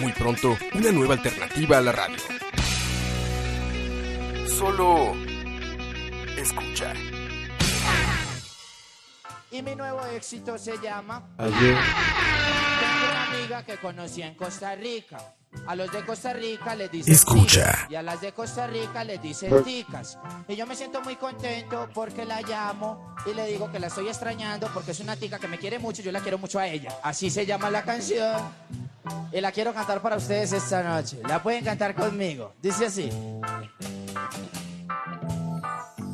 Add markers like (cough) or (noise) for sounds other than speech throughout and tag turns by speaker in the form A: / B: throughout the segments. A: Muy pronto, una nueva alternativa a la radio. Solo escucha.
B: Y mi nuevo éxito se llama
C: Ayer.
B: Tengo una amiga que conocí en Costa Rica. A los de Costa Rica les dicen
A: Escucha.
B: ticas, y a las de Costa Rica les dicen ticas. Y yo me siento muy contento porque la llamo y le digo que la estoy extrañando porque es una tica que me quiere mucho y yo la quiero mucho a ella. Así se llama la canción. Y la quiero cantar para ustedes esta noche. La pueden cantar conmigo. Dice así.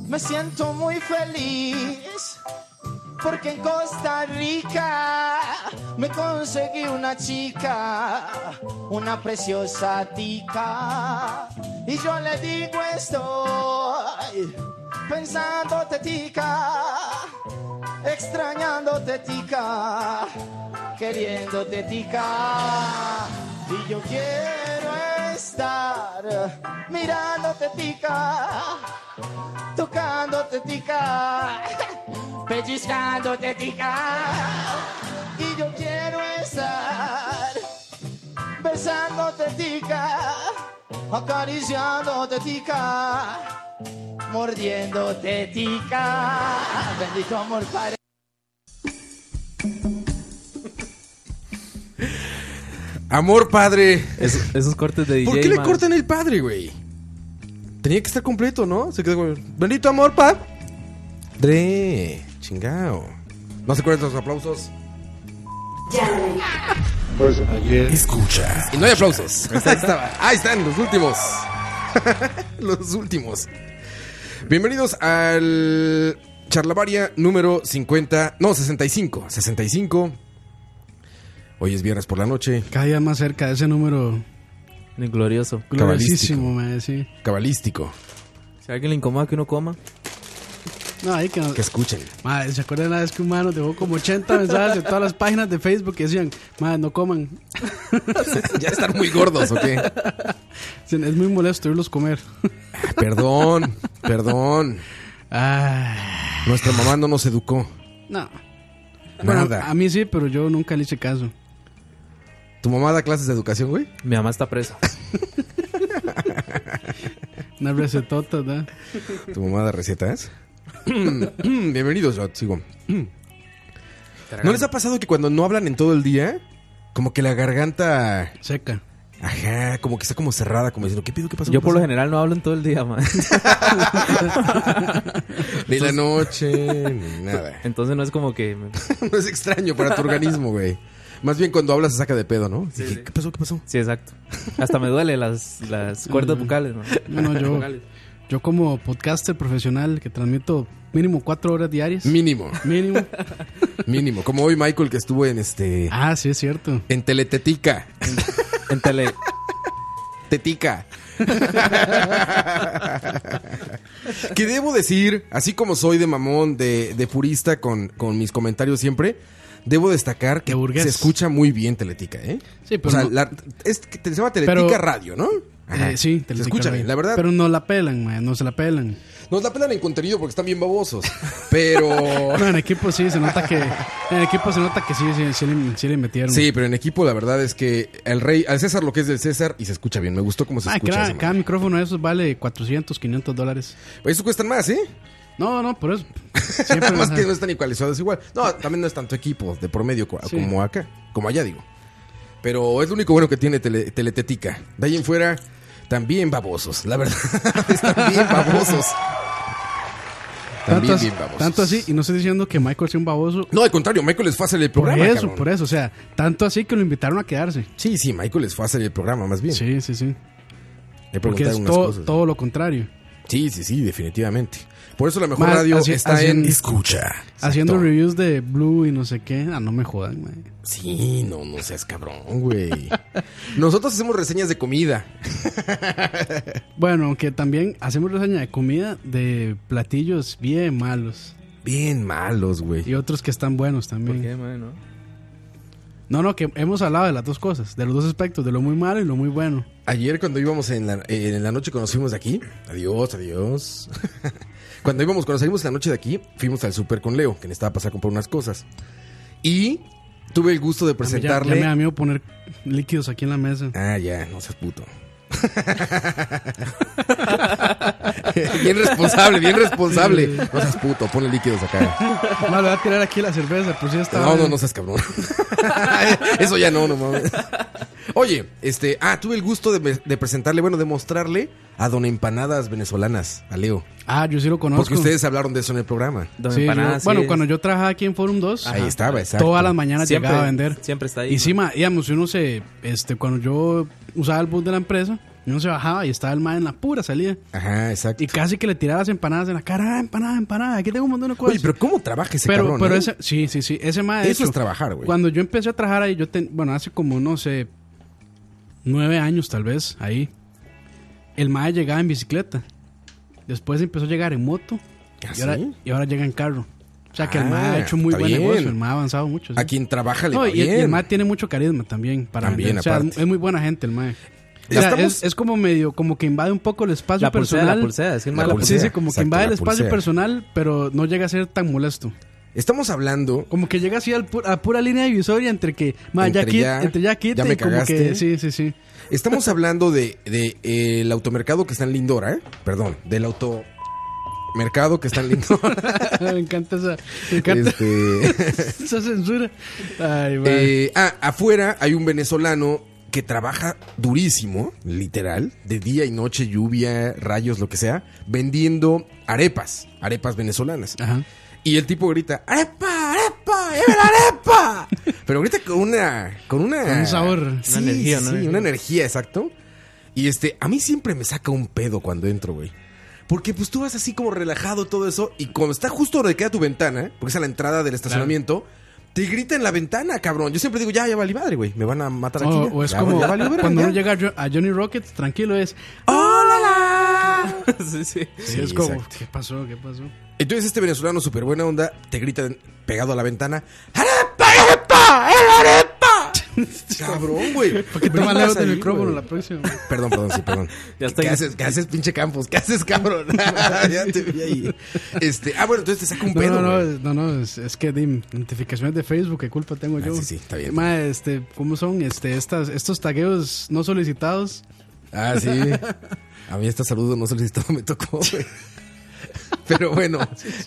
B: Me siento muy feliz porque en Costa Rica me conseguí una chica, una preciosa tica. Y yo le digo estoy pensándote tica, extrañándote tica, queriéndote tica. Y yo quiero estar mirándote tica, tocándote tica, pellizcándote tica. Y yo quiero estar besándote tica, acariciándote tica, mordiéndote tica. Bendito amor, Padre.
A: Amor padre.
C: Es- esos cortes de DJ.
D: ¿Por qué le
C: man.
D: cortan el padre, güey? Tenía que estar completo, ¿no? Se quedó como. Bendito amor, pap. Dre. Chingao. No se acuerdan de los aplausos.
E: (laughs)
F: (laughs)
C: Ayer.
A: Escucha. Y no hay aplausos. Ahí, estaba. Ahí están
D: (laughs)
A: los últimos. los últimos. Bienvenidos al Charlavaria número 50. No, 65. 65. Hoy es viernes por la noche.
E: Cada día más cerca de ese número
C: Glorioso.
E: gloriosísimo, mae, sí.
A: Cabalístico.
C: Si a alguien le incomoda que uno coma.
E: No, ahí que no-
A: Que
E: (laughs)
A: escuchen.
E: Mae, ¿se acuerdan la vez que un mae nos dejó como 80 mensajes en todas las páginas de Facebook que decían, madre, no coman?
A: ya están muy gordos, ¿ok?
E: Dicen, Es muy molesto irlos comer.
A: Perdón, perdón.
E: Ah,
A: Nuestra mamá no nos educó.
E: no. Bueno,
A: Nada.
E: a mí sí, pero yo nunca le hice caso.
A: ¿Tu mamá da clases de educación, güey?
C: Mi mamá está presa.
E: Una recetota, ¿verdad?
A: ¿Tu mamá da
E: (coughs)
A: recetas? Bienvenidos, yo sigo. ¿No les ha pasado que cuando no hablan en todo el día, como que la garganta,
E: Seca.
A: ajá, como que está como cerrada, como diciendo, ¿qué pido? ¿Qué pasó?
C: Yo
A: ¿Qué
C: por lo
A: pasó?"
C: general no hablo en todo el día, man.
A: Ni la noche,
C: (laughs)
A: ni nada.
C: Entonces no es como que. me-
A: (laughs) No es extraño para tu organismo, güey. Más bien cuando hablas se saca de pedo, ¿no? Dije, ¿Qué pasó? ¿Qué pasó?
C: Sí, exacto. Hasta me duele las,
A: (laughs)
C: las cuerdas bucales, man.
E: No, no, yo,
C: Vocales.
E: yo como podcaster profesional que transmito mínimo cuatro horas diarias.
A: Mínimo,
E: Mínimo.
A: mínimo. Como hoy Michael que estuvo en este...
E: Ah, sí, es cierto.
A: En Teletetica.
C: En tele.
A: Tetica. que debo decir, así como soy de mamón, de, de purista con, con mis comentarios siempre, debo destacar que
E: De burgués.
A: se escucha muy bien Teletica, ¿eh?
E: Sí, pero
A: O sea,
E: no-
A: la- es que te- se llama Teletica
E: Pero-
A: Radio, ¿no? Ajá.
E: Eh, sí,
A: Ah, se escucha bien, la verdad.
E: Pero no la pelan, mae, no se la pelan.
A: Nos la pelan en contenido porque están bien babosos. Pero.
E: (laughs) No, en equipo sí, se nota que. En equipo se nota que sí, sí, sí le, sí le metieron.
A: Sí, pero en equipo la verdad es que el rey, al César lo que es del César y se escucha bien. Me gustó cómo se
E: Ah,
A: escucha.
E: cada,
A: esa
E: cada
A: madre.
E: micrófono de esos vale 400, 500 dólares.
A: Eso cuestan más, ¿eh?
E: No, no, por eso. Siempre
A: Nada (laughs) más
E: ajá.
A: que no están igualizados igual. No, también no es tanto equipo de promedio cua-
E: Sí.
A: como acá, como allá digo. Pero es lo único bueno que tiene tele- Teletética. De ahí en fuera, también babosos, la verdad. (laughs) están bien babosos. También
E: tanto, as-
A: bien babosos.
E: tanto así, y no estoy diciendo que Michael sea un baboso.
A: No, al contrario, Michael les fue a hacer el
E: Por
A: programa.
E: eso,
A: cabrón.
E: por eso. O sea, tanto así que lo invitaron a quedarse.
A: Sí, sí, Michael les fue a hacer el programa, más bien.
E: Sí, sí, sí.
A: Le
E: Porque
A: preguntaron
E: es
A: unas
E: todo,
A: cosas.
E: todo lo contrario.
A: Sí, sí, sí, definitivamente. Por eso la mejor
E: Más,
A: radio
E: así-
A: está
E: así-
A: en escucha.
E: Haciendo
A: Exacto.
E: reviews de Blue y no sé qué. Ah, no me jodan, mae.
A: Sí, no, no seas cabrón, güey. Nosotros hacemos reseñas de comida.
E: (laughs) Bueno, aunque también hacemos reseña de comida de platillos bien malos.
A: Bien malos, güey.
E: Y otros que están buenos
C: ¿Por
E: también.
C: qué, mae, no?
E: No, no, que hemos hablado de las dos cosas. De los dos aspectos, de lo muy malo y lo muy bueno.
A: Ayer cuando íbamos en la, eh, en la noche cuando nos fuimos de aquí, adiós, adiós. (laughs) cuando íbamos, cuando salimos en la noche de aquí, fuimos al super con Leo, que necesitaba pasar a comprar unas cosas. Y tuve el gusto de
E: A mí ya-
A: presentarle.
E: Ya, me da miedo poner líquidos aquí en la mesa.
A: Ah, ya, no seas puto. (laughs) bien responsable, bien responsable. No seas puto, ponle líquidos acá. (laughs)
E: Más le voy a tirar aquí la cerveza, por si está.
A: No, no, no seas cabrón. Eso ya no, no mames. Oye, este, ah, tuve el gusto de, de presentarle, bueno, de mostrarle a Don Empanadas venezolanas, a Leo.
E: Ah, yo sí lo conozco.
A: Porque ustedes hablaron de eso en el programa.
C: Don
E: Sí, yo-
C: Empanadas, sí
E: bueno,
C: es-
E: cuando yo trabajaba aquí en Forum 2,
A: Ahí estaba, exacto.
E: todas las mañanas
C: Siempre-
E: llegaba a vender.
C: siempre está ahí,
E: Y
C: ¿no?
E: sí, ma, digamos, uno se. Este, cuando yo usaba el bus de la empresa, uno se bajaba y estaba el ma en la pura salida.
A: Ajá, exacto.
E: Y casi que le tiraba las empanadas en la cara. Ah, empanada, empanada. Aquí tengo un montón de cosas.
A: Oye, pero ¿cómo trabaja ese
E: pero,
A: cabrón?
E: pero
A: eh?
E: ese, sí, sí, sí, ese ma de
A: Eso
E: hecho,
A: es trabajar, güey.
E: Cuando yo empecé a trabajar ahí, yo ten- bueno, hace como, no sé, nueve años tal vez, ahí. El ma llegaba en bicicleta. Después empezó a llegar en moto.
A: ¿Ah,
E: y, ahora,
A: sí?
E: y ahora llega en carro. O sea que el
A: Ah,
E: ma ha hecho muy
A: está
E: buen
A: bien.
E: negocio, el ma ha avanzado mucho. sí.
A: A quien trabaja le
E: No,
A: va
E: y, y el
A: bien.
E: ma tiene mucho carisma también para
A: También,
E: vender. O sea,
A: aparte.
E: es muy buena gente el ma. O
A: Ya
E: sea,
A: estamos-
E: es, es como medio, como que invade un poco el espacio
C: La pulsera,
E: personal.
C: la pulsera, es que el
A: La
C: mae la
A: pulsera.
E: Sí,
C: pulsera.
E: sí, como que
A: exacto,
E: invade el
A: la
E: espacio
A: pulsera.
E: personal, pero no llega a ser tan molesto.
A: Estamos hablando
E: Como que llega así al pu- a pura línea divisoria entre que, ma,
A: Entre
E: ya, quit-
A: ya,
E: entre ya quita
A: ya me
E: y como
A: cagaste.
E: que, sí, sí, sí.
A: Estamos hablando de, de, eh, el automercado que está en Lindora, ¿eh? Perdón, del automercado que está en Lindora.
E: (laughs) me encanta esa, me encanta
A: Este,
E: (laughs) esa censura. Ay, ma.
A: eh, ah, afuera hay un venezolano que trabaja durísimo, literal, de día y noche, lluvia, rayos, lo que sea, vendiendo arepas, arepas venezolanas.
E: Ajá.
A: Y el tipo grita, arepa, arepa, lleve la
E: (laughs)
A: arepa. Pero grita con una... Con, una,
E: Con un sabor. Una
A: Sí,
C: energía,
A: sí,
C: ¿no?
A: sí, una energía, exacto. Y este, a mí siempre me saca un pedo cuando entro, güey. Porque pues tú vas así como relajado todo eso y como está justo donde queda tu ventana, porque es a la entrada del estacionamiento, te grita en la ventana, cabrón. Yo siempre digo, ya, ya vale madre, güey. Me van a matar
E: O,
A: aquí. ya.
E: o es
A: Ya
E: como
A: valió- ya valió verga,
E: cuando
A: ya". Ah.
E: uno llega a Jo- a Johnny Rockets, tranquilo es.
A: ¡Hola!
C: sí, sí.
E: (laughs) Sí, es como, ¿qué pasó? ¿Qué pasó?
A: Entonces este venezolano súper buena onda te grita pegado a la ventana ¡Arepa, arepa, el
E: (laughs)
A: arepa! Cabrón, güey.
E: Porque te
A: Brincas
E: más lejos del
A: ahí,
E: micrófono
A: güey.
E: la próxima.
A: Perdón, perdón, sí, perdón.
C: (laughs) Ya está
A: ¿Qué
C: ahí.
A: haces, qué haces, pinche Campos? ¿Qué haces, cabrón? (laughs) ya te vi ahí. Este, ah, bueno, entonces te saca un
E: No,
A: pedo,
E: no, no,
A: güey.
E: es- no, no, es, es que dim, notificaciones de Facebook, ¿qué culpa tengo yo?
A: Ah, sí, sí, está bien.
E: Ma, este, ¿cómo son este, estas, estos tagueos no solicitados?
A: Ah, sí. A mí este saludo no solicitado me tocó, güey. Pero bueno.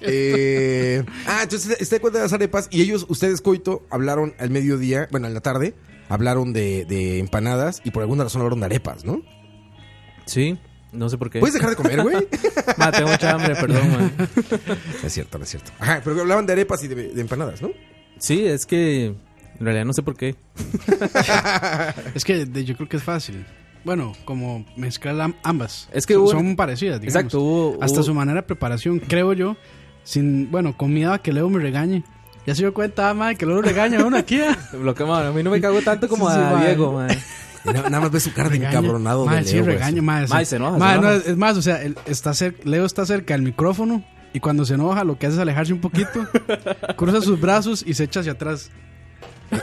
A: eh, ah, entonces está de cuenta de las arepas. Y ellos, ustedes, Coito, hablaron al mediodía, bueno, en la tarde, hablaron de, de empanadas y por alguna razón hablaron de arepas, ¿no?
C: Sí, no sé por qué.
A: ¿Puedes dejar de comer, güey?
C: (laughs) Ma, tengo mucha hambre, perdón, mae.
A: No es cierto, no es cierto. Ajá, pero hablaban de arepas y de, de empanadas, ¿no?
C: Sí, es que en realidad no sé por qué.
E: (laughs) Es que de- yo creo que es fácil. Bueno, como mezclar am- ambas.
C: Es que
E: son,
C: hubo-
E: son parecidas, digamos.
C: Exacto, hubo-
E: Hasta
C: hubo-
E: su manera de preparación, creo yo. Sin, bueno, con miedo a que Leo me regañe. Ya se dio cuenta, ah, madre, que Leo lo regaña a uno aquí. ah.
C: (laughs) Lo que, ma, a mí no me cago tanto como
E: Sí, sí,
C: a
E: ma.
C: Diego, mae.
A: Y na- Nada más ve su cara de
E: Regaña.
A: encabronado de
E: Madre, sí,
A: Leo, güey.
E: regaña, madre,
C: Madre,
E: sí.
C: se enoja,
E: Madre,
C: se
E: no,
C: enoja.
E: es- es más, o sea, él está cer- Leo está cerca del micrófono y cuando se enoja lo que hace es alejarse
C: (laughs)
E: un poquito, cruza sus brazos y se echa hacia atrás.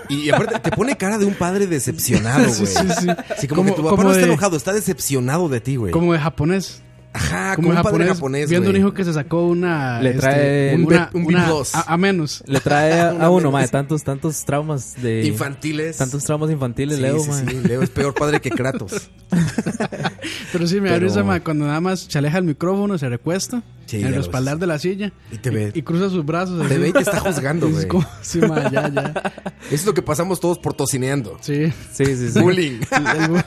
A: Y, y aparte te pone cara de un padre decepcionado, güey.
E: Sí, sí, sí.
A: Así como, que tu papá
E: como
A: no está
E: de-
A: enojado, está decepcionado de ti, güey.
E: Como de japonés.
A: Ajá, como,
E: como
A: un
E: japonés,
A: padre japonés,
E: viendo
A: güey.
E: un hijo que se sacó una este,
C: Le trae
A: un
E: una,
A: B- un B
E: una-
A: plus.
E: a, a menos
C: Le
A: (laughs)
E: (laughs)
C: trae
A: Una
C: a uno,
A: vez.
C: mae, tantos, tantos traumas de...
A: Infantiles.
C: Tantos traumas infantiles,
A: Sí,
C: Leo,
A: sí,
C: mae.
A: sí, Leo es peor padre que Kratos.
E: pero sí me da
A: Pero-
E: risa ma, cuando nada más se aleja el micrófono se recuesta
A: Sí, ya
E: en
A: lo
E: el respaldar de la silla
A: Y te ve.
E: y, cruza sus brazos
A: Te
E: así.
A: ve y te está juzgando,
E: (laughs) Es
A: güey.
E: como- sí, ma, ya, ya.
A: Eso es lo que pasamos todos por tocineando.
E: sí
C: Sí, sí, sí.
A: Bullying.
E: El- el-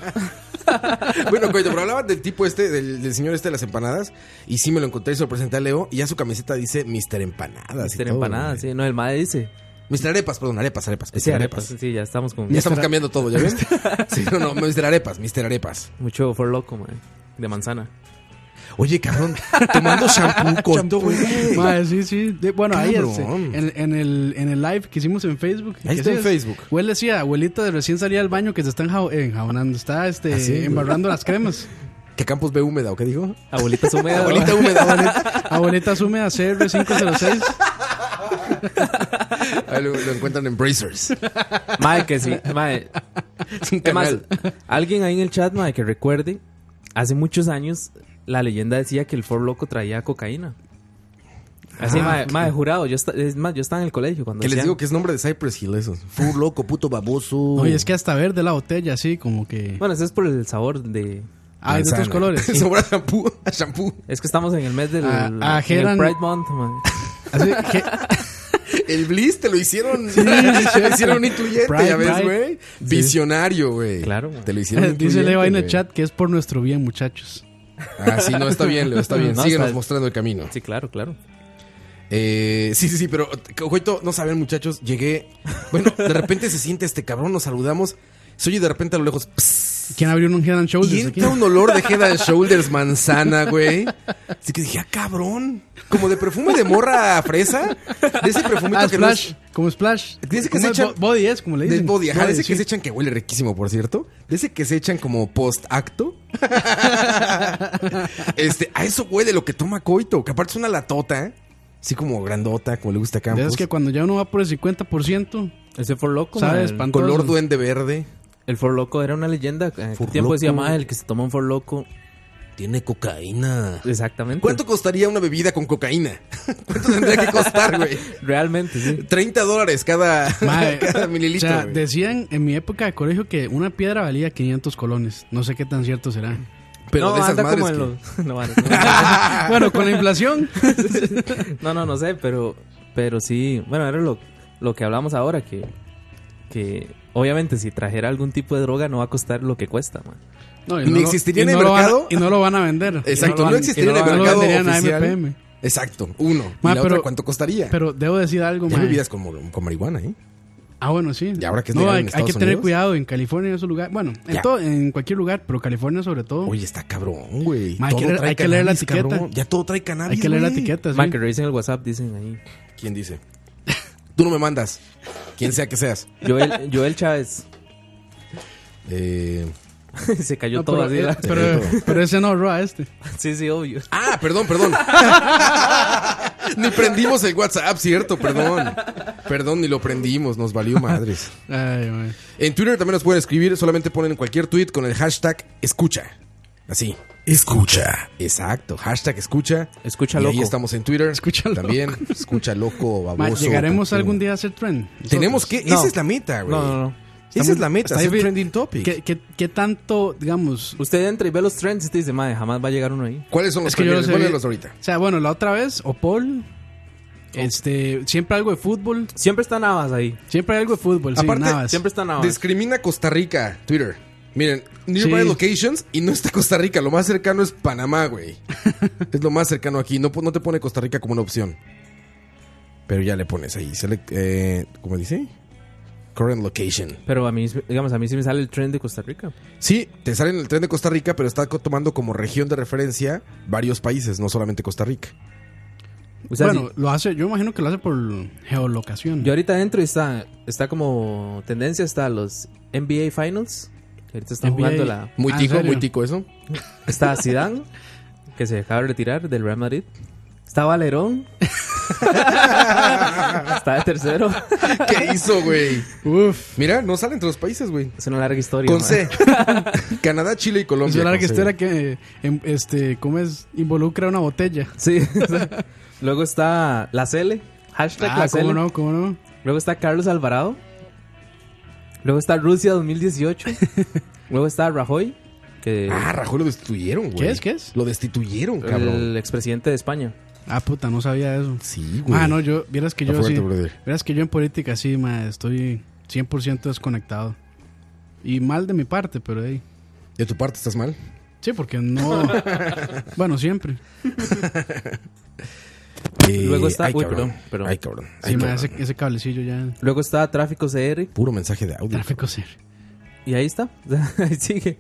A: (laughs) bueno, coño, pero hablaban del tipo este, del, del señor este de las empanadas. Y sí me lo encontré y se lo presenté a Leo. Y ya su camiseta dice Mr. Empanadas.
C: (laughs)
A: y
C: Mister
A: todo,
C: Empanadas,
A: güey.
C: sí. No, el mae dice...
A: Mr. Arepas, perdón, arepas, arepas.
C: Sí,
A: Mr.
C: arepas. Sí, ya estamos con
A: Ya estamos cambiando todo,
C: (laughs)
A: ¿ya ves? sí, no, no, Mr. Arepas, Mr. Arepas.
C: mucho for loco, mae. De manzana.
A: Oye, cabrón, tomando
E: (laughs)
A: shampoo corto, güey.
E: Madre, sí, sí. De- bueno, ahí este,
A: Cabrón.
E: en, en el, en el live que hicimos en Facebook.
A: Ahí
E: que
A: está en
E: sí,
A: Facebook.
E: Güey, le decía, abuelita de recién salía del baño que se está enja- enjabonando, está este,
A: Ah, sí, güey.
E: embarrando las cremas.
A: Que Campos ve húmeda, ¿o (laughs) qué dijo?
C: Abuelita húmeda.
A: Abuelita
E: (laughs)
A: húmeda, ¿vale?
E: Abuelita asume a CR506.
A: Ahí lo, lo encuentran en Brazers.
C: Mae, que
A: (laughs)
C: sí. Mae.
A: Es un
C: ¿Qué más?
A: canal.
C: Alguien ahí en el chat, mae, que recuerde, hace muchos años la leyenda decía que el For Loco traía cocaína. Así, mae, mae, jurado. Yo esta- es más, yo estaba en el colegio cuando
A: Ah, Que les
C: decían-
A: digo que es nombre de Cypress Hill, eso. Fu loco, puto baboso.
E: Oye, es que hasta verde la botella, así como que.
C: Bueno, eso es por el sabor de...
E: Hay Ah, de otros
A: Manzana.
E: colores.
A: (laughs)
E: sí.
A: Sobra shampoo. a shampoo.
C: Es que estamos en el mes del...
E: Ah,
C: en
E: ah,
C: el
E: Geran-
C: Pride Month, mae.
E: Así que-
A: El Bliss te lo hicieron.
E: es
A: te
E: cierto.
A: lo hicieron incluyente,
E: Pride,
A: ya ves,
E: Pride.
A: güey. Visionario, güey.
C: Claro, güey.
A: Te lo hicieron incluyente.
E: (laughs) Dice Leo ahí en el
A: güey.
E: chat que es por nuestro bien, muchachos.
A: Ah, sí, no, está bien, Leo, está bien.
C: No,
A: Síguenos
C: está-
A: mostrando el camino.
C: Sí, claro, claro.
A: Eh, sí, sí, sí, pero Coito, no saben, muchachos, llegué. Bueno, de repente se siente este cabrón, nos saludamos. Se oye de repente a lo lejos. "Psst",
E: (laughs) ¿Quién abrió un Head and
A: y
E: Shoulders Pues, aquí?
A: entra un olor de Head
E: (laughs)
A: and Shoulders manzana, güey. Así que dije, ah, cabrón. Como de perfume de morra a fresa. De ese perfumito
E: Ah,
A: que no es-
E: Splash, como Splash.
A: Dice que
E: Como
A: se
E: es
A: echan-
E: bo- Body es, como le
A: Del
E: dicen.
A: body, ajá, de ese
E: sí.
A: que se echan que huele riquísimo, por cierto. De ese que se echan como post acto.
E: (laughs)
A: este, a eso huele lo que toma Coito, que aparte es una latota, ¿eh? así como grandota, como le gusta pues. a
E: De
A: Campos.
E: esos que cuando ya uno va por el 50%,
C: Ese For Loco,
E: ¿Sabe?
C: mae,
E: Espantoso.
A: Color (laughs) duende verde.
C: El For Loco era una leyenda. En
A: For
C: aquel tiempo decía,
A: Loco.
C: mae, el que se toma un For Loco...
A: Tiene cocaína.
C: Exactamente.
A: ¿Cuánto costaría una bebida con cocaína? (laughs) ¿Cuánto tendría que costar, güey?
C: Realmente, sí.
A: 30 dólares cada, (laughs)
E: Mae,
A: cada mililitro.
E: o sea,
A: güey.
E: decían en mi época de colegio que una piedra valía 500 colones. No sé qué tan cierto será.
A: Pero
C: no,
A: de esas
C: anda
A: madres.
C: como en
A: que-
C: los- (laughs) no,
E: (laughs)
C: vale, no,
A: (laughs)
E: bueno, con la inflación.
C: (laughs) no, no, no sé, pero, pero sí, bueno, era lo, lo que hablamos ahora, que, que obviamente si trajera algún tipo de droga no va a costar lo que cuesta, man.
E: No, y
A: Ni
E: lo-
A: existiría
E: y
A: en
E: no
A: el
E: lo van a-
A: mercado.
E: y no lo van a vender.
A: Exacto,
E: Y
A: no,
E: lo van-
A: existiría
E: y
A: en
E: no
A: el
E: lo
A: mercado
E: venderían a
A: oficial.
E: MPM.
A: Exacto, uno.
E: Ma,
A: ¿Y la otra
E: pero-
A: cuánto costaría?
E: Pero debo decir algo,
A: Ya
E: mae.
A: bebidas como, con marihuana, ¿eh?
E: Ah, bueno, sí.
A: Y ahora que es
E: no,
A: legal en
E: hay, hay
A: Estados
E: que tener
A: Unidos.
E: cuidado en California, en esos lugares. Bueno, en,
A: Ya.
E: todo, en cualquier lugar, pero California sobre todo.
A: Oye, está cabrón, güey.
E: Ma, hay
A: Todo
E: que leer-
A: trae
E: hay que leer la
A: cannabis,
E: etiqueta.
A: cabrón. Ya todo trae cannabis.
E: hay que leer la
A: güey.
E: etiqueta, sí.
C: Man, que revisen el WhatsApp, dicen ahí.
A: ¿Quién dice? Tú no me mandas. Quien sea que seas.
C: Joel, Joel Chávez
A: Eh,
C: (laughs) se cayó
E: No,
C: todo
E: pero,
C: así. la-
E: eh, pero-
A: Sí, todo.
E: pero ese no, Roa, este.
C: Sí, sí, obvio.
A: Ah, perdón,
C: (laughs)
A: perdón. ni prendimos el WhatsApp, cierto, perdón. Perdón, ni lo prendimos, nos valió madres.
E: Ay, mae.
A: En Twitter también nos pueden escribir, solamente ponen cualquier tweet con el hashtag escucha. Así. Escucha. Exacto. Hashtag escucha.
C: Escucha
A: y Ahí
C: loco.
A: estamos en Twitter.
E: Escucha loco.
A: También. Escucha loco, baboso.
E: Mae, llegaremos
A: cojudo.
E: algún día a hacer trend. Nosotros.
A: Tenemos que.
C: No.
A: Esa es la meta, güey.
C: No, no, no.
A: Esa
E: Está
A: es la
E: muy-
A: meta.
E: está
A: Es
E: bien.
A: trending topic.
E: ¿Qué, qué, qué tanto, digamos?
C: Usted entra y ve los trends y te dice, madre, jamás va a llegar uno ahí.
A: ¿Cuáles son los
E: Es que yo
A: primeros?
E: los he vi-
A: Pónganlos ahorita.
E: O sea, bueno, la otra vez, o Paul, este, siempre algo de fútbol,
C: Siempre está Navas ahí.
E: siempre hay algo de fútbol, sí,
A: Aparte,
E: Navas.
C: Siempre está Navas.
A: Discrimina Costa Rica, Twitter. Miren, nearby
E: Sí.
A: locations y no está Costa Rica. Lo más cercano es Panamá, güey.
E: (laughs)
A: es lo más cercano aquí. No, po- no te pone Costa Rica como una opción. Pero ya le pones ahí. Select, eh, ¿Cómo dice? Current location.
C: Pero a mí, digamos, a mí sí me sale el trend de Costa Rica.
A: Sí, te sale en el tren de Costa Rica, pero está co- tomando como región de referencia varios países, no solamente Costa Rica.
C: O sea,
E: bueno,
C: si-
E: lo hace, yo imagino que lo hace por geolocación.
C: yo ahorita entro y está, está como tendencia, está los NBA Finals. que Ahorita están
E: NBA.
C: jugando la,
A: Muy
E: Ah, ¿en
A: tico,
E: serio?
A: muy tico eso.
C: Está Zidane, que se acaba de retirar del Real Madrid. Está Valerón.
E: (laughs)
C: está de tercero.
A: ¿Qué hizo, güey?
E: (laughs) Uf,
A: Mira, no sale entre los países, güey.
C: Es una larga historia.
A: Con
C: ma. (laughs)
A: C. Canadá, Chile y
E: es
A: Colombia.
E: una
A: con
E: larga
A: C.
E: historia que, em, este, ¿cómo es? Involucra una botella.
C: Sí. Luego está la Cele. Hashtag
E: Ah,
C: la Cele.
E: ¿cómo no? ¿Cómo no?
C: Luego está Carlos Alvarado. Luego está Rusia
E: (laughs)
C: 2018. Luego está Rajoy, que
A: Ah, Rajoy lo destituyeron, güey.
E: ¿Qué es? ¿Qué es?
A: Lo destituyeron, cabrón.
C: el expresidente de España.
E: Ah, puta, no sabía eso.
A: Sí, güey.
E: Ah, no, yo, vieras que
A: Está
E: yo
A: fuerte,
E: sí,
A: brother.
E: vieras que yo en política sí, ma, estoy 100% desconectado. Y mal de mi parte, pero ahí.
A: De tu parte estás mal.
E: Sí, porque no.
A: (laughs)
E: bueno, siempre.
A: Eh,
C: Luego está-
A: Ay,
C: uy,
A: cabrón.
C: perdón, perdón.
A: Ay, cabrón. Ay,
E: Sí, ma,
A: cabrón.
E: ese, ese cablecillo ya.
C: Luego está Tráfico CR.
A: Puro mensaje de
C: (laughs)
A: audio.
E: Tráfico ser.
C: Y ahí está. ahí sigue.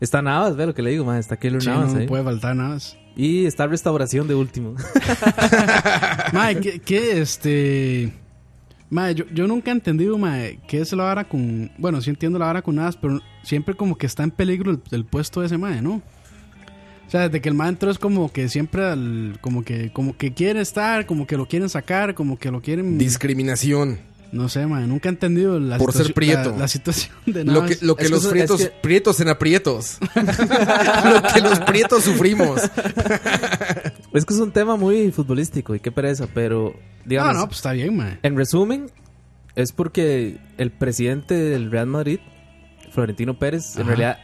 C: Está Navas, ve lo que le digo, mae, está Keylor
E: Sí,
C: Navas
E: no
C: ahí.
E: puede faltar nada más.
C: Y está Restauración de último. (laughs)
E: Mae, ¿qué, qué, este. Mae, yo, yo nunca he entendido, mae, qué es la vara con. Bueno, sí entiendo la vara con Navas, pero siempre como que está en peligro el, el puesto de ese mae, ¿no? O sea, desde que el mae entró es como que siempre al- como que como que quiere estar, como que lo quieren sacar, como que lo quieren.
A: Discriminación.
E: no sé, mae, nunca he entendido la,
A: Por ser
E: situaci-
A: prieto.
E: la, la situación de Navas.
A: Lo que, lo que
C: Es que
A: los
C: eso- es
A: prietos,
C: que-
A: prietos en aprietos.
E: (laughs)
A: lo que los prietos sufrimos.
C: es que es un tema muy futbolístico y qué pereza, pero digamos,
E: no, no, pues está bien, mae.
C: en resumen, es porque el presidente del Real Madrid, Florentino Pérez, en
E: Ajá.
C: realidad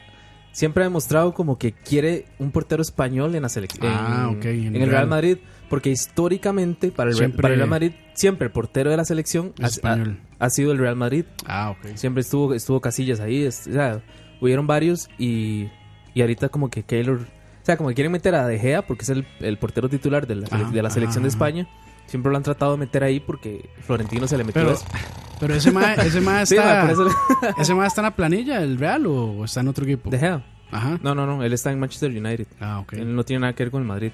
C: siempre ha demostrado como que quiere un portero español en la selección.
E: Ah,
C: en,
E: ok,
C: en
E: en
C: el Real
E: Real.
C: Madrid, porque históricamente para el, Real-
E: Siempre-
C: para el Real Madrid, siempre el portero de la selección ha-
E: Español.
C: ha- ha sido el Real Madrid.
E: Ah, ok.
C: Siempre estuvo, estuvo Casillas ahí. es- o sea, hubieron varios y, y ahorita como que Keylor... O sea, como que quieren meter a De Gea porque es el, el portero titular de la, sele-
E: Ajá,
C: de la selección de
E: Ah, ajá,
C: España. Siempre lo han tratado de meter ahí porque Florentino se le metió
E: Pero,
C: eso.
E: pero
C: (laughs)
E: ese mae, ese mae
C: Sí, ma,
E: está.
C: por eso le-
E: ¿Ese más está en la planilla del Real o está en otro equipo?
C: De Gea.
E: Ajá.
C: No, no, no. Él está en Manchester United.
E: Ah, ok.
C: Él no tiene nada que ver con el Madrid.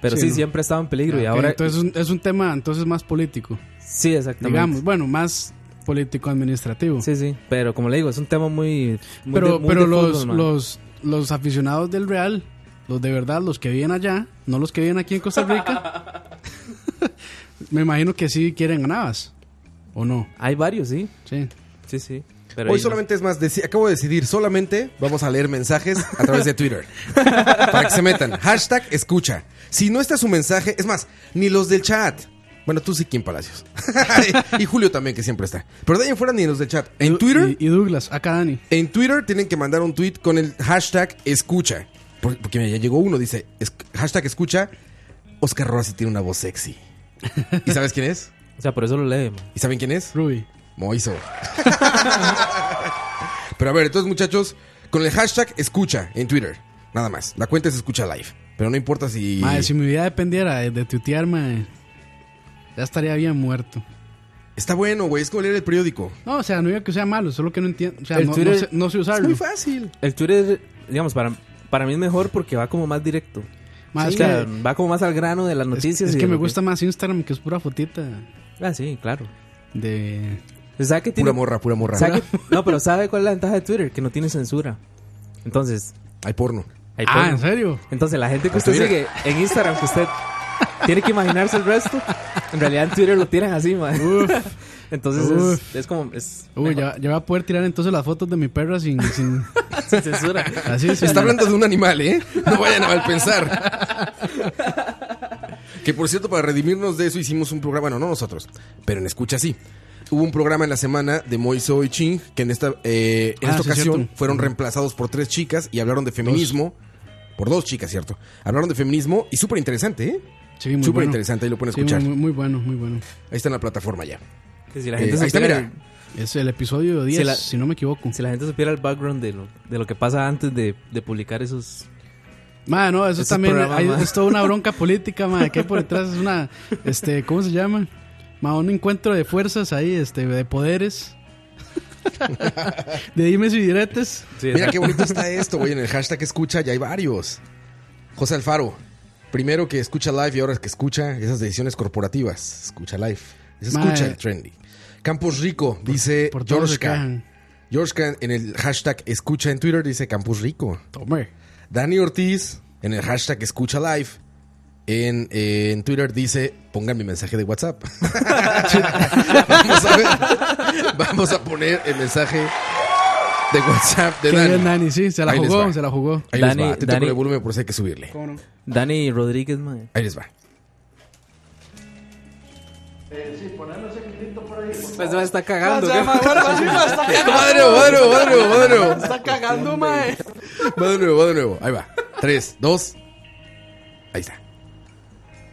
C: Pero
E: Sí,
C: sí,
E: no.
C: siempre estaba en
E: Ah,
C: peligro y
E: ok,
C: ahora...
E: Entonces es un, es un tema entonces más político,
C: sí, exactamente.
E: digamos. Bueno, más político-administrativo.
C: Sí, sí. Pero como le digo, es un tema muy... muy de-
E: pero
C: muy
E: pero
C: de
E: los,
C: fútbol, ma.
E: los, los aficionados del Real, los de verdad, los que viven allá, no los que viven aquí en Costa Rica,
C: (laughs)
E: me imagino que sí quieren a Navas. ¿O no?
C: Hay varios, sí.
E: Sí.
C: Sí, sí. Pero
A: Hoy
C: ahí no.
A: solamente es más, deci- acabo de decidir, solamente vamos a leer mensajes a través de Twitter. para que se metan. Hashtag escucha. Si no está su mensaje, es más, ni los del chat. Bueno, tú sí, Kim Palacios. (laughs) y Julio también, que siempre está. Pero de ahí en fuera ni los del chat. En
E: Du-
A: Twitter,
E: Y, y Douglas, acá Dani.
A: en Twitter tienen que mandar un tweet con el hashtag escucha. Por- Porque mira, ya llegó uno, dice, es- hashtag escucha, Oscar Rossi tiene una voz sexy. ¿Y sabes quién es?
C: O sea, por eso lo lee, ma.
A: ¿Y saben quién es?
E: Ruby.
A: Moiso. pero a ver, entonces muchachos, con el hashtag escucha en Twitter, nada más. La cuenta es escucha live. Pero no importa si...
E: Madre, si mi vida dependiera de, de tuitear, madre, ya estaría bien muerto.
A: Está bueno, güey, es como leer el periódico.
E: No, o sea, no digo que sea malo, solo que no entiendo. O sea,
C: El
E: no, no
C: Twitter-
E: sé, no sé
A: Es
E: usarlo.
A: muy fácil.
C: El Twitter, digamos, para, para mí es mejor porque va como más directo.
E: Más
C: o
E: que-
C: sea, va como más al grano de las
E: Es-
C: noticias.
E: es,
C: y
E: que
C: de
E: me
C: lo
E: gusta más Instagram, que es pura fotita
C: Ah, sí, claro.
E: de.
C: O sea, que tiene-
A: Pura morra, pura morra. (laughs)
C: sabe que- no, pero ¿sabe cuál es la ventaja de Twitter? Que no tiene censura. Entonces,
A: Hay porno.
C: ahí
E: Ah,
C: pone.
E: ¿en serio?
C: Entonces, la gente que usted
A: Twitter.
C: sigue en Instagram, que usted tiene que imaginarse el resto, en realidad en Twitter lo tiran así, man. Entonces, es- Es,
E: Uf.
C: como. Es
E: Uy,
C: mejor,
E: ya, ya voy a poder tirar entonces las fotos de mi perra sin. sin-
C: (laughs)
A: (laughs)
C: sin censura.
E: así, sin-
A: Está hablando de un animal, ¿eh? No vayan a mal pensar. Que por cierto, para redimirnos de eso hicimos un programa, bueno, no nosotros, pero en escucha sí. Hubo un programa en la semana de Moiso y Ching, que en esta, eh, en
E: Ah,
A: esta
E: sí,
A: ocasión
E: cierto.
A: fueron reemplazados por tres chicas y hablaron de feminismo. Por dos chicas, ¿cierto? Hablaron de feminismo y súper interesante, ¿eh?
E: Sí, muy
A: Súper
E: bueno.
A: interesante, ahí lo pueden
E: Sí,
A: escuchar.
E: muy, muy bueno, muy bueno.
A: Ahí está en la plataforma ya.
C: Que si la
A: Eh,
C: gente
A: ahí está,
C: supiera-
A: mira.
E: Es el episodio 10,
C: Si la-
E: si no me equivoco.
C: (laughs) Si la gente supiera el background de lo, de lo que pasa antes de, de publicar esos...
E: Madre, no, eso
C: Ese
E: también
C: programa,
E: hay-
C: madre.
E: es toda una bronca política, madre, que hay por detrás es una, este, ¿cómo se llama? Madre, un encuentro de fuerzas ahí, este,
A: (laughs)
E: de poderes, de dimes y diretes.
A: Mira qué bonito está esto, güey. En el hashtag escucha ya hay varios. José Alfaro. Primero que escucha live y ahora que escucha esas decisiones corporativas. Escucha live. Es escucha
E: Madre.
A: el trendy. Campos Rico dice
E: Por todos se
A: Georgeka.
E: quejan.
A: Georgeka en el hashtag escucha en Twitter dice Campos Rico.
E: Tome.
A: Dani Ortiz en el hashtag escucha live. En, eh, en Twitter dice, pongan mi mensaje de WhatsApp. (laughs) vamos a ver. Vamos a poner el mensaje de WhatsApp de
E: Qué
A: Dani.
E: bien, Dani, sí, se la
A: Ahí les va.
E: jugó, se la jugó.
A: Ahí
C: Dani-
A: les va. Te toco
C: Dani-
A: el volumen por si hay que subirle.
C: Dani Rodríguez, man.
A: Ahí les va.
G: Eh,
C: Pues me está
G: Ah,
C: cagando.
A: (laughs) Va de nuevo, va de nuevo, va de nuevo, va de nuevo. Está cagando,
G: eh.
A: mae. Va de nuevo, va de nuevo. Ahí va. Tres, dos. Ahí está.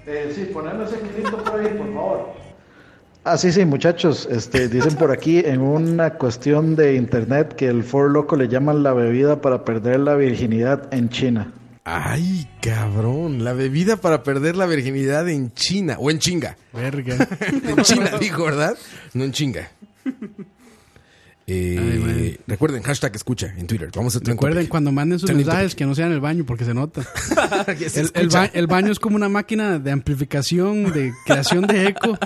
G: Eh, sí, ponernos ese grito por ahí, por favor.
H: Ah, sí, sí, muchachos. Este, dicen por aquí en una cuestión de internet que el For Loco le llaman la bebida para perder la virginidad en China.
A: Ay, cabrón. La bebida para perder la virginidad en China. O en chinga. (laughs)
E: Verga.
A: En China, dijo, ¿verdad? No en chinga. Eh,
E: Ay, madre.
A: recuerden, hashtag escucha en Twitter. Vamos a tener un
E: Recuerden
A: topic.
E: cuando manden sus
A: Trending
E: mensajes
A: topic.
E: que no sean el baño porque se nota.
A: Que (laughs) se
E: El, el
A: escucha.
E: ba- el baño es como una máquina de amplificación, de creación de eco.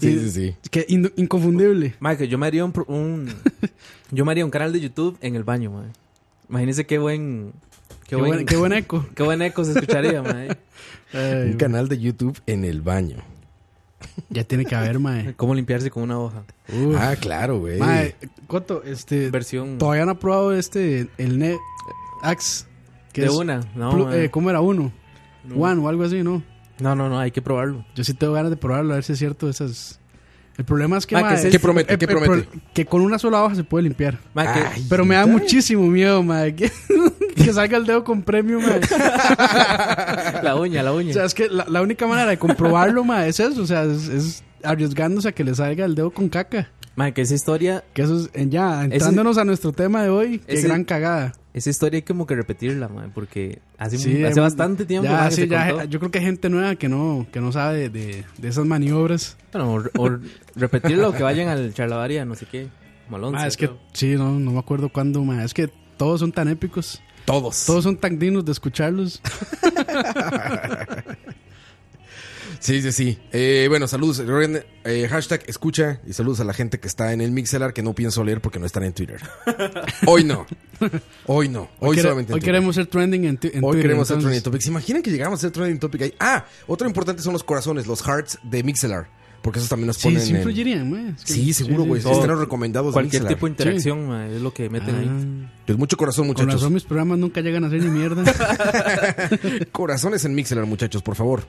A: Sí,
E: Y-
A: sí, sí.
E: Que in- inconfundible.
C: Mae, que yo me haría un, pro-
E: (laughs)
C: un- yo me haría un canal de YouTube en el baño, mae. Imagínense qué buen
E: Qué, buen, qué buen eco.
C: (laughs) qué buen eco se
E: (laughs)
C: escucharía, mae.
E: Ay,
A: Un canal de YouTube en el baño.
E: ya tiene que haber, mae.
C: (laughs) Cómo limpiarse con una hoja.
E: Uf.
A: Ah, claro, güey.
E: Mae, Coto, este.
C: Versión
E: Todavía no ha probado este. El Net Axe. que
C: de
E: es
C: una, no,
E: plu-
C: mae.
E: eh, ¿Cómo era uno? One o algo así, ¿no?
C: no, no, no, hay que probarlo.
E: Yo sí tengo ganas de probarlo, a ver si es cierto esas. El problema es que.
C: Ah,
E: mae,
C: que se-
A: ¿Qué promete?
E: eh,
A: ¿Qué
E: eh, pro-
A: promete?
E: que con una sola hoja se puede limpiar.
C: Mae, que-
A: Ay,
E: Pero me da muchísimo miedo, mae.
A: (laughs)
E: Que, (laughs) que salga el dedo con premio, mae.
C: (laughs) la uña, la uña.
E: O sea, es que la, la única manera de comprobarlo, mae, es eso. O sea, es, es arriesgándose a que le salga el dedo con caca.
C: (laughs) Mae, que esa historia,
E: Que eso es, eh, ya, entrándonos a nuestro tema de hoy, qué
C: ese-
E: gran cagada.
C: esa historia hay como que repetirla, mae, porque hace,
E: Sí,
C: hace
E: eh,
C: bastante tiempo
E: ya,
C: mae, que
E: sí,
C: se
E: ya,
C: contó.
E: yo creo que hay gente nueva que no, que no sabe de, de- de esas maniobras.
C: Bueno, o, o repetirla o que vayan al charlavaria, no sé qué. Como al once,
E: Ah, es que,
C: creo.
E: sí, no, no me acuerdo cuándo, mae. Es que todos son tan épicos.
A: Todos.
E: Todos son tan dignos de escucharlos.
A: (laughs) Sí, sí, sí. Eh, bueno, saludos. Recuerden, eh, hashtag escucha y saludos a la gente que está en el Mixelar que no pienso leer porque no están en
E: (laughs)
A: Twitter. Hoy no. Hoy no. (laughs) Hoy,
E: Quiere-
A: solamente en Twitter.
E: hoy queremos ser trending en, tu- en
A: Hoy
E: Twitter,
A: queremos ser trending
E: entonces.
A: topic. ¿Se imaginan que llegáramos a ser trending topic ahí? Ah, otro importante son los corazones, los hearts de Mixelar. Porque esos también nos
E: Sí,
A: ponen.
E: sí
A: en-
E: influirían, mae. Es que-
A: Sí, seguro, güey.
E: sí.
A: Están los recomendados de
C: Cualquier
A: Mixelar.
C: tipo de interacción, mae, es lo que meten ahí.
E: Ah,
A: Pues mucho corazón,
E: con
A: muchachos.
E: razón mis programas nunca llegan a ser ni mierda.
A: (laughs) Corazones en Mixelar, muchachos, por favor.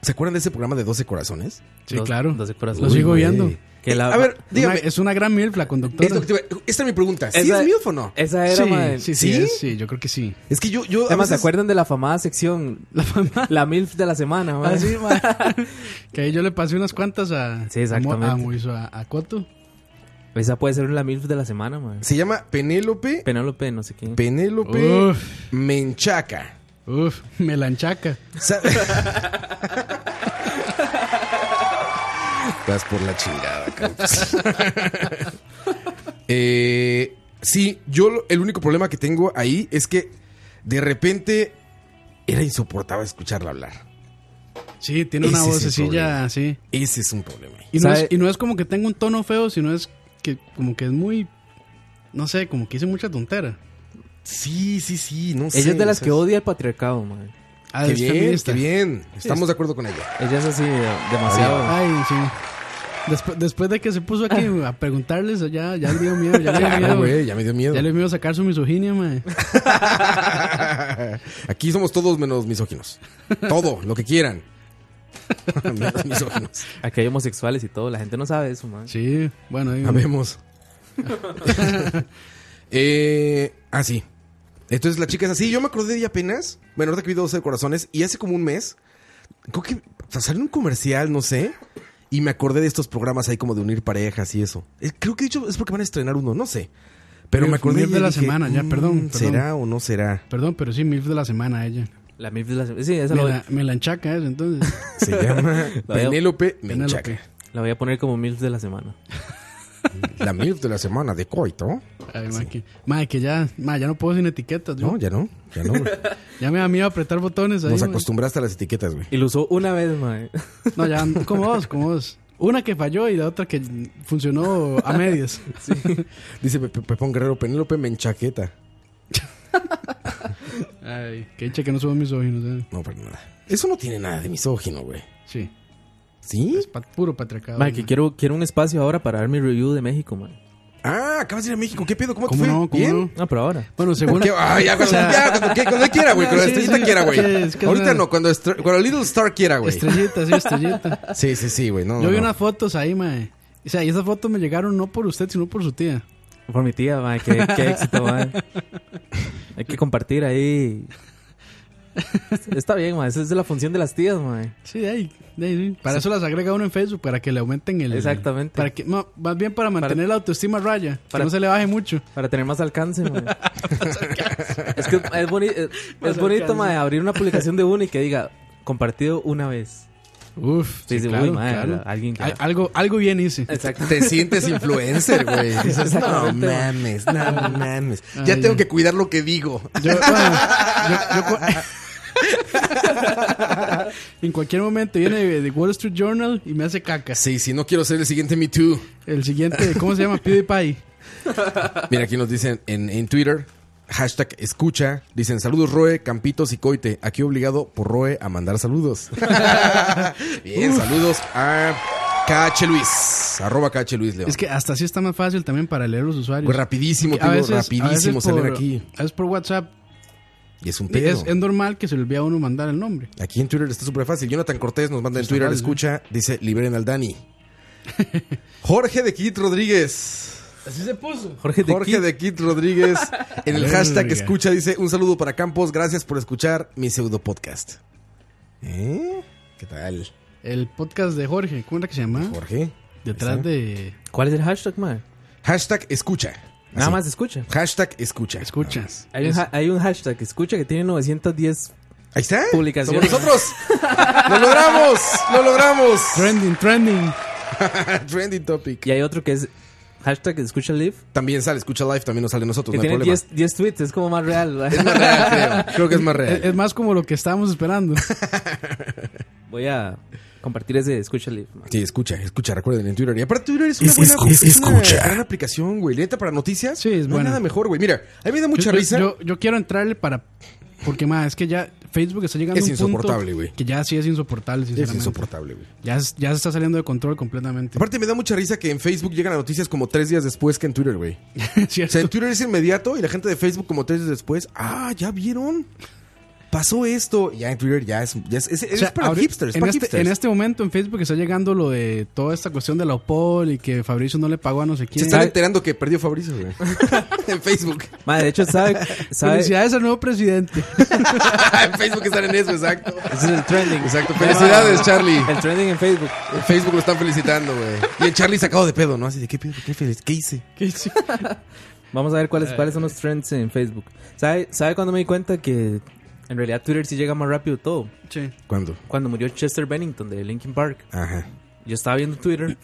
A: ¿Se acuerdan de ese programa de 12 corazones?
E: Sí,
C: Dos-
E: claro.
C: doce
E: Lo
C: corazones.
E: sigo
A: güey.
E: viendo.
C: Que la-
A: (laughs) A ver,
E: Una-
A: dígame.
E: es una gran MILF la conductora.
A: es lo que te iba- Esta es mi pregunta. ¿Sí
C: Esa-
A: es MILF o no?
C: Esa era, mae.
E: Sí, sí, sí,
A: ¿Sí?
E: es, sí, yo creo que sí.
A: Es que yo, yo a
C: Además, ¿se
A: veces-
C: acuerdan de la famada sección? La, MILF de la semana, mae?
E: Ah, sí,
C: (laughs)
E: mae. que ahí yo le pasé unas cuantas a,
C: Sí,
E: a, Mo-
C: exactamente.
E: a Moiso, a, a Coto.
C: Esa puede ser la MILF de la semana, mae.
A: Se llama Penélope.
C: Penélope, no sé quién.
A: Penélope
E: Uf.
A: Menchaca.
E: Uf, melanchaca.
A: Sa- (laughs) Estás por la chingada, Campos. Eh, sí, yo lo- el único problema que tengo ahí es que de repente era insoportable escucharla hablar.
E: Sí, tiene
A: Ese
E: una
A: es el
E: vocecilla
A: problema.
E: así.
A: Ese es un problema.
E: Y no,
C: ¿Sabe?
E: es, y no es como que tenga un tono feo, sino es que como que es muy... No sé, como que hice mucha tontera.
A: Sí, sí, sí, no sé.
C: Ella es de las
A: no
C: que
A: sé.
C: odia el patriarcado, mae.
E: Ah,
A: Qué
E: es
A: bien,
E: feminista.
A: qué bien. Estamos de acuerdo con ella.
C: Ella es así, eh, demasiado.
E: Ay, sí. Despu- después de que se puso aquí a preguntarles, ya, ya le dio miedo, ya
A: (laughs)
E: le dio
A: Claro,
E: miedo.
A: Ah. güey, ya me dio miedo.
E: Ya le dio miedo sacar su misoginia, mae.
A: Aquí somos todos menos
E: (laughs)
A: misóginos. Todo, lo que quieran.
C: (laughs)
A: (laughs) menos misóginos.
C: Aquí hay homosexuales y todo, la gente no sabe eso, mae.
E: Sí, bueno, ahí-
A: Habemos. eh, ah, sí. Entonces la chica es así. Yo me acordé de ella apenas. Bueno, ahorita que vi 12 corazones. Y hace como un mes. Creo que o sea, salió un comercial, no sé. Y me acordé de estos programas ahí como de unir parejas y eso. Eh, Creo que de hecho es porque van a estrenar uno, no sé. Pero
E: Milf-
A: me acordé
E: Milf
A: ella
E: de
A: y "Mm,
E: la semana, ya, perdón, perdón".
A: ¿Será o no será?
E: Perdón, pero sí, MILF de la semana ella.
C: (laughs) La MILF de la semana. Sí, esa
E: Me
C: lo-
E: la, me la enchaca eso, entonces.
A: (laughs) Se
E: (laughs)
A: llama
C: (laughs) La veo.
A: Penélope
E: Penélope.
A: Menchaca.
C: la voy a poner como MILF de la semana.
A: (laughs) La MILF de la semana de coito.
E: Ay, mae, que, mae, que ya, mae, ya no puedo sin etiquetas,
A: No,
E: yo.
A: ya no, ya
E: (laughs)
A: no. güey.
E: Ya me da miedo apretar botones ahí.
A: Nos
E: mae.
A: acostumbraste a las etiquetas, güey.
C: Y lo usó una vez, mae.
E: No, ya, como dos, como dos. Una que falló y la otra que funcionó a
A: (laughs)
E: medias.
A: Dice Pe- Pe- Pepón Guerrero, Penélope Menchaqueta.
E: (laughs) Ay, que hincha que no somos misóginos, ¿eh?
A: No, para nada. Eso no tiene nada de misógino, güey.
E: Sí,
A: ¿Sí?
E: es pa- puro patriarcado.
C: Mae, que
E: mae.
C: quiero, quiero un espacio ahora para dar mi review de México, mae.
A: Ah, acabas de ir a México. ¿Qué pedo? ¿Cómo,
E: ¿Cómo
A: te fue?
E: no? ¿Cómo
A: ¿Bien?
E: no?
C: No, pero ahora.
E: Bueno, según...
A: ¿Qué? Ah, ya, cuando,
E: (laughs) O sea-
A: ya, cuando, que- cuando quiera, güey. Cuando la
E: Sí,
A: estrellita
E: sí,
A: quiera, güey.
E: sí, es que es
A: Ahorita
E: una-
A: no, cuando, estre- cuando Little Star quiera, güey.
E: Estrellita, sí, estrellita.
A: Sí, sí, sí, güey. (laughs) No,
E: Yo vi
A: no.
E: unas fotos ahí, mae. O sea, y esas fotos me llegaron no por usted, sino por su tía.
C: Por mi tía, mae, qué, qué éxito, mae. Hay que compartir ahí. Está bien, mae, esa es la función de las tías, mae.
E: Sí, de ahí, de ahí, sí. Para eso las agrega uno en Facebook, para que le aumenten el...
C: Exactamente.
E: Para que, no, más bien para mantener la autoestima a raya, para,
C: para-
E: que no se le baje mucho.
C: Para tener más alcance,
E: (laughs)
C: mae. es que es, boni- es- es
E: Más
C: bonito,
E: alcance.
C: mae, abrir una publicación de uno y que diga, compartido una vez.
E: Uf,
C: Sí,
E: sí,
C: sí,
E: claro,
C: uy, madre,
E: claro.
C: alguien que-
E: Al- algo, algo bien hice.
C: Exacto.
A: Te sientes influencer,
E: (laughs)
A: güey. Dices, no
C: Exactamente.
A: mames, no mames. Ya
E: Ay.
A: tengo que cuidar lo que digo. (laughs)
E: Yo- bueno, yo- yo cu- (laughs) en cualquier momento viene de, de Wall Street Journal y me hace caca.
A: Sí, sí, no quiero ser el siguiente Me Too.
E: El siguiente, ¿cómo se llama?
A: (laughs)
E: PewDiePie.
A: Mira, aquí nos dicen en, en Twitter, hashtag escucha. Dicen, saludos Roe, Campitos y Coite. Aquí obligado por Roe a mandar
E: (laughs)
A: saludos. Bien, saludos a KH Luis. Arroba KH Luis León.
E: Es que hasta así está más fácil también para leer los usuarios.
A: Güey, Pues rapidísimo,
E: Que a
A: tío,
E: veces- a
A: rapidísimo
E: veces
A: salen
E: por-
A: aquí.
E: A veces por WhatsApp.
A: Y es un pedo.
E: Es, es normal que se le olvide a uno mandar el nombre.
A: Aquí en Twitter está súper fácil. Jonathan Cortés nos manda en Twitter,
E: fácil,
A: escucha, dice, liberen al Dani. (laughs) Jorge de Kit Rodríguez.
E: Así se puso.
C: Jorge de
A: Jorge
C: Kid.
A: de Kit
E: (laughs)
A: Rodríguez. En el hashtag
E: Verga.
A: escucha dice, un saludo para Campos, gracias por escuchar mi pseudo podcast. ¿Eh? ¿Qué tal,
E: El podcast de Jorge, ¿cómo era que se llama?
A: Jorge?
E: Detrás de.
C: ¿Cuál es el hashtag, mae?
A: Hashtag escucha.
C: Nada
A: Así.
C: más escucha.
A: Hashtag escucha.
E: Escuchas.
C: Hay un, ha- hay un hashtag que escucha que tiene 910.
A: Ahí está.
C: Publicación.
A: Somos nosotros.
C: (laughs)
A: lo logramos. Lo logramos.
E: Trending, trending.
A: (laughs) Trending topic.
C: Y hay otro que es hashtag escucha live.
A: También sale, escucha live, también nos sale a nosotros,
C: Que
A: no hay
C: tiene
A: problema.
C: 10, 10 tweets. Es como más real. ¿verdad?
A: Es más real,
E: (laughs)
A: creo. Creo que es más
E: Es,
A: real.
E: es más como lo que estábamos
A: (laughs)
E: esperando.
C: Voy a compartir ese escucha live. mae.
A: Sí, escucha, escucha, recuerden en Twitter. Y aparte Twitter es una
I: Es-
A: buena
I: es- es-
A: es una
I: escucha.
A: gran aplicación, güey. Neta, para noticias.
E: Sí, es
A: no hay
E: buena.
A: nada mejor, güey. Mira, a mí me da mucha
E: Yo- yo-
A: risa.
E: Yo, yo quiero entrarle para. Porque, más, es que ya Facebook está llegando
A: Es
E: a un punto
A: insoportable, güey.
E: Que ya sí es insoportable,
A: es
E: sinceramente.
A: insoportable, güey.
E: Ya, es- ya se está saliendo de control completamente.
A: Aparte me da mucha risa que en Facebook llegan las noticias como tres días después que en Twitter,
C: (laughs)
A: güey. O
E: ¿Cierto?
A: sea, en Twitter es inmediato y la gente de Facebook como tres días después, ah, ya vieron. Pasó esto. Ya en Twitter ya es, ya es, es- es
E: O sea,
A: para
E: ahorita-
A: hipsters,
E: en,
A: para
E: este,
A: hipsters.
E: en este momento en Facebook está llegando lo de toda esta cuestión de la OPOL y que Fabricio no le pagó a no sé
A: Se
E: quién.
A: están enterando que perdió Fabrizio, güey. (laughs) en Facebook.
C: Mae, Ah, de hecho,
A: (laughs)
C: sabe. sabe
E: (laughs)
C: ese
E: Felicidades al nuevo presidente.
A: en Facebook están en eso, exacto.
C: es el trending.
A: Exacto. Felicidades, Charlie.
C: El trending en Facebook.
A: En Facebook lo están felicitando, güey. Y el Charlie sacado de pedo, ¿no? Así de, ¿qué pedo? ¿Qué, feliz? ¿Qué hice?
E: ¿Qué hice?
C: (laughs) Vamos a ver cuáles, cuáles son los trends en Facebook. ¿Sabe, ¿Sabe cuando me di cuenta que en realidad Twitter sí llega más rápido todo?
E: Sí.
A: ¿Cuándo? Ah.
C: Cuando murió Chester Bennington de Linkin Park.
A: Ajá.
C: Yo estaba viendo Twitter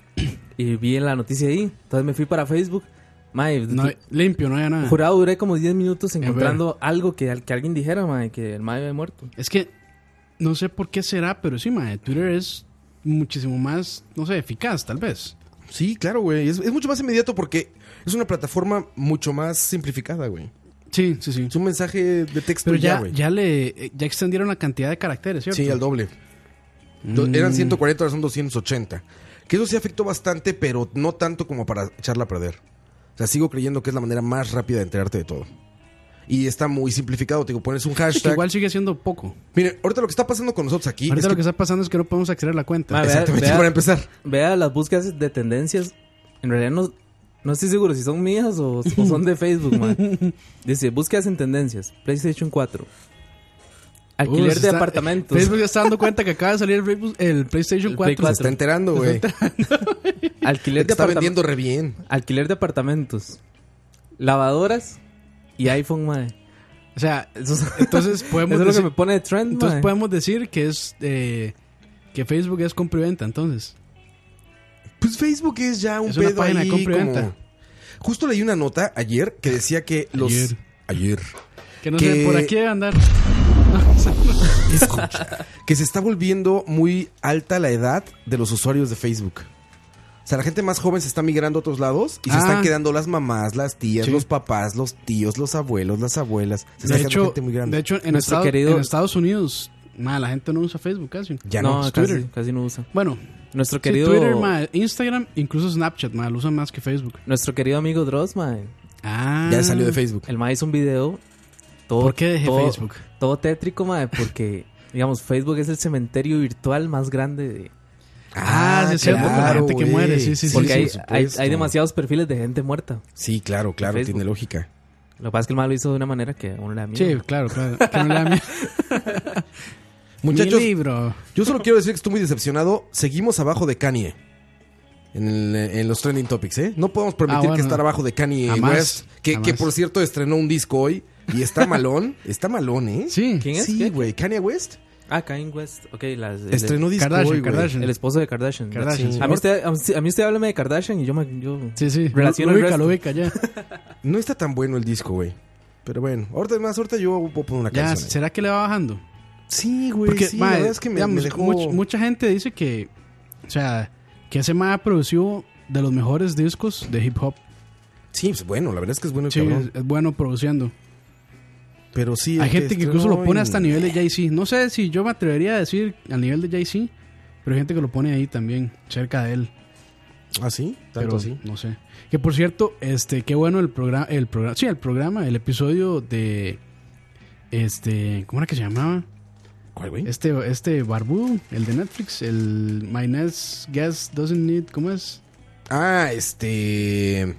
C: y vi la noticia ahí. Entonces me fui para Facebook. Mae,
E: No hay- limpio, no hay nada.
C: jurado duré como 10 minutos
E: ver.
C: encontrando algo que, que alguien dijera, mae, que el mae había muerto.
E: Es que no sé por qué será, pero sí, mae, Twitter es muchísimo más, no sé, eficaz, tal vez.
A: Sí, claro, güey. Es, es mucho más inmediato porque es una plataforma mucho más simplificada, güey.
E: Sí, sí, sí.
A: Es un mensaje de texto
E: Pero
A: pues ya,
E: ya,
A: güey.
E: ya le eh, ya extendieron la cantidad de caracteres, ¿cierto?
A: Sí, al doble. Do-
C: Mm.
A: Eran 140, ahora son 280. Que eso sí afectó bastante, pero no tanto como para echarla a perder. O sea, sigo creyendo que es la manera más rápida de enterarte de todo. Y está muy simplificado, te digo, pones un
E: Es que
A: hashtag.
E: igual sigue siendo poco.
A: Mire, ahorita lo que está pasando con nosotros aquí
E: Ahorita
A: es
E: lo
A: que-
E: que está pasando es que no podemos acceder a la cuenta.
C: Mae, vea-
A: Exactamente,
C: vea-
A: para empezar.
C: Vea las búsquedas de tendencias. En realidad no, no estoy seguro si son mías o,
A: (laughs)
C: o son de Facebook, man. Dice, búsquedas en tendencias. PlayStation 4.
E: Uh,
C: Alquiler
E: se
C: de
E: está-
C: apartamentos.
E: Facebook ya está dando cuenta que acaba de salir el, Play- el PlayStation
C: El
E: 4.
C: Play
A: Se está enterando, güey.
C: Alquiler,
A: El que
C: de
A: está
C: apartam-
A: vendiendo re bien.
C: alquiler de apartamentos. Lavadoras y iPhone, mae.
E: O sea,
C: Eso es,
E: entonces
C: (laughs)
E: podemos
C: eso es lo que
E: decir,
C: me pone de trend,
E: entonces
C: mae.
E: podemos decir que es eh, que Facebook es compra y venta, entonces.
A: Pues Facebook es ya un
E: Es una
A: pedo
E: página de
A: ahí
E: compra y
A: como-
E: venta.
A: Justo leí una nota ayer que decía que los...
E: Ayer.
A: Ayer.
E: Que no
A: Que-
E: sé, por aquí debe andar.
A: (laughs) Escucha. que se está volviendo muy alta la edad de los usuarios de Facebook. O sea, la gente más joven se está migrando a otros lados y se
E: Ah.
A: están quedando las mamás, las tías,
E: Sí.
A: los papás, los tíos, los abuelos, las abuelas. Se está
E: De
A: quedando
E: hecho,
A: gente muy grande.
E: de hecho, en,
C: Nuestro
E: Estado-
C: querido-
E: en Estados Unidos, ma, la gente no usa Facebook casi.
A: ya no.
C: no,
E: es
C: casi,
E: Twitter.
C: casi no usa.
E: Bueno,
C: Nuestro
E: sí,
C: querido,
E: Twitter, ma, Instagram, incluso Snapchat, ma, lo usan más que Facebook.
C: nuestro querido amigo Dross, mae.
E: Ah,
A: Ya salió de Facebook.
C: El mae hizo un video. Todo,
E: ¿Por qué dejé
C: todo-
E: Facebook?
C: Todo tétrico, mae,
E: (laughs)
C: porque, digamos, Facebook es el cementerio virtual más grande de...
E: Ah, sí, es cierto, la gente que
A: güey.
E: muere, sí, sí, sí,
C: Porque hay,
A: por
C: hay,
A: supuesto.
C: hay demasiados perfiles de gente muerta.
A: Sí, claro, claro,
C: Facebook.
A: tiene lógica.
C: Lo que pasa es que el mae lo hizo de una manera que a uno le da
E: Sí,
C: miedo.
E: claro, claro. Que no lea mi,
A: Muchachos,
E: mi libro.
A: Yo solo quiero decir que estoy muy decepcionado. Seguimos abajo de Kanye. En, el- en los trending topics, ¿eh? No podemos permitir
E: Ah, bueno.
A: que estar abajo de Kanye
E: Jamás,
A: West. Que,
E: jamás.
A: que, por cierto estrenó un disco hoy. Y está malón. (laughs) está malón, ¿eh?
E: Sí.
C: ¿Quién es?
A: Sí,
C: ¿Qué?
A: güey. Kanye West
C: (laughs) Ah, Kanye West. Ok, las, el-
A: Estrenó disco
E: Kardashian,
A: hoy, güey.
E: Kardashian.
C: El esposo de Kardashian.
E: Kardashian,
C: Sí.
E: sí.
C: A, mí este usted, a, usted- a mí usted háblame de Kardashian y yo me. Yo...
E: Sí, sí.
C: Relaciona
E: lo
C: el
E: ubica,
C: resto.
E: lo ubica ya.
A: (laughs) No está tan bueno el disco, güey. Pero bueno, ahorita más, ahorita yo voy a poner una
E: ya
A: canción. ahí.
E: ¿Será que le va bajando?
A: Sí, güey,
E: Porque,
A: sí,
E: mae,
A: la verdad es que me,
E: digamos,
A: me dejó...
E: much- mucha gente dice que, o sea, que ese mae produció de los mejores discos de hip hop.
A: Sí, pues bueno, la verdad es que es bueno el
E: Sí,
A: cabrón.
E: es, es bueno produciendo.
A: Pero sí,
E: Hay
A: el que
E: gente que incluso lo
A: estrenó
E: pone
A: en-
E: hasta a nivel de Jay-Z. No sé si yo me atrevería a decir al nivel de Jay-Z, pero hay gente que lo pone ahí también, cerca de él.
A: ¿Ah, sí?
E: Pero
A: ¿Tanto así?
E: no sé. Que por cierto, este, qué bueno el programa, el programa, sí, el programa, el episodio de este, ¿cómo era que se llamaba?
A: ¿Cuál, güey?
E: Este, este barbudo, el de Netflix, el My Next Guest Doesn't Need, ¿cómo es?
A: Ah, este...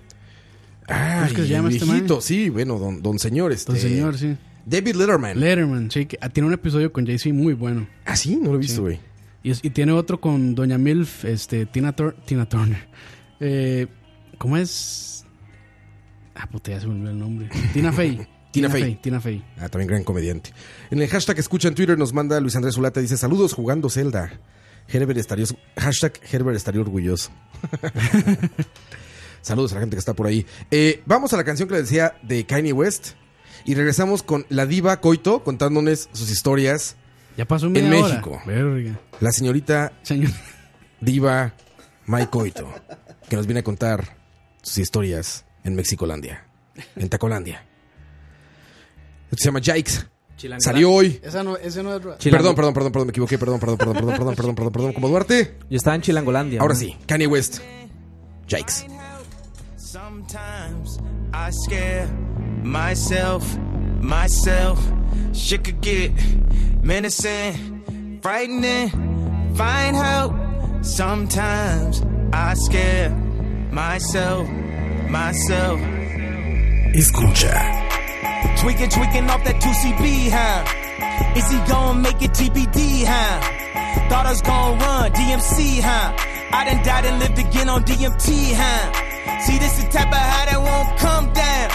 A: Ah,
E: ¿Cómo es que se llama este
A: viejito,
E: man?
A: sí, bueno, don, don señor, este...
E: Don señor, sí.
A: David Letterman.
E: Letterman, sí, que ah, tiene un episodio con Jay-Z muy bueno.
A: ah, sí, no lo he visto,
E: Sí.
A: güey.
E: Y, es- y tiene otro con Doña Milf, este, Tina, Tur- Tina Turner. Eh, ¿Cómo es? Ah, puta, ya se me olvidó el nombre.
A: (laughs)
E: Tina Fey.
A: Tina Fey.
E: Tina Fey.
A: Ah, también gran comediante. En el hashtag escucha en Twitter nos manda Luis Andrés Zulata, dice saludos jugando Zelda. Herbert estaría, hashtag Herbert estaría
E: (laughs)
A: orgulloso. saludos a la gente que está por ahí. Eh, vamos a la canción que les decía de Kanye West y regresamos con la diva Coito contándonos sus historias.
E: Ya pasó media hora.
A: México.
E: Verga.
A: La señorita
E: Señor.
A: diva Mike Coito que nos viene a contar sus historias en Mexicolandia, en Tacolandia. Esto se llama Jikes. Salió hoy.
E: Esa no, ese no es Roa.
C: Chilango-
A: Perdón, perdón, perdón, perdón, me equivoqué, perdón, perdón, perdón, perdón, perdón, perdón, perdón, perdón, como Duarte.
C: Yo estaba en Chilangolandia.
A: Ahora
C: man.
A: sí, Kanye West. Jikes.
J: Sometimes I scare myself, myself. Shit could get menacing, frightening. Find help. Sometimes I scare myself, myself.
A: Escucha.
J: Tweaking, tweaking off that 2CB, huh? Is he gonna make it TBD, huh? Thought I was gonna run DMC, huh? I done died and lived again on DMT, huh? See, this the type of high that won't come down.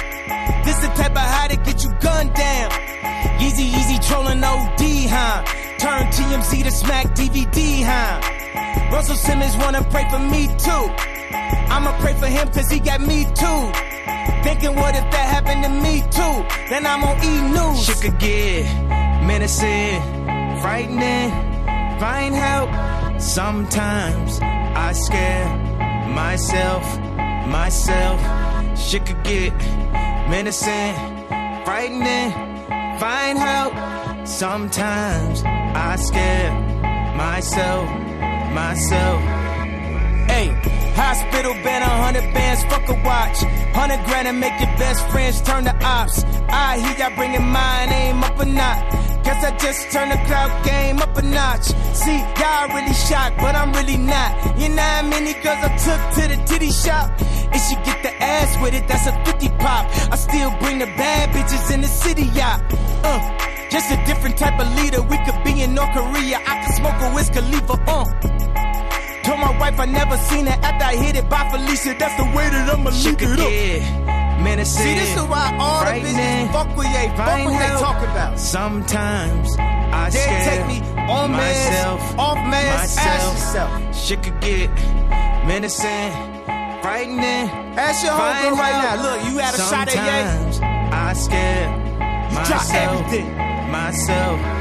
J: This the type of high that get you gunned down. Easy, easy trolling OD, huh? Turn TMZ to smack DVD, huh? Russell Simmons wanna pray for me too. I'ma pray for him cause he got me too. Thinking what if that happened to me too? Then I'm on E! News. Shit could get menacing, frightening, find help. Sometimes I scare myself, myself. Shit could get menacing, frightening, find help. Sometimes I scare myself, myself. Hey, hospital been a hundred bands, fuck a watch. Hundred grand and make your best friends turn to ops. I hear y'all bringing mine aim up a notch. Guess I just turned the cloud game up a notch. See, y'all really shocked, but I'm really not. You know how many girls I took to the titty shop? If she get the ass with it, that's a 50 pop. I still bring the bad bitches in the city, y'all. Uh, just a different type of leader. We could be in North Korea. I could smoke a Wiz Khalifa, uh. Told my wife I never seen it after I hit it by Felicia. That's the way that I'ma leak it up. Menacing, See, this is why all the bitches fuck with they fuck what they talk about. Sometimes I they take me on myself, off mask, ask yourself. Shit could get menacing, frightening. Ask your homegirl right now. Look, you had a shot at Sometimes I scare myself, myself.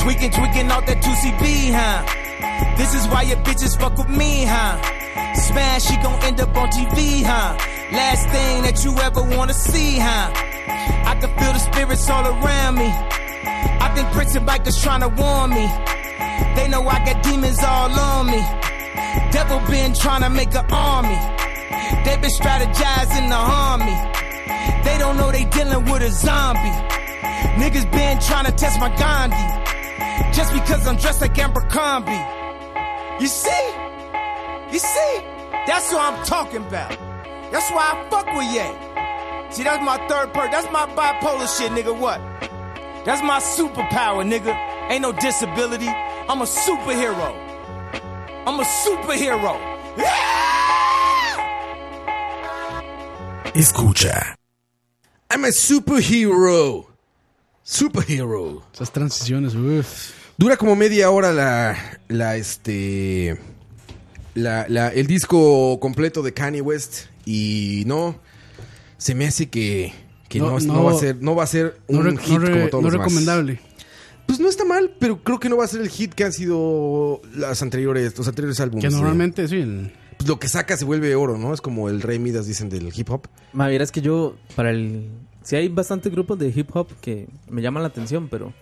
J: Tweaking, tweaking out that 2CB, huh? This is why your bitches fuck with me, huh? Smash, she gon' end up on TV, huh? Last thing that you ever wanna see, huh? I can feel the spirits all around me. I think Prince and Mike is tryna warn me. They know I got demons all on me. Devil been tryna make an army. They been strategizing to harm me. They don't know they dealing with a zombie. Niggas been tryna test my Gandhi. Just because I'm dressed like Amber Combi. You see? You see? That's what I'm talking about. That's why I fuck with Ye. See, that's my third part. That's my bipolar shit, nigga. What? That's my superpower, nigga. Ain't no disability. I'm a superhero. I'm a superhero. Yeah!
A: Escucha. I'm a superhero. Superhero.
E: Esas transiciones, uff.
A: Dura como media hora la, la este, la, la- el disco completo de Kanye West y no, se me hace que, que no,
E: No,
A: no
E: no.
A: va a ser, no va a ser un
E: No, re-
A: hit
E: no re-
A: como todos
E: no
A: los demás.
E: recomendable.
A: Pues no está mal, pero creo que no va a ser el hit que han sido las anteriores, los anteriores álbumes.
E: Que
A: de-
E: normalmente, sí, el-
A: pues, lo que saca se vuelve oro, ¿no? Es como el rey Midas dicen del hip hop.
C: Ma, vieras que yo, para el. Sí, hay bastantes grupos de hip hop que me llaman la atención, pero.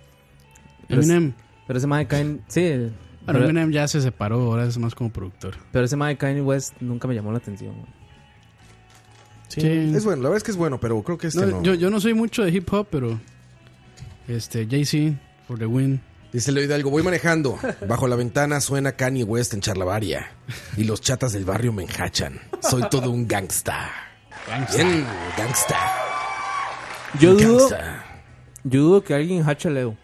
C: Pero, es-
E: Eminem.
C: pero ese mae Kanye. Sí, el-
E: Bueno,
C: pero,
E: Eminem ya se separó, ahora es más como productor.
C: pero ese mae Kanye West nunca me llamó la atención.
E: Sí.
A: Es bueno, la verdad es que es bueno, pero creo que este
E: No,
A: no.
E: Yo, yo no soy mucho de hip hop, pero. Este, Jay-Z, For the Win.
A: Dice Leo Hidalgo, voy (laughs) manejando. Bajo la ventana suena Kanye West en Charlavaria. Y los chatas del barrio me enjachan. Soy todo un gangsta. Bien, gangsta.
C: Yo dudo,
A: Gangsta.
C: yo dudo que alguien hacha a Leo.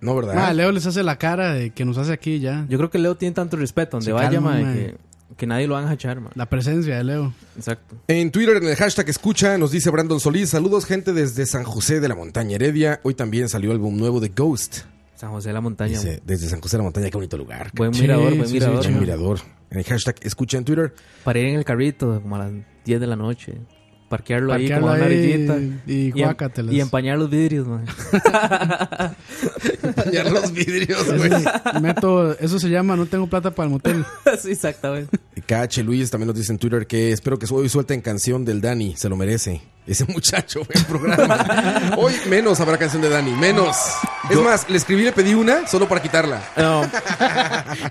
A: No, ¿verdad?
E: Ah, Leo les hace la cara de que nos hace aquí ya.
C: Yo creo que Leo tiene tanto respeto donde
E: Se
C: vaya,
E: calma,
C: mae,
E: mae.
C: que, que nadie lo van a hachar, mae.
E: La presencia de Leo.
C: Exacto.
A: En Twitter, en el hashtag escucha, nos dice Brandon Solís. Saludos, gente, desde San José de la Montaña Heredia. Hoy también salió álbum nuevo de Ghost.
C: San José de la Montaña. mae.
A: Dice, desde San José de la Montaña, qué bonito lugar.
C: Buen
E: Sí,
C: mirador, buen
E: sí, sí,
C: mirador.
E: sí.
A: Buen
C: mae.
A: mirador. En el hashtag escucha en Twitter.
C: Para ir en el carrito como a las 10 de la noche. Parquearlo,
E: Parquearlo
C: ahí como a una
E: ahí
C: orillita.
E: y
C: em-
E: guácatelas.
C: y empañar los vidrios,
A: (laughs)
C: mae.
A: (laughs) Ya los
E: (laughs)
A: vidrios,
E: Ese-
A: güey.
E: meto, eso se llama No tengo plata para el
A: (laughs)
E: motel.
C: (laughs) sí, exactamente.
A: KH Luis también nos dice en Twitter que espero que hoy suelten canción del Dani, se lo merece. Ese (laughs) muchacho, buen
C: (laughs)
A: programa. Hoy menos habrá canción de Dani, menos. Es más, le escribí, le pedí una solo para quitarla.
C: No,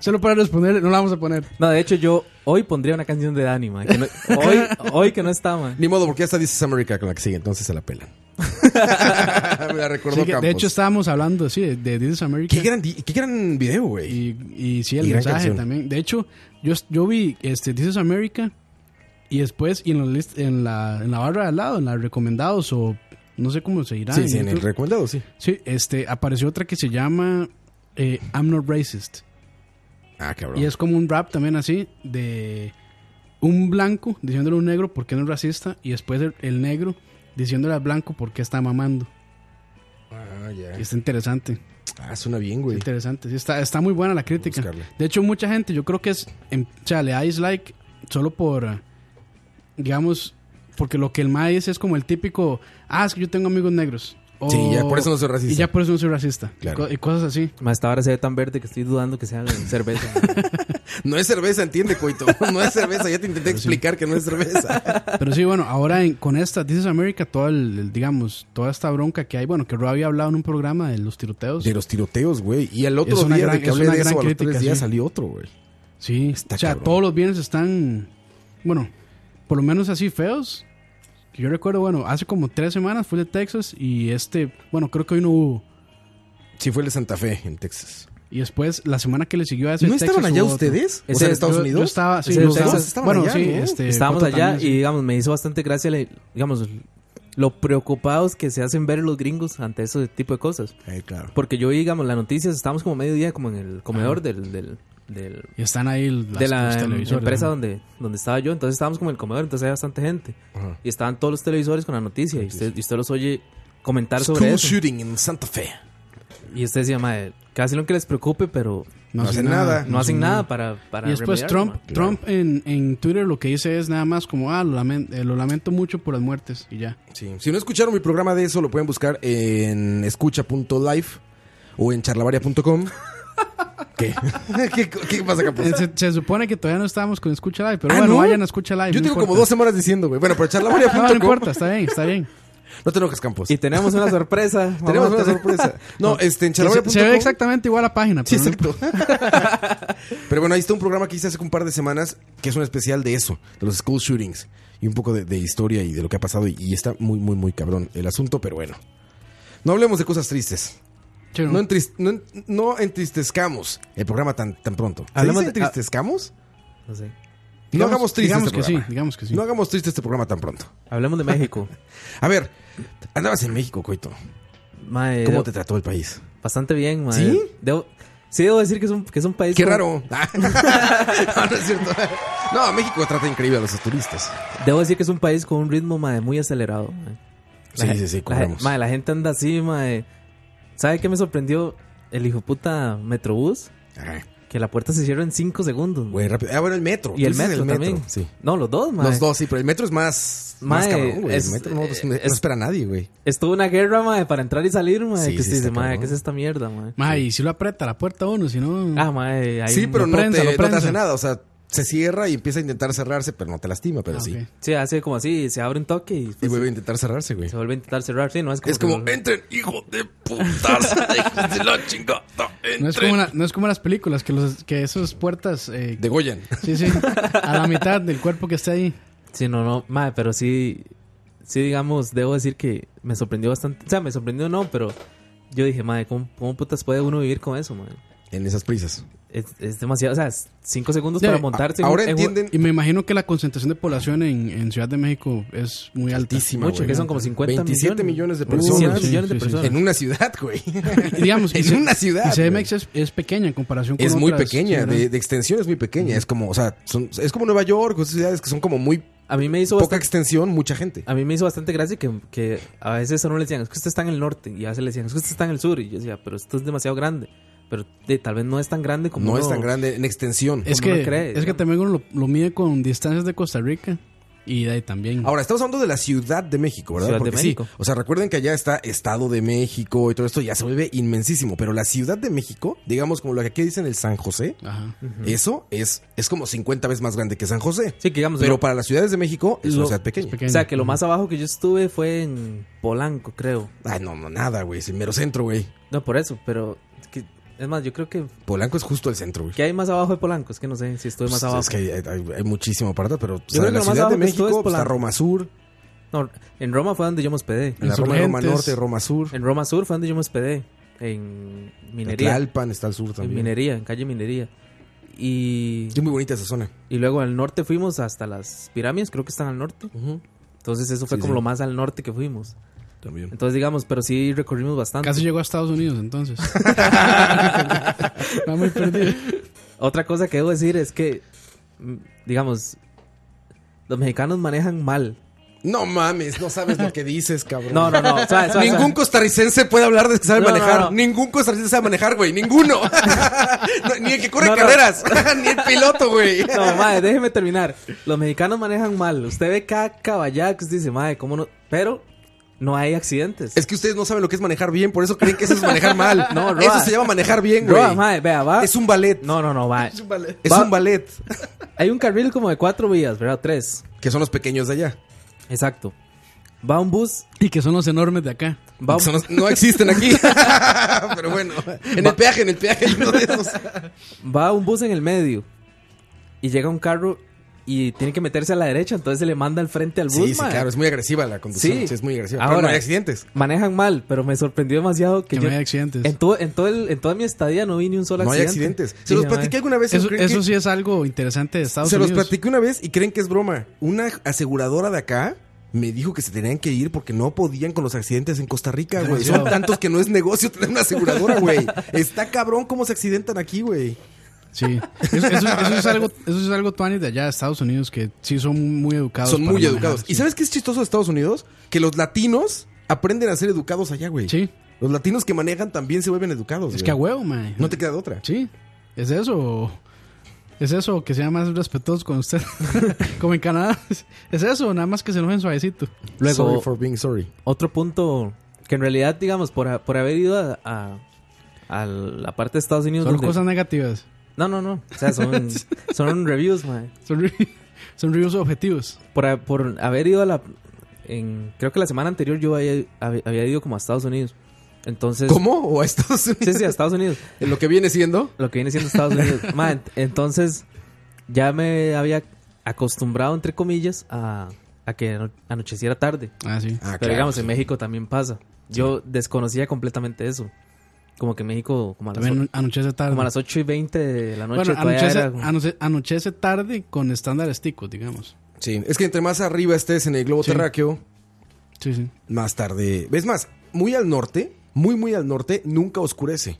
E: (laughs) Solo para responder, no la vamos a poner.
C: no, de hecho yo hoy pondría una canción de Dani, mae, que
E: (laughs)
C: no-
A: (laughs)
C: hoy, hoy que no está, mae.
A: Ni modo, porque ya está This is America con la que sigue, entonces se la (laughs) pelan. Me la recordó
E: Sí, que-
A: Campos.
E: de hecho, estábamos hablando, sí, de, de This is America.
A: qué gran, di- qué gran video, güey.
E: Y, y sí, el
A: Y gran
E: mensaje
A: canción.
E: también. De hecho, yo, yo vi este, This is America y después y en, los list- en, la, en la barra de al lado, en la recomendados o no sé cómo se dirá.
A: Sí,
E: en
A: sí, en el
E: YouTube.
A: recomendado, sí.
E: Sí, este, apareció otra que se llama eh, I'm Not Racist.
A: Ah, cabrón.
E: Y es como un rap también así de un blanco diciéndole a un negro por qué no es racista y después el, el negro diciéndole al blanco por qué está mamando.
A: Ah, ya.
E: Y Está interesante.
A: Ah, suena bien, güey.
E: Interesante, sí, está, está muy buena la crítica.
A: buscarla.
E: De hecho, mucha gente, yo creo que es, em- o sea, le da dislike solo por, ah, digamos, porque lo que el MAE dice es como el típico, ah, es que yo tengo amigos negros. O-
A: Sí, ya por eso no soy racista.
E: Oh, Y ya por eso no soy racista.
A: Claro.
E: Y co- Y cosas así.
C: Ma, Hasta ahora se ve tan verde que estoy dudando que sea la
E: (laughs)
C: cerveza.
A: No es cerveza, entiende, (laughs) coito. No es cerveza, ya te intenté explicar que no es cerveza.
E: Pero sí, bueno, ahora en- con esta, This is America, todo el, el, digamos, toda esta bronca que hay, bueno, que Ro había hablado en un programa de los tiroteos.
A: De los tiroteos, güey. Y al otro
E: Es una
A: día
E: gran-
A: de que
E: es
A: hablé
E: una
A: de eso,
E: gran
A: a los
E: crítica,
A: tres días
E: sí.
A: salió otro, güey.
E: Sí,
A: Está
E: o sea,
A: cabrón.
E: todos los bienes están, bueno, por lo menos así feos. Que Yo recuerdo, bueno, hace como tres semanas fui de Texas y este, bueno, creo que hoy no hubo.
A: Sí, fue el de Santa Fe, en Texas.
E: Y después, la semana que le siguió a ese
A: ¿No
E: Texas
A: estaban allá
E: hubo otro.
A: ustedes? ¿O
C: Ese-
A: sea, en Estados
E: yo,
A: Unidos?
E: Yo estaba, sí,
C: Ese
E: yo
C: de
E: estaba-
C: Texas
A: estaban
E: bueno,
A: allá, ¿Eh?
E: sí,
A: ¿no?
E: este,
C: Estábamos
E: Cota
C: allá
E: también,
C: y,
E: sí.
C: digamos, me hizo bastante gracia, le- digamos, lo preocupados que se hacen ver los gringos ante ese tipo de cosas.
A: Eh, claro.
C: Porque yo vi, digamos, las noticias, estábamos como mediodía como en el comedor del, del, del-
E: Y están ahí las,
C: de la
E: los
C: em,
E: televisores,
C: empresa
E: ¿no?
C: donde, donde estaba yo. Entonces estábamos como en el comedor, entonces había bastante gente.
A: Ajá.
C: Y estaban todos los televisores con la noticia. Y usted, y usted los oye comentar
A: School
C: sobre eso.
A: shooting en Santa Fe.
C: Y usted decía, madre, casi lo que les preocupe, pero
A: No hacen nada.
C: no hacen nada para, para
E: Y después
C: remediarlo,
E: Trump,
C: ma.
E: Trump en, en Twitter lo que dice es nada más como, ah, lo, lamen- eh, lo lamento mucho por las muertes y ya.
A: Sí. (laughs) Si no escucharon mi programa de eso, lo pueden buscar en escucha.live o en (laughs) charlavaria.com. ¿Qué? ¿Qué? qué pasa, Campos?
E: Eh, Se, se supone que todavía no estábamos con Escucha Live, pero
A: Ah,
E: bueno,
A: ¿no?
E: vayan a Escucha Live.
A: Yo
E: no
A: tengo como
E: importa.
A: dos semanas diciendo, güey. Bueno, pero
E: (laughs) No,
A: charlavaria.com.
E: no importa, está bien, está bien.
A: (laughs) No te enojes, Campos.
C: Y tenemos una
A: (laughs)
C: sorpresa.
A: Tenemos
C: mamá. (laughs)
A: una sorpresa. No, este, en
E: Se,
A: charlavaria.com.
E: se ve exactamente igual la página.
A: Sí,
E: pero no-
A: exacto. Pero bueno, ahí está un programa que hice hace un par de semanas que es un especial de eso, de los school shootings y un poco de, de historia y de lo que ha pasado. Y, y está muy, muy, muy cabrón el asunto, pero bueno. No hablemos de cosas tristes.
E: Sí, no.
A: No, entris- no en- no entristezcamos el programa tan, tan pronto. ¿Se
C: Hablemos
A: dice
C: de- ah.
A: entristezcamos?
C: No sé.
A: No
E: Digamos-
A: hagamos triste
E: digamos
A: este
E: que
A: programa.
E: sí, digamos que sí.
A: No hagamos triste este programa tan pronto.
C: Hablemos de México.
A: (laughs) A ver, andabas en México, Coito.
C: Mae,
A: ¿Cómo
C: debo-
A: te trató el país?
C: Bastante bien, mae.
A: ¿Sí?
C: Debo, sí, debo decir que es un, que es un país...
A: ¡Qué
C: como-
A: raro! no, no es cierto. No, México trata increíble a los turistas.
C: Debo decir que es un país con un ritmo mae, muy acelerado. mae.
A: Sí,
C: La-
A: sí, sí,
C: la-
A: corremos.
C: mae, la gente anda así, mae. ¿Sabe qué me sorprendió? El hijo puta Metrobús,
A: Ajá.
C: que la puerta se cierra en 5 segundos.
A: Güey, rápido. Ah, bueno, el metro.
C: y
A: Tú
C: el
A: dices
C: metro, también.
A: Sí.
C: No, los dos, mae.
A: Los dos, sí, pero el metro es más, más
C: Mae,
A: cabrón, güey.
C: es-
A: el metro no,
C: eh,
A: no
C: es-
A: espera a nadie, güey.
C: Estuvo una guerra, mae, para entrar y salir, mae.
A: Sí,
C: que
A: sí,
C: se dice,
A: está
C: mae,
A: cabrón.
C: ¿qué es esta mierda, mae?
E: Ma, y si lo aprieta la puerta uno, si no.
C: Ah, mae, ahí
A: Sí, pero
E: lo
A: no,
E: prensa,
A: te, no
E: lo
A: te
E: prensa.
A: hace nada. O sea, se cierra y empieza a intentar cerrarse, pero no te lastima, pero
E: Ah,
A: sí.
E: ok.
C: Sí, hace como así, se abre un toque y, pues
A: Y vuelve a intentar cerrarse, güey.
C: se vuelve a intentar cerrar. Sí, no es como.
A: Es
C: que
A: como,
C: no-
A: entren, hijo de putas, hijos (laughs) de la chingada,
E: No es,
A: entren.
E: como la- no es como las películas, que, los, que esas puertas. eh,
A: De Goyan. (laughs)
E: Sí, sí. A la mitad del cuerpo que está ahí.
C: Sí, no, no, mae, pero sí. Sí, digamos, debo decir que me sorprendió bastante. O sea, me sorprendió no, pero yo dije, mae, ¿cómo, cómo putas puede uno vivir con eso, mae?
A: En esas prisas.
C: Es, es demasiado, o sea, es cinco segundos
E: Sí,
C: para
E: a-
C: montarse. en
A: Ahora
C: un- en un-
A: entienden
E: Y me imagino que la concentración de población en, en Ciudad de México es muy alta.
A: altísima,
C: mucho,
A: güey.
C: que son como 50
A: 27 millones de personas.
C: 27 millones de
E: Sí, sí, sí.
C: personas.
A: En una ciudad, güey. (laughs)
E: Y digamos, y
A: en
E: se-
A: una ciudad.
E: Y
A: güey.
E: CDMX es, es pequeña en comparación con
A: Es muy
E: otras
A: pequeña,
E: ciudades.
A: de, de extensión es muy pequeña. Es como, o sea, son- es como Nueva York, esas ciudades que son como muy
C: A mí me hizo
A: poca
C: bastante,
A: extensión, mucha gente.
C: a mí me hizo bastante gracia que, que a veces a uno le decían, es que usted está en el norte, y a veces le decían, es que usted está en el sur, y yo decía, pero esto es demasiado grande. Pero de- tal vez no es tan grande como
A: No es
C: uno-
A: tan grande en extensión.
E: Es
C: como
E: que,
C: uno cree,
E: es que
C: digamos.
E: también uno lo, lo mide con distancias de Costa Rica y de ahí también.
A: Ahora, estamos hablando de la Ciudad de México, ¿verdad?
C: Ciudad de
A: Porque
C: México.
A: sí, o sea, recuerden que allá está Estado de México y todo esto ya se vuelve inmensísimo, pero la Ciudad de México, digamos como lo que aquí dicen el San José,
E: Ajá.
A: eso es, es como 50 veces más grande que San José.
C: Sí, que digamos,
A: pero
C: lo-
A: para las ciudades de México es una
C: Lo-
A: ciudad pequeña.
E: Es pequeña.
C: o sea, que lo más abajo que yo estuve fue en Polanco, creo.
A: Ay, no, no, nada, güey, es el mero centro, güey.
C: No, por eso, pero es, que- es más, yo creo que
A: Polanco es justo el centro, güey.
C: ¿qué hay más abajo de Polanco? Es que no sé si estuve más
A: Pues,
C: abajo.
A: Es que hay, hay- hay muchísimo para atrás, pero pues,
C: Yo creo que
A: en la
C: lo más
A: Ciudad de
C: abajo que estuve es
A: México pues, está
C: Polanco.
A: Roma Sur,
C: No, en Roma fue donde yo me hospedé.
A: en la Roma, Roma
E: Insurgentes.
A: Norte, Roma Sur,
C: En Roma Sur fue donde yo me hospedé. En
A: en
C: minería.
A: Tlalpan está al sur
C: en
A: también.
C: minería, en calle minería. Y,
A: Es muy bonita esa zona.
C: y luego al norte fuimos hasta las pirámides, creo que están al norte. Entonces eso fue
A: Sí,
C: como
A: sí.
C: lo más al norte que fuimos.
A: También.
C: Entonces digamos, pero sí recorrimos bastante.
E: Casi llegó a Estados Unidos entonces.
C: (laughs)
E: (laughs) Va muy perdido.
C: Otra cosa que debo decir es que, mm, digamos, los mexicanos manejan mal.
A: No mames, no sabes lo que dices, cabrón.
C: No, no, no. suave, suave,
A: Ningún
C: suave.
A: costarricense puede hablar de que sabe
C: No, no,
A: manejar.
C: no.
A: Ningún costarricense sabe manejar, güey. Ninguno. (laughs) No, ni el que corre
C: No, no.
A: carreras. (laughs) ni el piloto, güey.
C: (laughs) No, madre, déjeme terminar. Los mexicanos manejan mal. Usted ve cada caballada que usted dice, madre, ¿cómo no? Pero no hay accidentes.
A: Es que ustedes no saben lo que es manejar bien, por eso creen que eso es manejar mal.
C: (laughs) No, Roa.
A: Eso se llama manejar bien, güey.
C: Roa, madre, vea, va.
A: Es un ballet.
C: No, no, no, madre.
A: Es
C: Va-
A: un ballet.
C: Hay un carril como de cuatro vías, ¿verdad? Tres.
A: Que son los pequeños de allá.
C: Exacto. Va un bus.
E: Y que son los enormes de acá.
C: Va un-
A: Son
C: (laughs)
A: los- no existen aquí. Pero bueno, en el peaje, en el peaje hay uno de esos.
C: va un bus en el medio y llega un carro y tiene que meterse a la derecha, entonces se le manda al frente al bus.
A: Sí, sí,
C: mae.
A: claro, es muy agresiva la conducción. Sí,
C: Sí.
A: es muy agresiva. Pero
C: Ahora-
A: no hay accidentes.
C: Manejan mal, pero me sorprendió demasiado que,
E: Que
C: yo
E: no hay accidentes.
C: en todo, en todo el- en toda mi estadía no vi ni un solo
A: No hay
C: accidente.
A: accidentes. Se
C: Sí,
A: los
C: mae.
A: platiqué alguna vez.
E: Eso,
A: ¿creen que-
E: eso sí es algo interesante de Estados
A: se
E: Unidos.
A: los platiqué una vez y creen que es broma. Una aseguradora de acá me dijo que se tenían que ir porque no podían con los accidentes en Costa Rica, güey. Son tantos que no es negocio tener
C: (laughs)
A: una aseguradora, güey. Está cabrón cómo se accidentan aquí, güey.
E: Sí. Eso, eso- eso es algo, eso es algo tuanis de allá de Estados Unidos que sí son muy educados.
A: Son
E: para
A: muy
E: manejar,
A: educados.
E: sí.
A: ¿Y sabes qué es chistoso de Estados Unidos? Que los latinos aprenden a ser educados allá, güey.
E: Sí.
A: Los latinos que manejan también se vuelven educados.
E: Es
A: güey.
E: que a huevo, man.
A: No te queda de otra.
E: Sí. ¿Es eso? ¿Es eso? Que sea más respetuoso con usted. (laughs) Como en Canadá. (laughs) ¿Es eso? Nada más que se enojen suavecito.
C: Luego,
A: Sorry for being sorry.
C: otro punto que en realidad, digamos, por, a- por haber ido a, a- a la parte de Estados Unidos.
E: Son
C: donde-
E: cosas negativas.
C: No, no, no. O sea, son, son reviews, man.
E: Son, re- son reviews objetivos.
C: Por, a- por haber ido a la. en- creo que la semana anterior yo había, hab- había ido como a Estados Unidos. Entonces.
A: ¿Cómo? ¿O a Estados
C: Sí,
A: Unidos?
C: sí, a Estados Unidos.
A: En lo que viene siendo.
C: Lo que viene siendo Estados Unidos. Ma, ent- entonces, ya me había acostumbrado, entre comillas, a, a que ano- anocheciera tarde.
E: Ah, sí.
A: Ah,
C: Pero digamos, en México también pasa. Yo desconocía completamente eso. Como que en México, como a las,
E: También
C: o-
E: anochece tarde.
C: como a las 8 y 20 de la noche,
E: bueno,
C: todavía
E: anochece,
C: era como-
E: anoche- anochece tarde con estándares ticos, digamos.
A: Sí, es que entre más arriba estés en el globo
E: Sí.
A: terráqueo,
E: Sí, sí.
A: más tarde. Es más, muy al norte, muy, muy al norte, nunca oscurece.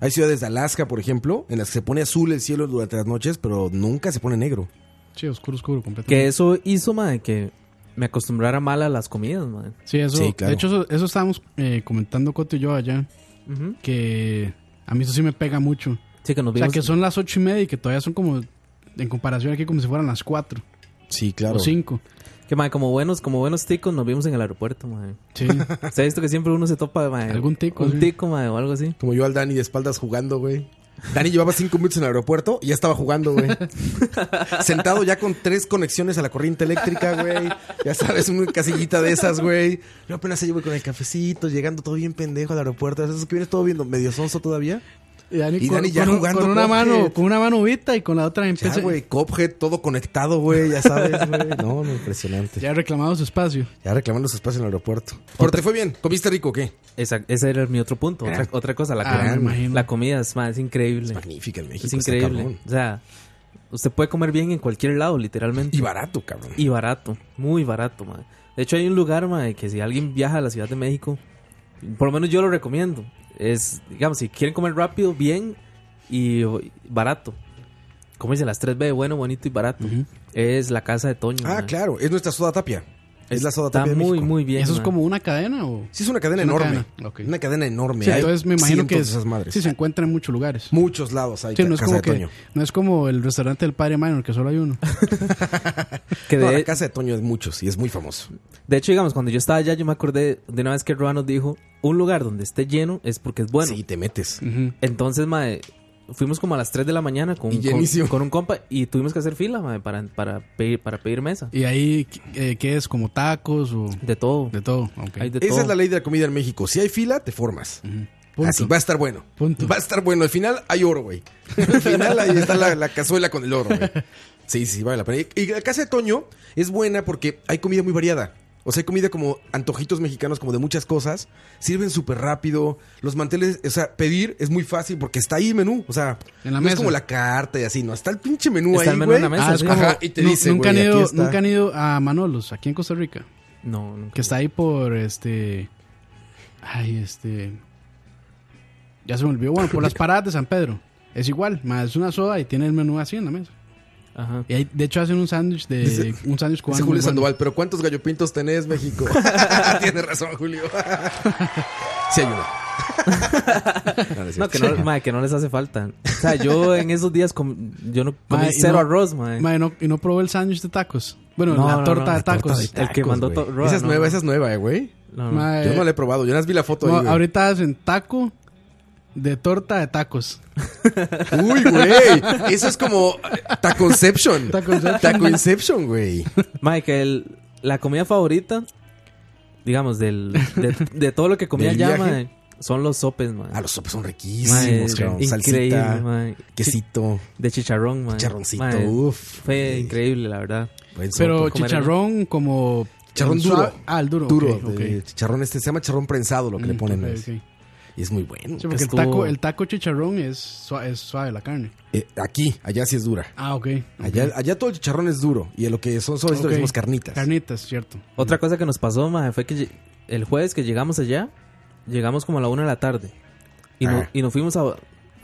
A: Hay ciudades de Alaska, por ejemplo, en las que se pone azul el cielo durante las noches, pero nunca se pone negro.
E: Sí, oscuro, oscuro,
C: Que
E: completamente.
C: eso hizo, madre, que me acostumbrara mal a las comidas, madre.
E: Sí, eso.
A: Sí, claro.
E: De hecho, eso, eso estábamos eh, comentando Coto y yo allá.
C: Ujú.
E: Que a mí eso sí me pega mucho.
C: Sí, que nos
E: O sea,
C: vimos.
E: que son las ocho y media y que todavía son como. En comparación aquí, como si fueran las cuatro
A: Sí, claro.
E: o cinco.
C: que, madre, como buenos, como buenos ticos, nos vimos en el aeropuerto, madre.
E: Sí.
C: (laughs) ¿Se ha visto que siempre uno se topa, madre?
E: Algún tico,
C: Un
E: sí.
C: tico, madre, o algo así.
A: Como yo al Dani de espaldas jugando, güey. Dani llevaba cinco minutos en el aeropuerto y ya estaba
C: (laughs)
A: jugando, güey. Sentado ya con tres conexiones a la corriente eléctrica, güey. Ya sabes, una casillita de esas, güey. Yo apenas ahí, güey, con el cafecito, llegando todo bien pendejo al aeropuerto. ¿Sabes que vienes todo viendo medio sonso todavía?
E: Y Dani,
A: Y
E: con,
A: Dani ya
E: con un-
A: jugando
E: con una
A: Cuphead.
E: mano, con una mano vita y con la otra
A: Ya,
E: empieza.
A: güey, Cophead, todo conectado, güey, ya
E: (laughs)
A: sabes, güey. No, no, impresionante. Ya,
E: ya ha reclamado su espacio.
A: reclamando su espacio en el aeropuerto. Pero te fue bien, ¿comiste rico o qué?
C: Esa, ese era mi otro punto. Otra, otra cosa, la
E: Ah,
C: comida.
E: me imagino.
C: La comida es, madre, es increíble.
A: Magnífica en México.
C: Es
A: está
C: increíble.
A: cabrón.
C: O sea, usted puede comer bien en cualquier lado, literalmente.
A: Y barato, cabrón.
C: Y barato, muy barato, madre. De hecho, hay un lugar, madre, que si alguien viaja a la Ciudad de México, por lo menos yo lo recomiendo. Es, digamos, si quieren comer rápido, bien y barato. Como dice las 3B, bueno, bonito y barato. Es la casa de Toño.
A: Ah,
C: madre.
A: claro, es nuestra soda tapia. Es la soda
C: Está
A: tapia. de
C: muy,
A: México.
C: muy bien.
E: ¿Eso es
C: madre.
E: como una cadena o.?
A: Sí, es una cadena
E: Una
A: enorme.
E: cadena, ok.
A: Una cadena enorme.
E: Sí,
A: Hay
E: entonces me imagino
A: cientos
E: que
A: de
E: es-
A: esas madres.
E: sí se encuentra en muchos lugares.
A: Muchos lados hay
E: Sí, no es,
A: casa
E: como
A: de
E: que,
A: Toño.
E: no es como el restaurante del padre Minor, que solo hay uno.
C: Que
A: No,
C: de,
A: la casa de Toño es muchos y es muy famoso.
C: de hecho, digamos, cuando yo estaba allá, yo me acordé de una vez que Roa nos dijo, un lugar donde esté lleno es porque es bueno.
A: sí, te metes.
E: Ujú.
C: Entonces, mae, fuimos como a las 3 de la mañana con,
A: Y llenísimo.
C: con, con un compa y tuvimos que hacer fila, mae, para, para, pedir, para pedir mesa.
E: Y ahí, eh, ¿qué es? ¿Como tacos o.?
C: De todo.
E: De todo, ok.
C: Hay de
A: Esa
C: todo.
A: es la ley de la comida en México. Si hay fila, te formas.
E: Punto.
A: Así, va a estar bueno.
E: Punto.
A: Va a estar bueno. Al final hay oro, güey. Al final ahí está la, la cazuela con el oro, güey. Sí, sí, vale la pena. Y la casa de Toño es buena porque hay comida muy variada. O sea, hay comida como antojitos mexicanos, como de muchas cosas. Sirven súper rápido. Los manteles, o sea, pedir es muy fácil porque está ahí el menú. O sea,
E: En la
A: no
E: mesa.
A: es como la carta y así, no. Está el pinche menú
C: Está
A: ahí,
C: el menú
A: güey.
C: en la mesa,
E: Ah, es
C: sí.
E: como-
A: Ajá, y te
E: nu-
A: dicen,
E: nunca,
A: güey,
E: han
A: aquí
E: ido,
A: está.
E: nunca han ido a Manolos, aquí en Costa Rica,
C: No, nunca.
E: que está ahí por este. Ay, este. Ya se me olvidó. Bueno,
A: (laughs)
E: por las paradas de San Pedro. Es igual, más es una soda y tiene el menú así en la mesa.
C: Ajá.
E: Y ahí, de hecho, hacen un sándwich de.
A: Dice-
E: un sándwich
A: Dice
E: cubano.
A: Julio
E: muy bueno.
A: Sandoval, pero ¿cuántos gallopintos tenés, México? (laughs) Tienes razón, Julio.
C: (laughs)
A: sí, ayuda.
C: No, que no, mae, que no les hace falta. O sea, yo en esos días com- yo no comí
E: Mae, y
C: cero
E: no-
C: arroz, mae.
E: Mae, no- y no probé el sándwich de tacos. Bueno,
C: No,
E: la
C: no,
E: torta
C: no,
E: de
C: la
E: tacos.
C: El que mandó to- Roa,
A: Esa es
C: no,
A: nueva,
C: no.
A: esa es nueva, eh, güey.
C: No, no.
E: Mae,
A: Yo no la he probado, yo nada más vi la foto
E: no,
A: ahí, güey.
E: ahorita hacen taco de torta de tacos.
A: (laughs) Uy, güey. Eso es como eh, Taconception.
E: Taconception.
A: Taconception, güey.
C: Mae, que el- la comida favorita, digamos, del, de, de todo lo que comía
A: ¿Del
C: allá,
A: viaje?
C: mae, son los sopes, mae.
A: Ah, los sopes son
C: Mae,
A: riquísimos, cabrón.
C: increíble,
A: Salsita,
C: mae.
A: quesito,
C: De chicharrón, mae.
A: charroncito.
C: Mae,
A: Uf.
C: Fue
A: güey.
C: increíble, la verdad.
A: Buen sope.
E: Pero
C: comer
E: chicharrón como...
A: Chicharrón
E: el
A: duro.
E: suave- Ah, el duro.
A: duro.
E: ok,
A: de
E: ok. Mm,
A: Chicharrón este, se llama charrón prensado lo que le ponen.
E: Ok,
A: es-
E: ok.
A: Y es muy bueno.
E: Sí, porque
C: Estuvo-
E: el, taco, el taco chicharrón es suave, es suave la carne.
A: Eh, aquí, allá sí es dura.
E: Ah, ok.
A: Allá, allá todo el chicharrón es duro. Y a lo que son suavecitos
E: Ok.
A: le decimos
C: (laughs)
A: carnitas.
E: Carnitas, cierto.
C: Otra cosa que nos pasó, mae, fue que lle- el jueves que llegamos allá, llegamos como a la una de la tarde. Y, no-
A: Ajá.
C: y nos fuimos a, a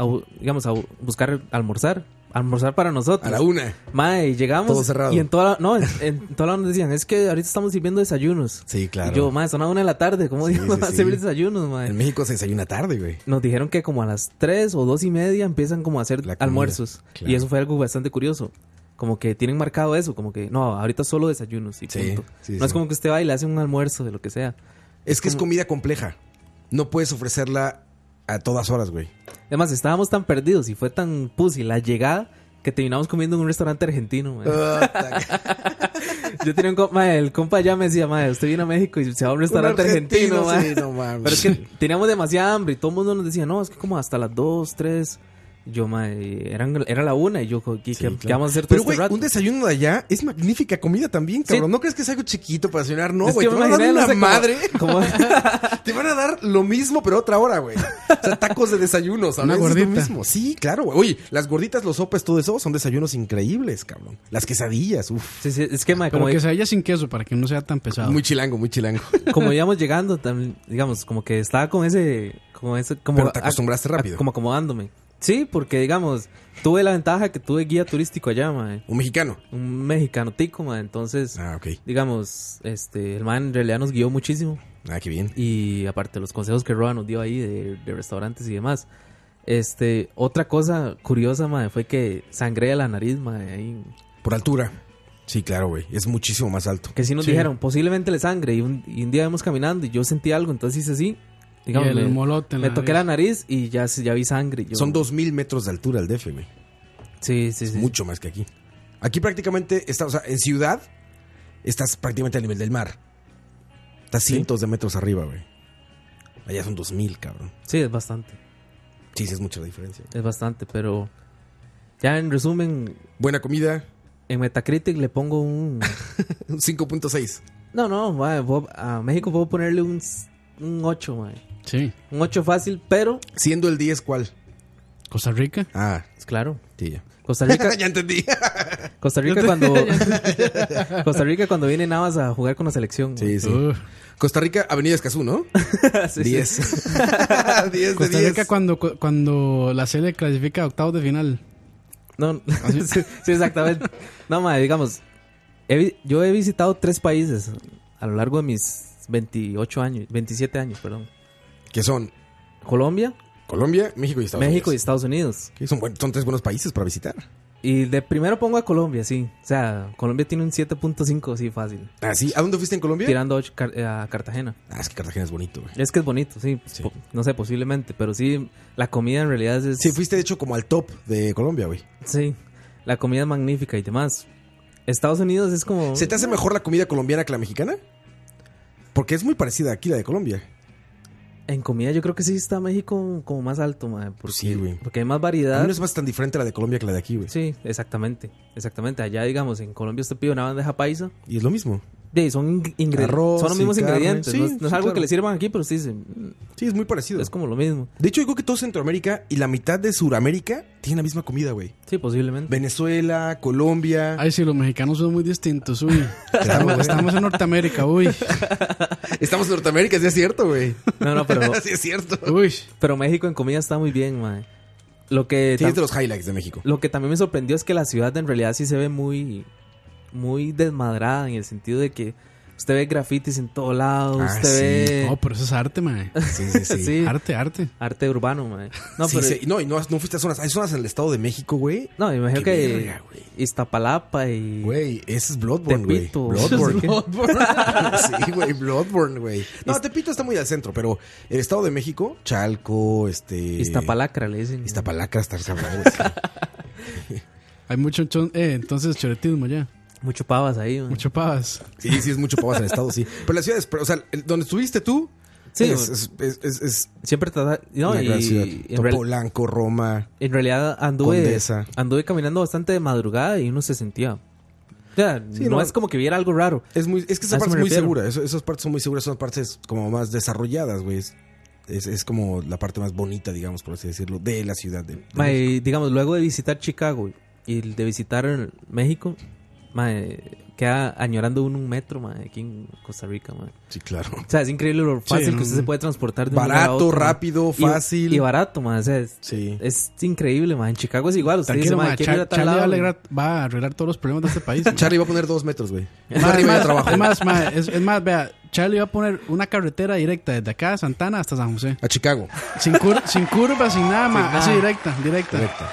C: bu- digamos, a bu- buscar almorzar. Almorzar para nosotros.
A: a la una.
C: Mae, y llegamos.
A: Todo cerrado.
C: Y en toda la, no, en, en toda la nos decían, es que ahorita estamos sirviendo desayunos.
A: Sí, claro.
C: Y yo, mae, son a una de la tarde. ¿Cómo
A: Sí,
C: digo, (laughs)
A: sí,
C: a
A: sí.
C: servir desayunos, mae?
A: En México se desayuna tarde, güey.
C: Nos dijeron que como a las tres o dos y media empiezan como a hacer
A: La comida,
C: almuerzos.
A: claro.
C: Y eso fue algo bastante curioso. Como que tienen marcado eso, como que no, ahorita solo desayunos y
A: Sí,
C: punto.
A: sí,
C: no
A: sí.
C: es como que usted va y le hace un almuerzo de lo que sea.
A: Es que es comida compleja. No puedes ofrecerla a todas horas, güey.
C: Además, estábamos tan perdidos y fue tan pussy la llegada que terminamos comiendo en un restaurante argentino. mae.
A: Ah.
C: Yo tenía un compa, el compa ya me decía, madre, usted viene a México y se va a un restaurante
A: argentino,
C: argentino, mae".
A: sí, no mames.
C: Pero es que teníamos demasiada hambre y todo el mundo nos decía, no, es que como hasta las 2, 3. Yo, madre, eran, era la una y yo, ¿qué, qué-
A: Sí, claro.
C: qué vamos a hacer todo
A: Pero,
C: este
A: güey,
C: rato?
A: un desayuno de allá es magnífica comida también, cabrón.
C: Sí.
A: ¿No crees que es algo chiquito para desayunar? No,
C: Es
A: güey.
C: que
A: Te
C: me
A: van a dar
C: imaginé,
A: una
C: no sé, como-
A: madre.
C: como-
A: (laughs) Te van a dar lo mismo, pero otra hora, güey. O sea, tacos de desayuno, ¿sabes?
E: Una
A: Es lo
E: gordita.
A: mismo. Sí, claro, güey. Oye, las gorditas, los sopes, todo eso son desayunos increíbles, cabrón. Las quesadillas, uff.
C: Sí, sí, es que, madre, Ah,
E: Pero
C: como,
E: que se vaya sin queso para que no sea tan pesado.
A: Muy chilango, muy chilango.
C: (laughs) como íbamos llegando, tam- digamos, como que estaba con ese... Como ese como
A: Pero te acostumbraste rápido.
C: como acomodándome. Sí, porque digamos, tuve la ventaja que tuve guía turístico allá, mae.
A: Un mexicano.
C: Un mexicano tico, mae. Entonces,
A: Ah, ok.
C: digamos, este, el man en realidad nos guió muchísimo.
A: Ah, qué bien.
C: Y aparte los consejos que Roa nos dio ahí de, de restaurantes y demás. Este, otra cosa curiosa, mae, fue que sangré a la nariz, mae. ahí.
A: Por altura. Sí, claro, güey. Es muchísimo más alto.
C: Que sí nos
E: Sí.
C: dijeron, posiblemente le sangre. Y un, y un día íbamos caminando y yo sentí algo, entonces hice así. Digamos,
E: Y
C: me,
E: el molote en
C: me
E: la
C: toqué la nariz y ya, se- ya vi sangre. Yo-
A: Son 2000 metros de altura el DF, güey.
C: Sí, sí, sí.
A: Mucho más que aquí. Aquí prácticamente está, o sea, en ciudad estás prácticamente al nivel del mar. Estás cientos de metros arriba, güey. Allá son 2000, cabrón.
C: Sí, es bastante.
A: Sí, sí, es mucha la diferencia.
C: Es bastante, pero. Ya en resumen,
A: Buena comida,
C: en Metacritic le pongo un.
A: (laughs) un 5.6.
C: No, no, mae, vos- a México puedo ponerle un, s- un 8, mae.
E: Sí.
C: Un 8 fácil, pero.
A: Siendo el 10, ¿cuál?
E: Costa Rica.
A: Ah,
C: es Pues Claro.
A: sí, ya.
C: Costa Rica,
A: (laughs) ya entendí.
C: (laughs)
E: (laughs)
C: Costa Rica cuando. (laughs) Costa Rica cuando viene Navas a jugar con la selección.
A: sí, sí.
E: Uh,
A: Costa Rica, Avenida Escazú, ¿no?
C: mae. (laughs) Sí, sí.
A: 10. 10
E: (laughs)
A: de
E: Costa Rica
A: 10.
E: cuando, cu- cuando la serie clasifica a octavos de final.
C: No,
A: ¿Ah,
C: (laughs) sí, sí, exactamente. No, mae, digamos, he vi- yo he visitado tres países a lo largo de mis 28 años, 27 años, perdón.
A: Que son
C: Colombia,
A: Colombia, México y Estados
C: México y
A: Unidos.
C: Estados Unidos.
A: México. Son, buen- son tres buenos países para visitar.
C: Y de primero pongo a Colombia, sí. O sea, Colombia tiene un 7.5, sí, fácil.
A: (laughs) Ah, sí. ¿A dónde fuiste en Colombia?
C: Tirando ocho car- eh, a Cartagena.
A: Ah, es que Cartagena es bonito, güey.
C: Es que es bonito, sí.
A: Sí.
C: Po- No sé, posiblemente, pero sí, la comida en realidad es...
A: Sí, fuiste de hecho como al top de Colombia, güey.
C: Sí, la comida es magnífica y demás. Estados Unidos es como...
A: ¿Se te hace mejor la comida colombiana que la mexicana? Porque es muy parecida aquí la de Colombia.
C: En comida yo creo que sí está México como más alto, mae, porque,
A: Sí, güey.
C: porque hay más
A: A
C: variedad.
A: mí no es más tan diferente la de Colombia que la de aquí, güey.
C: Sí, exactamente, exactamente. Allá, digamos, en Colombia usted pide una bandeja paisa.
A: Y es lo mismo.
C: De, son ing- ingre-
A: Arroz
C: son los
A: y
C: mismos
A: carne.
C: ingredientes.
A: Sí,
C: no es, no es
A: sí,
C: algo
A: claro.
C: que le sirvan aquí, pero sí, se- es
A: Sí, es muy parecido.
C: como lo mismo.
A: De hecho, yo creo que todo Centroamérica y la mitad de Sudamérica tienen la misma comida, güey.
C: Sí, posiblemente.
A: Venezuela, Colombia.
E: Ay, sí, los mexicanos son muy distintos, uy.
A: (laughs)
E: Estamos, estamos en Norteamérica, uy.
A: Estamos en Norteamérica, sí es cierto, güey.
C: No, no, pero,
A: (laughs) sí es cierto.
E: Uy.
C: pero México en comida está muy bien, mae. Lo que,
A: Sí,
C: tam-
A: es de los highlights de México.
C: lo que también me sorprendió es que la ciudad en realidad sí se ve muy, muy desmadrada en el sentido de que usted ve grafitis en todo lado,
A: Ah,
C: usted
A: sí.
C: ve...
E: No, Oh, pero eso es arte, mae.
A: Sí, sí,
C: (laughs)
A: sí.
C: Sí.
E: Arte, arte.
C: Arte urbano, mae. No,
A: Sí,
C: pero.
A: sí. No, y no, no fuiste a zonas. Hay zonas en el Estado de México, güey.
C: No, me imagino
A: Qué
C: que.
A: verga, güey.
C: Iztapalapa y.
A: Güey, ese es Bloodborne, güey.
C: Tepito.
A: Bloodborne.
C: ¿Qué?
A: Bloodborne. (laughs) sí, güey, Bloodborne, güey. No, Tepito está muy al centro, pero el Estado de México, Chalco, este...
C: Iztapalacra, le dicen.
A: Iztapalacra está cabrón, güey.
E: Hay mucho, chon- eh, entonces, choretismo ya.
C: Mucho pavas ahí, mae.
E: Mucho pavas.
A: Sí, sí, es mucho pavas en el Estado, sí. Pero las ciudades, pero, o sea, el- donde estuviste tú...
C: Sí,
A: es, es, es, es- es
C: Siempre trata. No,
A: una
C: y.
A: gran ciudad.
C: y en, real-
A: Topolanco, Roma.
C: en realidad anduve.
A: Condesa.
C: Anduve caminando bastante de madrugada y uno se sentía. O sea,
A: Sí,
C: no,
A: no.
C: es como que viera algo raro.
A: Es, muy, es que
C: A
A: esa
E: Ah,
C: eso
A: parte
C: me
A: es muy
C: refiero.
A: segura. eso- esas partes son muy seguras, son partes como más desarrolladas, güey. Es, es- es como la parte más bonita, digamos, por así decirlo, de la ciudad. De, de
C: Mae, digamos, luego de visitar Chicago y de visitar México, mae, queda añorando uno un metro, mae, aquí en Costa Rica, mae.
A: Sí, claro.
C: O sea, es increíble lo fácil
E: no,
C: que usted
E: no.
C: se puede transportar de un lugar a
A: Barato,
C: otro, ma.
A: rápido,
C: Y-
A: fácil.
C: Y, barato, man. O sea, es,
A: Sí.
C: es increíble, man. En Chicago es igual. Usted dice,
E: Tranquilo,
C: man,
E: mae.
C: quiero ir a
E: Char-
C: tal
E: Charlie va a,
C: lado.
E: alegrar- va a arreglar todos los problemas de este país. mae.
A: Charlie va a poner dos metros, güey.
E: Mae,
A: Arriba
E: es
A: de
E: más-
A: trabajo.
E: Es más, mae, es, es más, vea, Charlie va a poner una carretera directa desde acá de Santana hasta San José.
A: A Chicago.
E: Sin, curva, (laughs) sin curva, sin nada, mae.
C: nada.
E: Así directa, directa.
A: Correcto.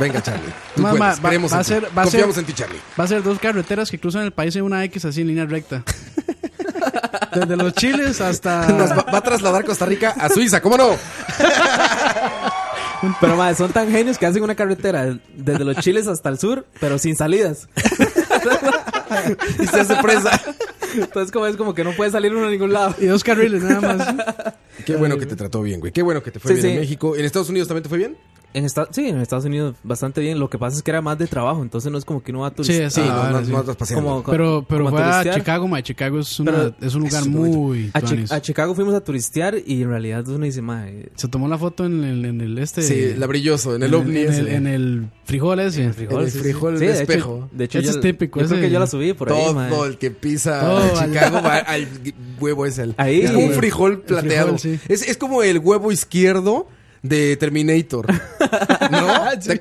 A: Venga, Charlie. Tú
E: Ma,
A: puedes.
E: ma, va-
A: Creemos
E: va
A: en
E: a
A: ti.
E: ser- va a
A: Confiamos
E: ser-
A: en ti, Charlie.
E: Va a ser dos carreteras que cruzan el país en una X así en línea recta. (laughs) Desde los chiles
A: Nos va,
E: hasta.
A: va a trasladar Costa Rica a Suiza, ¿cómo no?
C: (laughs) Pero, man, son tan genios que hacen una carretera desde los chiles hasta el sur, pero sin salidas.
A: (laughs) Y se hace presa.
C: Entonces, como es como que no puede salir uno a ningún lado.
E: Y dos carriles nada más.
A: Qué bueno que te trató bien, güey. Qué bueno que (laughs) te
C: Sí,
A: fue bien en
C: sí.
A: México. ¿En Estados Unidos también te fue bien?
C: En esta, sí, en Estados Unidos bastante bien. Lo que pasa es que era más de trabajo. Entonces, no es como que uno va a turistar.
E: es- Sí,
A: no,
E: ahora
A: Ah, no,
E: sí.
A: no andas paseando.
C: Como-
E: Pero, pero
C: como
E: fue a
C: turistear.
E: Chicago, mae. Chicago es, una-
C: Pero
E: es un lugar
A: es bonito.
E: muy.
C: A, Chi-
E: tuanis.
C: a Chicago fuimos a turistear y en realidad uno dice, man,
E: Se tomó la foto en el, en el este.
A: Sí, labrilloso, en el
E: en
A: ovni.
E: En el,
A: ese.
E: en el frijol ese.
A: En el frijol
C: sí,
A: de
C: de hecho-
A: espejo.
C: de hecho,
E: Ese
C: yo-
E: es típico,
C: Yo creo
E: ese-
C: que yo la subí por ahí,
A: Todo
C: man.
A: el que pisa
E: Todo,
A: a Chicago
E: (laughs)
A: va al huevo es el.
C: Ahí.
A: es como un frijol
E: El frijol,
A: plateado.
E: sí.
A: es, es como el huevo izquierdo de Terminator. ¿No?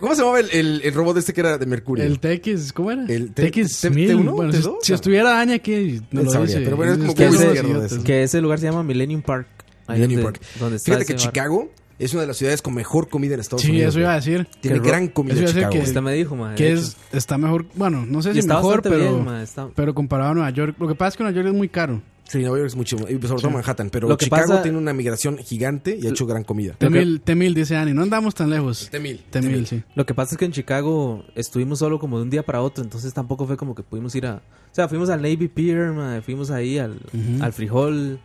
A: ¿Cómo se llamaba el, el- el robot este que era de Mercurio?
E: El TX, ¿cómo era?
A: El T-
E: TX
A: T-
E: 1000.
A: T1,
E: bueno, si-
A: T2,
E: si,
A: ¿no?
E: estuviera Daña aquí, no
A: Él
E: lo
A: sabría,
E: dice.
A: pero bueno, es como
E: que
C: que
E: son
C: ese-
E: idiotas.
C: Que ese lugar se llama Millennium Park. ahí
A: Millennium
C: donde-
A: Park.
C: donde está
A: Fíjate que
C: ese bar.
A: Chicago es una de las ciudades con mejor comida en Estados
E: Sí,
A: Unidos.
E: eso iba a
A: güey.
E: decir.
A: Tiene
C: que ro-
A: gran comida
E: eso iba a decir
A: Chicago.
E: que-
C: Usted me dijo, ma. de
E: Que
C: hecho.
E: es, está mejor, bueno, no sé
C: Y
E: si
C: está
E: mejor,
C: bastante
E: pero,
C: bien, ma, está-
E: pero comparado a Nueva York. Lo que pasa es que Nueva York es muy caro.
A: Sí, Nueva York es mucho, y sobre todo Manhattan, pero
C: Lo que
A: Chicago
C: pasa-
A: tiene una migración gigante y ha hecho gran comida.
E: Temil, Temil, dice Ani, no andamos tan lejos.
A: Temil,
E: Temil, sí.
C: Lo que pasa es que en Chicago estuvimos solo como de un día para otro, entonces tampoco fue como que pudimos ir a... O sea, fuimos al Navy Pier, ma, fuimos ahí al, al frijol.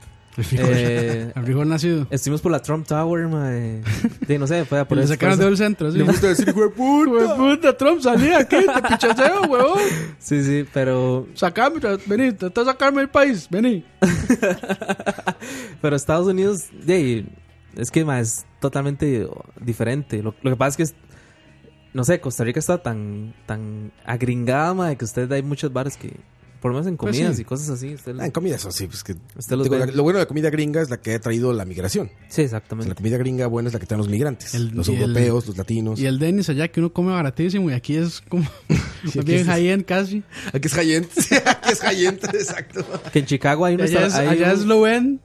C: eh,
E: (laughs) El frijol nacido.
C: estuvimos por la Trump Tower, ma, de, de, no sé, fue a por
E: Le
C: eso-
E: sacaron
C: por
E: del
C: eso-
E: centro, sí. (laughs)
A: gusta decir, "Hijo de puta".
E: Hue puta, Trump, salí de aquí, te pichaseo, huevón.
C: Sí, sí, pero,
E: Sacame, vení, trata de sacarme el país, vení.
C: pero Estados Unidos, de ahí, es que ma, es totalmente diferente. Lo, lo que pasa es que, es- no sé, Costa Rica está tan, tan agringada, ma, que usted hay muchos bares que, por lo menos en
E: Pues
C: comidas
E: sí.
C: y cosas así. usted-
A: Ah, en comida eso sí, pues que
C: Usted los
A: digo,
C: ve.
A: la- lo bueno de la comida gringa es la que ha traído la migración.
C: sí,
A: O sea, la
C: exactamente.
A: comida gringa buena es la que traen los migrantes,
E: El-
A: los
E: y el-
A: europeos, los latinos.
E: Y el Dennis allá que uno come baratísimo y aquí es
A: (laughs)
E: como más (laughs) bien high-end casi.
A: Aquí es (laughs) Hayent, aquí es Hayent, (laughs) exacto.
C: Que en Chicago hay un
E: Allá es,
C: restaurante- hay
E: allá
C: un-
E: es low end,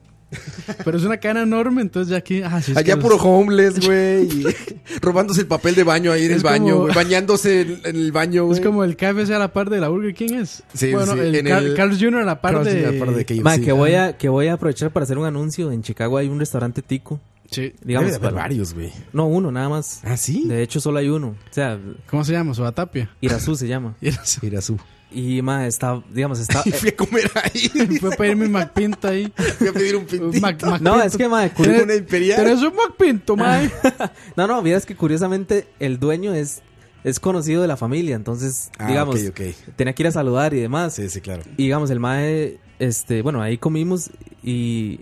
E: pero es una cadena enorme, entonces ya aquí... Ah, sí, es
A: Allá
E: que
A: puro
E: los-
A: homeless, güey,
C: (laughs)
A: y (laughs) robándose el papel de baño ahí en
E: Es
A: el baño,
E: como-
A: güey, bañándose en, en el baño, güey.
E: Es como el KFC a la par de la Burger King es.
A: Sí,
E: bueno,
A: sí, en
E: el, Car-
A: el-
E: Carl's Jr. a la par
A: Claro, sí,
E: de...
A: aparte de KFC.
C: Ma, que voy a que voy a aprovechar para hacer un anuncio. En Chicago hay un restaurante tico,
E: Sí.
A: Debe
C: digamos.
A: de haber
C: para-
A: varios, güey.
C: No uno nada más.
A: Ah, sí.
C: De hecho solo hay uno. O sea,
E: ¿Cómo se llama? Sobatapia.
C: Irazú se
A: (laughs)
C: llama.
A: Mira su.
C: Y ma está, digamos está.
A: (laughs) (laughs) Y fui a comer
E: (laughs)
A: ahí.
E: Fue a pedirme un McPinto ahí.
A: Fui a pedir un
E: Un
A: pintito.
E: Mac- Mac
C: no
E: Pinto.
C: es que ma, cu-
A: Una imperial.
E: Pero es un McPinto, mae.
C: (laughs) no no vieras que curiosamente el dueño es es conocido de la familia, entonces
A: Ah,
C: digamos
A: ok, ok.
C: tenía que ir a saludar y demás.
A: Sí, sí, claro.
C: Y digamos el mae, este, bueno ahí comimos y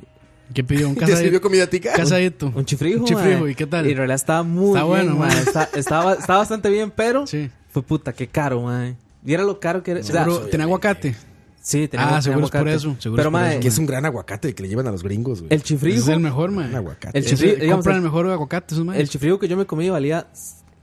A: (laughs)
E: ¿Qué pidió? Un
A: ¿Te sirvió
E: casadito.
A: comida tica?
E: casadito.
C: un chifrijo.
E: Un chifrijo,
C: ma.
E: ¿y qué tal?
C: Y en realidad estaba muy
E: Está
C: bien,
E: bueno,
C: ma.
E: ma.
C: Está, estaba, estaba bastante bien, pero
E: Sí.
C: Fue puta, qué caro, mae. Y era lo caro que era. o sea,
E: Pero tenía aguacate.
C: sí, tenía,
E: Ah,
C: tenía
E: seguro es por
C: aguacate.
E: eso, seguro
C: Pero,
E: es por
C: mae,
E: eso,
A: Que es un gran aguacate que le llevan a los gringos, güey.
C: el
E: Ese
C: chifrijo.
E: Pues, es el mejor, mae.
A: Un aguacate.
C: el
E: Ese-
C: chifrijo, digamos,
E: compran el
C: el,
E: mejor aguacate, esos mae.
C: el chifrijo que yo me comí valía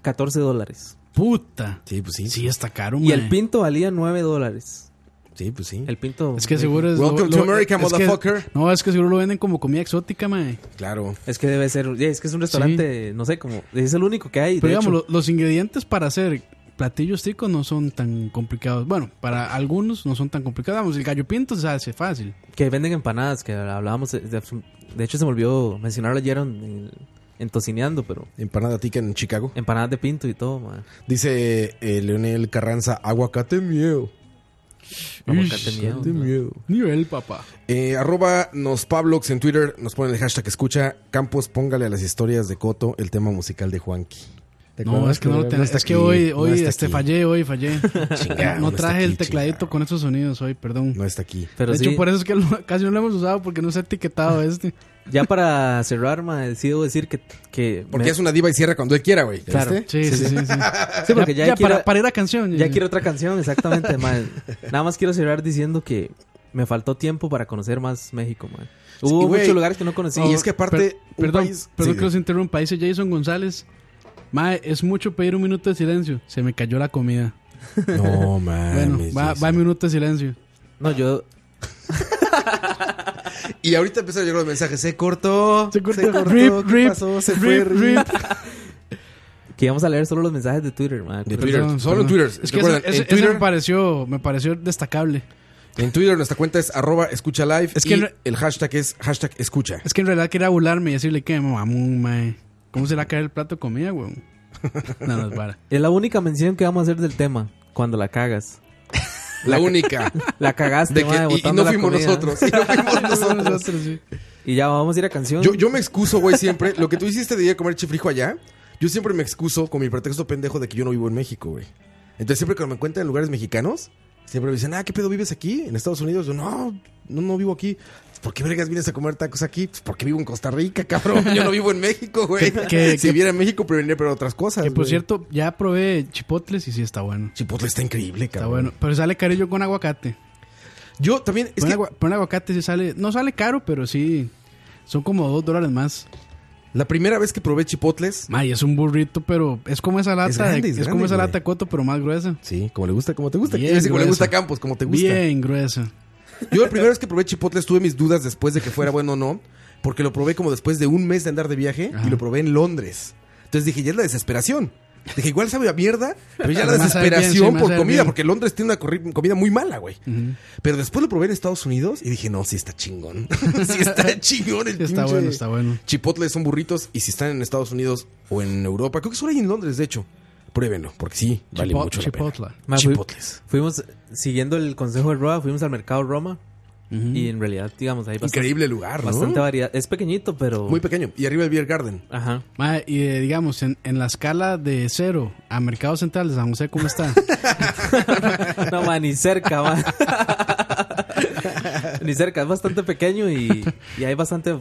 C: 14 dólares.
E: Puta.
A: Sí, pues sí.
E: Sí, está caro,
C: Y
E: mae.
C: el pinto valía 9 dólares.
A: Sí, pues sí.
C: El pinto.
E: Es que seguro es.
A: Welcome to America,
E: es que-
A: motherfucker.
E: no, es que seguro lo venden como comida exótica, mae.
A: Claro.
C: Es que debe ser. Es que es un restaurante, no sé, como. Es el único que hay.
E: Pero
C: de
E: digamos,
C: hecho.
E: lo- los ingredientes para hacer platillos ticos no son tan complicados. Bueno, para algunos no son tan complicados. Vamos, el gallo pinto se hace fácil.
C: Que venden empanadas, que hablábamos. De, de- de hecho, se me olvidó mencionarlo ayer en, en- en Tocineando, pero.
A: Empanada tica en Chicago.
C: Empanadas de pinto y todo, mae.
A: Dice eh, Leonel Carranza, aguacate miedo.
C: Aguacate miedo,
A: Aguacate
C: mae.
A: miedo.
E: Nivel, papá.
A: Eh, arroba nos Pablox en Twitter, nos ponen el hashtag escucha. Campos, póngale a las historias de Coto el tema musical de Juanqui. ¿Te
E: No,
A: acuerdas
E: es que no lo tenés.
A: está
E: Es que
A: aquí,
E: hoy,
A: no
E: hoy
A: está
E: este,
A: aquí.
E: fallé, hoy (laughs) fallé.
A: Chingado,
E: no
A: no está
E: traje
A: aquí,
E: el tecladito
A: chingado.
E: con esos sonidos hoy, perdón.
A: No está aquí.
C: Pero
E: de
C: sí,
E: hecho, por eso es que (laughs) lo- casi no lo hemos usado porque no se ha etiquetado este.
C: ya para cerrar, mae, decido decir que. que
A: Porque
C: me-
A: es una diva y cierra cuando él quiera, Ah, güey. ¿Ya
C: Claro.
A: viste?
E: Sí, sí, sí. sí,
C: (laughs)
A: (laughs)
C: Sí, porque ya,
E: ya, ya
C: quiero,
E: para, para ir a canción.
C: ya quiero otra canción,
E: (laughs)
C: exactamente, man. Nada más quiero cerrar diciendo que me faltó tiempo para conocer más México, man. Hubo
A: güey.
C: muchos lugares que no conocí.
A: Y es que aparte, un
E: oh, perdón,
A: país-
E: perdón
A: sí.
E: que los interrumpa. Dice Jason González. Mae, es mucho pedir un minuto de silencio. Se me cayó la comida.
A: No, mames.
E: Bueno, va,
A: Jason.
E: va un minuto de silencio.
C: No, yo...
A: Y ahorita empieza a llegar los mensajes. Se cortó.
E: Se cortó.
A: ¿Qué
E: Rip, rip,
A: pasó? Se
E: rip,
A: fue. (laughs)
E: rip.
C: Que íbamos a leer solo los mensajes de Twitter, man.
A: De
C: Pero-
A: Twitter.
E: Perdón,
A: solo en
E: perdón.
A: Twitter.
E: Es que
A: Recuerden,
E: ese- ese-
A: en, Twitter,
E: ese me pareció, me pareció destacable.
A: en Twitter nuestra cuenta es arroba escucha live.
E: Es que
A: y
E: no-
A: el hashtag es hashtag escucha.
E: Es que en realidad quería burlarme y decirle que mamón, mae. ¿Cómo se le va a caer el plato de
A: (laughs)
E: comida, weón? No, no es para.
C: Es la única mención que vamos a hacer del tema, cuando la cagas.
A: La única.
C: (laughs) La cagaste,
A: De que-
C: mae,
A: y- y,
C: botando
A: no
C: la
A: fuimos
C: comida.
A: nosotros. Y
E: (laughs)
A: no fuimos nosotros.
E: Nosotros, sí.
C: (laughs) Y ya vamos a ir a canción.
A: Yo, yo me excuso, güey, siempre. Lo que tú hiciste de ir a comer chifrijo allá, yo siempre me excuso con mi pretexto pendejo de que yo no vivo en México, güey. Entonces, siempre que me encuentran en lugares mexicanos, siempre me dicen, ah, ¿qué pedo vives aquí? En Estados Unidos. Yo, no, no, no vivo aquí. "Pues, ¿Por qué vergas vienes a comer tacos aquí? Pues porque vivo en Costa Rica, cabrón. (laughs) Yo no vivo en México, güey.
E: que-
A: si
E: que-
A: viera en México, pero vendría para otras cosas.
E: Que por
A: güey.
E: cierto, ya probé chipotles y sí está bueno.
A: Chipotle está increíble,
E: Está
A: cabrón.
E: bueno. Pero sale carillo con aguacate.
A: Yo también, es
E: Con
A: que
E: agua- con aguacate sí sale. No sale caro, pero sí. Son como dos dólares más.
A: La primera vez que probé chipotles,
E: Mae, es un burrito, pero es como esa lata.
A: Es grande,
E: de-
A: es
E: es como
A: grande,
E: esa
A: güey.
E: lata de coto, pero más gruesa.
A: sí, como le gusta, como te gusta.
E: Bien
A: Quiero decir, como le
E: gruesa.
A: gusta a Campos, como te gusta.
E: Bien gruesa.
A: Yo la primera vez que probé chipotles tuve mis dudas después de que fuera bueno o no, porque lo probé como después de un mes de andar de viaje y
E: Ajá.
A: lo probé en Londres. Entonces dije, ya es la desesperación. Dije, igual sabe a mierda, pero ya la
E: Pero más sabe bien,
A: desesperación
E: sí, más
A: por
E: sabe
A: comida,
E: bien.
A: porque Londres tiene una corri- comida muy mala, güey. Pero después lo probé en Estados Unidos y dije, no, sí está chingón. (laughs) sí
E: (laughs)
A: está chingón el
E: Sí, Está
A: pinche-
E: bueno, está bueno.
A: Chipotles son burritos y si están en Estados Unidos o en Europa, creo que solo hay en Londres, de hecho. Pruébenlo, porque sí, vale
E: Chipo-
A: mucho la pena.
E: Chipotle.
C: Ma, fui-
A: Chipotles.
C: fuimos siguiendo el consejo de Roma, fuimos al mercado Roma y en realidad, digamos, hay bastante,
A: Increíble lugar, ¿no?
C: bastante variedad. Es pequeñito, pero...
A: Muy pequeño. Y arriba el Beer Garden. (laughs)
C: Ajá.
E: Mae, y eh, digamos, en, en la escala de cero a Mercado Central de San José,
A: (laughs)
E: ¿cómo está?
C: No, man, ni cerca, man. ni cerca, es bastante pequeño y, y hay bastante,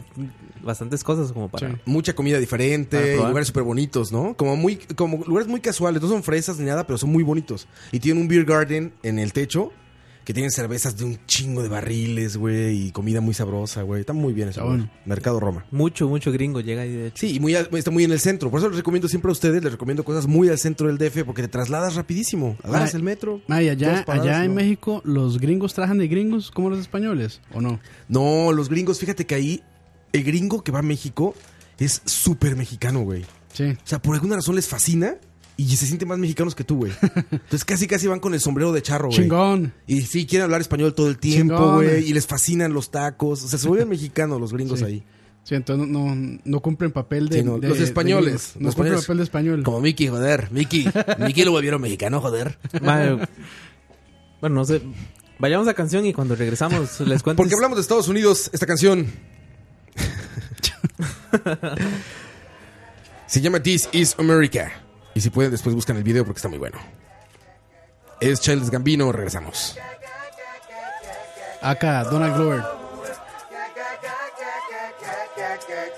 C: bastantes cosas como para...
E: Sí.
A: Mucha comida
C: Para
A: diferente, y
C: probar.
A: lugares súper bonitos, ¿no? Como muy, como lugares muy casuales, no son fresas ni nada, pero son muy bonitos. Y tienen un beer garden en el techo que tienen cervezas de un chingo de barriles, güey, y comida muy sabrosa, güey. Está muy bien eso.
E: Está bueno.
A: Mercado Roma.
C: Mucho, mucho gringo llega ahí, de hecho.
A: Sí, y muy, al- está muy en el centro. Por eso les recomiendo siempre a ustedes, les recomiendo cosas muy al centro del DF porque te trasladas rapidísimo. Agarras
E: Ay.
A: el metro.
E: Mae, allá,
A: dos paradas,
E: allá en
A: ¿no?
E: México, ¿los gringos trajan de gringos como los españoles o no?
A: No, los gringos, fíjate que ahí el gringo que va a México es súper mexicano, güey.
E: Sí.
A: O sea, por alguna razón les fascina y se sienten más mexicanos que tú,
E: (laughs)
A: güey. Entonces casi casi van con el sombrero de charro, güey.
E: Chingón.
A: Y sí, quieren hablar español todo el tiempo,
E: Chingón.
A: güey. Y les fascinan los tacos. O sea, se
E: (laughs)
A: vuelven mexicanos los gringos
E: Sí.
A: ahí.
E: Sí, entonces no, no, no cumplen papel de,
A: Sí, no,
E: de-
A: los
E: de
A: españoles.
E: gringos. no
A: los
E: cumplen
A: españoles.
E: papel de español.
A: Como Mickey, joder. Mickey. Mickey lo volvieron mexicano, joder.
C: Ma, bueno, no sé. Vayamos a canción y cuando regresamos les cuento.
A: Porque hablamos de Estados Unidos, esta canción. (laughs) Se llama This is America. Y si pueden, después buscan el video porque está muy bueno. Es Charles Gambino, regresamos.
E: Acá, Donald Glover.
J: We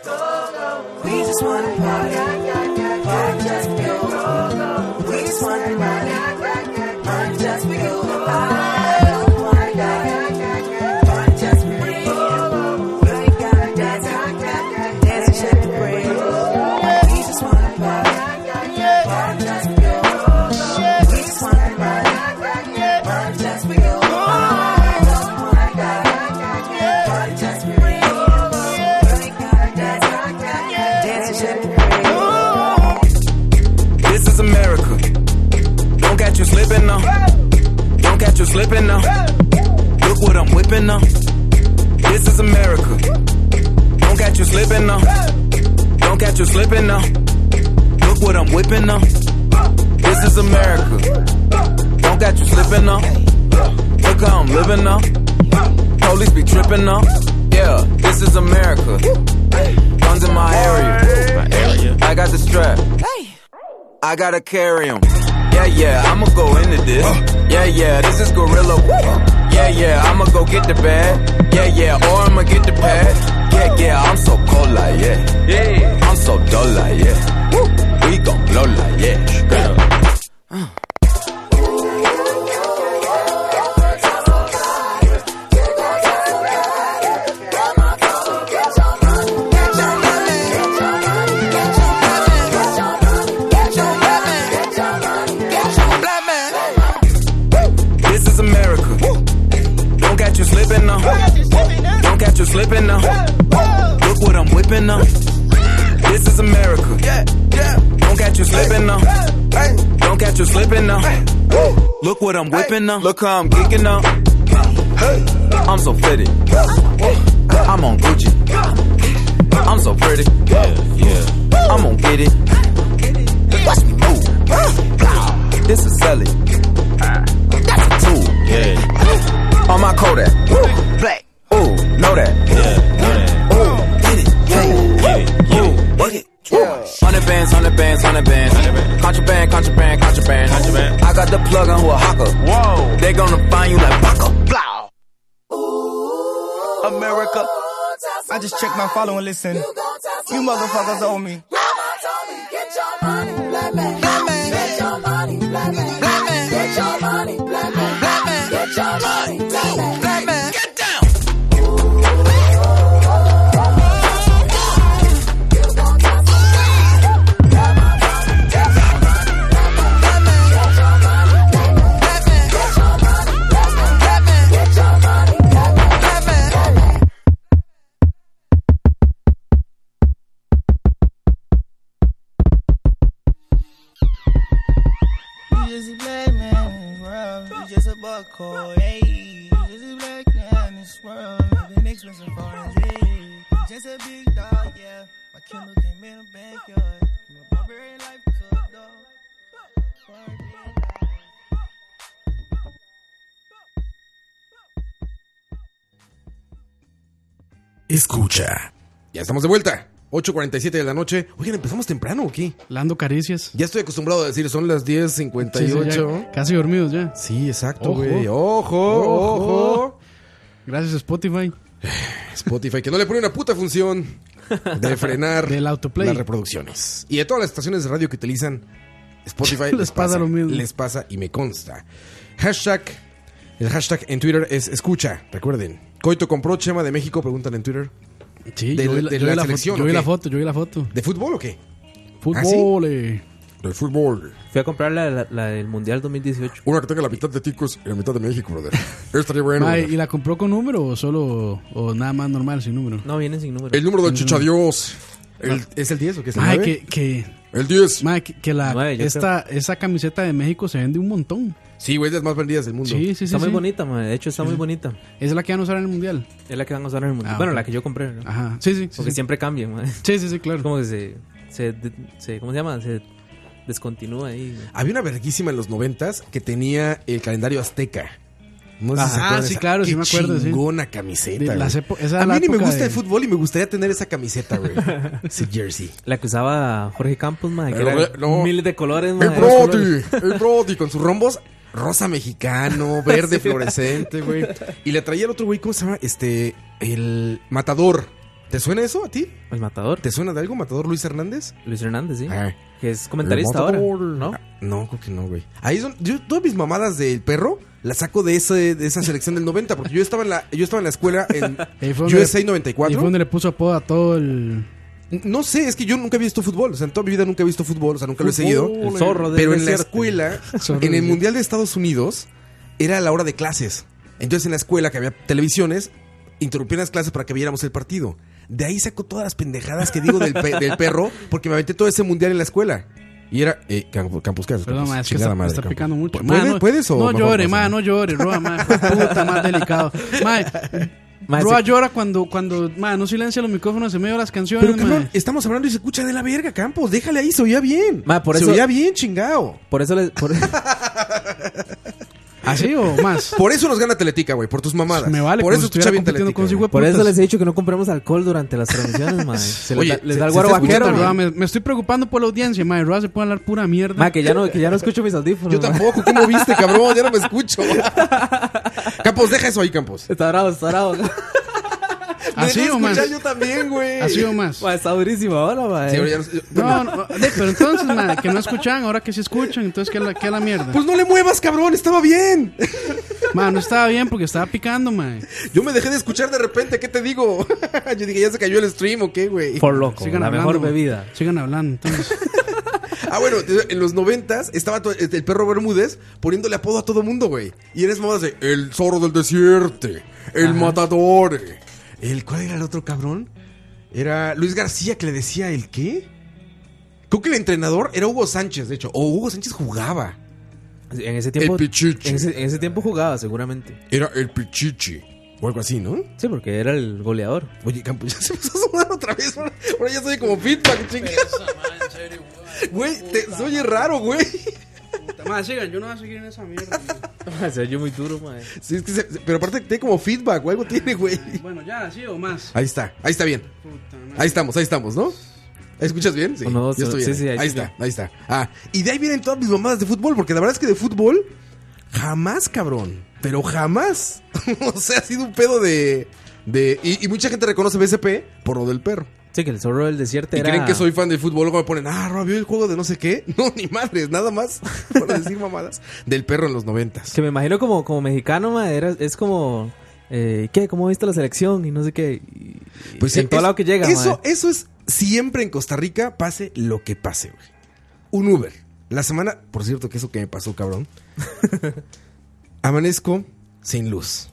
J: just wanna party. Party just for you. We just wanna party. Party just for you. I don't wanna die. Party just for me. We ain't gotta dance. Dance and shut the brakes. We just wanna party. Party just for you. We just wanna party. Party just for you. I don't wanna die. Party just for me. We ain't gotta dance. Dance and shut the brakes.
K: This is America. Don't catch you slipping now. Don't catch you slipping now. Look what I'm whipping now. This is America. Don't catch you slipping now. Don't catch you slipping now. Look what I'm whipping now. This is America. Don't catch you slipping now. Look how I'm living now. Police be tripping now. Yeah, this is America. Guns in my area. I got the strap. I gotta carry 'em. Yeah, yeah, I'ma go into this. Yeah, yeah, this is gorilla. Yeah, yeah, I'ma go get the bag. Yeah, yeah, or I'ma get the pad. Yeah, yeah, I'm so cold like yeah. Yeah, I'm so dull like yeah. We gon' blow like yeah. This is America. Don't catch you slipping now. Don't catch you slipping now. Look what I'm whipping now. This is America. Don't catch you slipping now. Don't catch you slipping now. Look what I'm whipping now. Look how I'm kicking now. I'm so fitted. I'm on Gucci. I'm so pretty. I'm gonna get it. Watch me move. This is selling. That's a tool. Yeah. On my Kodak. Black. Ooh, know that. Ooh, get it. Yeah. Ooh, work it. Hundred bands, hundred bands, hundred bands. Contraband, contraband, contraband, I got the plug on who a hawker. Whoa. They gonna find you like (laughs) Baka. Blow.
L: America. I just checked my follow and listen. You motherfuckers owe me. buckle, ayy. This is black and it's swerve, an expensive foreign ayy. Just a big dog, yeah. My Kindle came in a backyard. My Barbarian life is a dog. Barbarian life.
A: Escucha. Ya estamos de vuelta. 8.47 de la noche. Oigan, ¿empezamos temprano o qué?
E: Lando caricias.
A: Ya estoy acostumbrado a decir, son las
E: Sí, sí, ya
A: 10.58.
E: casi dormidos ya.
A: Sí, exacto,
E: Ojo.
A: güey. ojo.
E: Ojo.
A: ojo.
E: Gracias Spotify.
A: (sighs) Spotify, que no le pone una puta función de frenar
E: (laughs) Del autoplay.
A: las reproducciones. Y de todas las estaciones de radio que utilizan Spotify,
E: (laughs) Les pasa lo mismo.
A: Les pasa y me consta. Hashtag, el hashtag en Twitter es escucha, recuerden. Coito compró Chema de México, preguntan en Twitter.
E: Sí,
A: De
E: yo, vi
A: la-
E: la,
A: de
E: yo vi
A: la
E: la foto,
A: selección,
E: yo vi
A: ¿o
E: la
A: qué?
E: foto, yo vi la foto.
A: ¿De fútbol o qué?
E: Fútbol. eh.
A: Del fútbol.
C: Fui a comprar la, la- la del Mundial 2018.
A: Una que tenga la mitad de ticos y la mitad de
C: (laughs)
A: México, brother. Estaría bueno.
E: Mae,
A: brother.
E: ¿Y la compró con número o solo o nada más normal sin número?
C: No, vienen sin número. Ah,
A: El número del chichadios. El- ¿Es el 10 o qué es el
E: Mae,
A: 9?
E: que, que,
A: El 10.
E: mae, que, que la
C: Nueve, yo
E: esta esa camiseta de México se vende un montón.
A: Sí, güey, es de las más vendidas del mundo.
E: Sí, sí, sí.
C: Está muy
E: sí.
C: bonita, ma. De hecho, está muy bonita.
E: Es la que van a usar en el mundial.
C: Es la que van a usar en el Mundial.
E: Ah,
C: bueno,
E: ok.
C: la que yo compré. ¿no?
E: Ajá. Sí, sí. Sí,
C: Porque
E: sí.
C: siempre cambian, ma.
E: sí, sí, sí, claro.
C: Como que se, se, de- se- ¿Cómo se llama? Se descontinúa ahí. ma.
A: Había una verguísima en los noventas que tenía el calendario azteca. No sé si
E: Ajá.
A: se acuerdan
E: Ah, sí,
A: de esa.
E: claro, sí
A: Qué
E: me acuerdo, sí.
A: Chingona camiseta.
E: De
A: güey.
E: las epo- esa
A: a
E: la
A: mí ni me
E: época
A: gusta
E: de-
A: el fútbol y me gustaría tener esa camiseta,
E: (laughs)
A: güey. Ese jersey.
C: La que usaba Jorge Campos, ma. Que
A: Pero
C: era
A: re- no.
C: miles de colores, ma.
A: El
C: de los
A: Brody,
C: colores.
A: (laughs) el Brody con sus rombos
C: (laughs)
A: rosa mexicano, verde fluorescente, güey. Y le traía el otro güey, ¿cómo se llama? Este, el matador. ¿Te suena eso a ti?
C: El matador.
A: ¿Te suena de algo, matador Luis Hernández?
C: Luis Hernández, sí.
A: Ah.
C: Que es comentarista
A: El
C: ahora,
A: Matador.
C: ¿no?
A: Ah, No, creo que no, güey. Ahí son, yo todas mis mamadas del perro las saco de ese, de esa selección del 90, porque yo estaba en la, yo estaba en la escuela
E: (laughs)
A: en
E: Ahí fue donde-
A: USA
E: Y fue
A: 94.
E: donde le puso apodo a todo el.
A: No sé, es que yo nunca he visto fútbol, o sea, en toda mi vida nunca he visto fútbol, o sea, nunca lo he seguido.
C: El zorro del
A: Pero en la
C: desierto.
A: escuela,
E: Zorro
A: (laughs) en el
E: del-
A: Mundial de Estados Unidos, era la hora de clases. Entonces en la escuela que había televisiones, interrumpían las clases para que viéramos el partido. De ahí saco todas las pendejadas que digo del,
E: (laughs)
A: pe- del perro, porque me aventé todo ese mundial en la escuela. Y era, eh, Campos, Campos, ¿qué haces,
E: Perdón,
A: Campos?
E: ma, es que
A: Chingada
E: está,
A: madre,
E: está
A: Campos.
E: picando mucho.
A: ¿Pu-
E: Ma,
A: ¿Puedes,
E: no,
A: Pues puedes o
E: No
A: mejor
E: llore,
A: pasa?
E: ma, no llore, Roa, ma. fue Puta, más delicado. Ma,
C: Ma,
E: Roa
C: ese-
E: llora cuando, cuando, ma, no silencia los micrófonos en medio de las canciones,
A: Pero cabrón,
E: ma.
A: estamos hablando y se escucha de la verga, Campos. Déjale ahí, se oía bien.
C: Ma, por
A: Se
C: eso-
A: oía bien, chingado.
C: Por eso les.
E: (laughs)
C: por-
E: ¿Así ¿Ah, o más?
A: (laughs) Por eso nos gana Teletica, güey, por tus mamadas.
E: Me vale,
A: por
E: como
A: eso
E: si estuviera
A: escucha bien
E: compitiendo
A: Teletica.
E: con ese
A: güey.
E: hueputas.
C: Por eso les he dicho que no compremos alcohol durante las transmisiones,
A: (laughs)
C: mae. Se les
A: Oye,
C: da, les
A: se-
C: da el
A: se
C: guaro
A: está
C: vaquero.
E: Puta,
A: escuchando,
C: mae.
E: Roa, me, me estoy preocupando por la audiencia, ma. Roa se puede hablar pura mierda.
C: Mae, que ya no, que ya no escucho mis audífonos.
A: Yo
C: mae.
A: tampoco,
C: (laughs)
A: ¿cómo viste, cabrón? Ya no me escucho. (laughs) Campos, deja eso ahí, Campos.
C: Está bravo, está bravo.
E: ¿Así
A: Deja
E: o más?
A: escuchar yo también, güey.
E: ¿Así o más?
C: Mae, está durísima ahora, mae.
A: Sí, ahora ya no sé-
E: No, no, de- pero entonces, ma, que no escuchan, ahora que sí escuchan, entonces, ¿qué la, qué la mierda?
A: Pues no le muevas, cabrón, estaba bien.
E: Ma, no estaba bien porque estaba picando, ma.
A: Yo me dejé de escuchar de repente, ¿qué te digo? (laughs) Yo dije, ya se cayó el stream o qué, güey.
C: Por loco,
E: Sigan
C: la
E: hablando,
C: mejor
E: ma.
C: bebida.
E: Sigan hablando, entonces.
A: Ah, bueno, en los noventas estaba to- el perro Bermúdez poniéndole apodo a todo mundo, güey. Y eres más de el zorro del desierto, el matador. ¿El cuál era el otro cabrón? Era Luis García que le decía el qué. Creo que el entrenador era Hugo Sánchez, de hecho. O Hugo Sánchez jugaba.
C: En ese tiempo.
A: El pichichi.
C: en, ese, en ese tiempo jugaba, seguramente.
A: Era el Pichichi. O algo así, ¿no?
C: Sí, porque era el goleador.
A: Oye, Campo, ya se puso a sudar (laughs) otra vez. Ahora ahora ya soy como feedback, (laughs) chingados. Güey, te, se oye raro, güey.
E: Ma, sigan, yo no voy a seguir en esa mierda.
C: Se oye muy duro, mae.
A: Sí, es que se- se- pero aparte tiene como feedback o algo tiene, güey.
E: Bueno, ya, sí o más.
A: Ahí está, ahí está bien. Ahí estamos, ahí estamos, ¿no? ¿Escuchas bien? Sí,
C: O no,
A: yo estoy
C: sí,
A: bien.
C: sí,
A: ahí
C: ahí sí
A: está, ahí está. Ah, y de ahí vienen todas mis mamadas de fútbol, porque la verdad es que de fútbol, jamás, cabrón. Pero jamás. (laughs) o sea, ha sido un pedo de. de y, y mucha gente reconoce BSP por lo del perro.
C: Sí, que el zorro del desierto
A: Y
C: era.
A: creen que soy fan de fútbol, luego me ponen, ah, Rob, ¿vio el juego de no sé qué. (laughs) No, ni madres,
C: (laughs)
A: nada más. Para decir mamadas. Del perro en los noventas.
C: Que me imagino como, como mexicano, mae. era- es como. Eh, ¿Qué? ¿Cómo viste la selección? Y no sé qué. Y-
A: Pues
C: en
A: sí,
C: todo
A: es-
C: lado que llega,
A: Eso,
C: mae.
A: eso es siempre en Costa Rica, pase lo que pase, güey. Un Uber. La semana, por cierto, que eso que me
C: (laughs)
A: pasó, cabrón. Amanezco sin luz.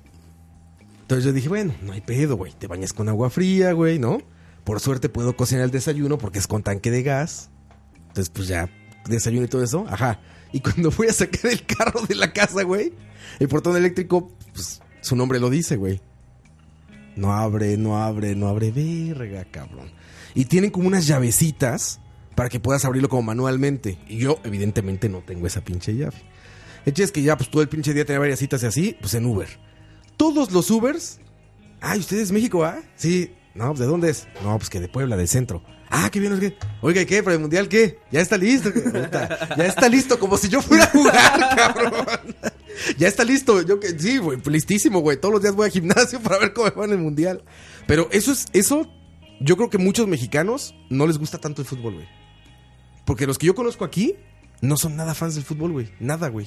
A: Entonces yo dije, bueno, no hay pedo, güey. Te bañas con agua fría, güey, ¿no? Por suerte puedo cocinar el desayuno porque es con tanque de gas. Entonces, pues ya, desayuno y todo eso. Ajá. Y cuando voy a sacar el carro de la casa, güey, el portón eléctrico, pues su nombre lo dice, güey. No abre, no abre, no abre, verga, cabrón. Y tienen como unas llavecitas para que puedas abrirlo como manualmente. Y yo, evidentemente, no tengo esa pinche llave. El chiste es que ya, pues todo el pinche día tenía varias citas y así, pues en Uber. Todos los Ubers. Ay, ¿usted es México, ah? Sí. No, pues ¿de dónde es? No, pues que de Puebla, del centro. Ah, qué bien, es que. Oiga, ¿y qué? ¿Para el mundial qué? Ya está listo. Puta, ya está listo, como si yo fuera a jugar, cabrón. Ya está listo. Yo que sí, güey, listísimo, güey. Todos los días voy al gimnasio (laughs) para ver cómo me va en el mundial. Pero eso es eso yo creo que muchos mexicanos no les gusta tanto el fútbol, güey. Porque los que yo conozco aquí no son nada fans del fútbol, güey. Nada, güey.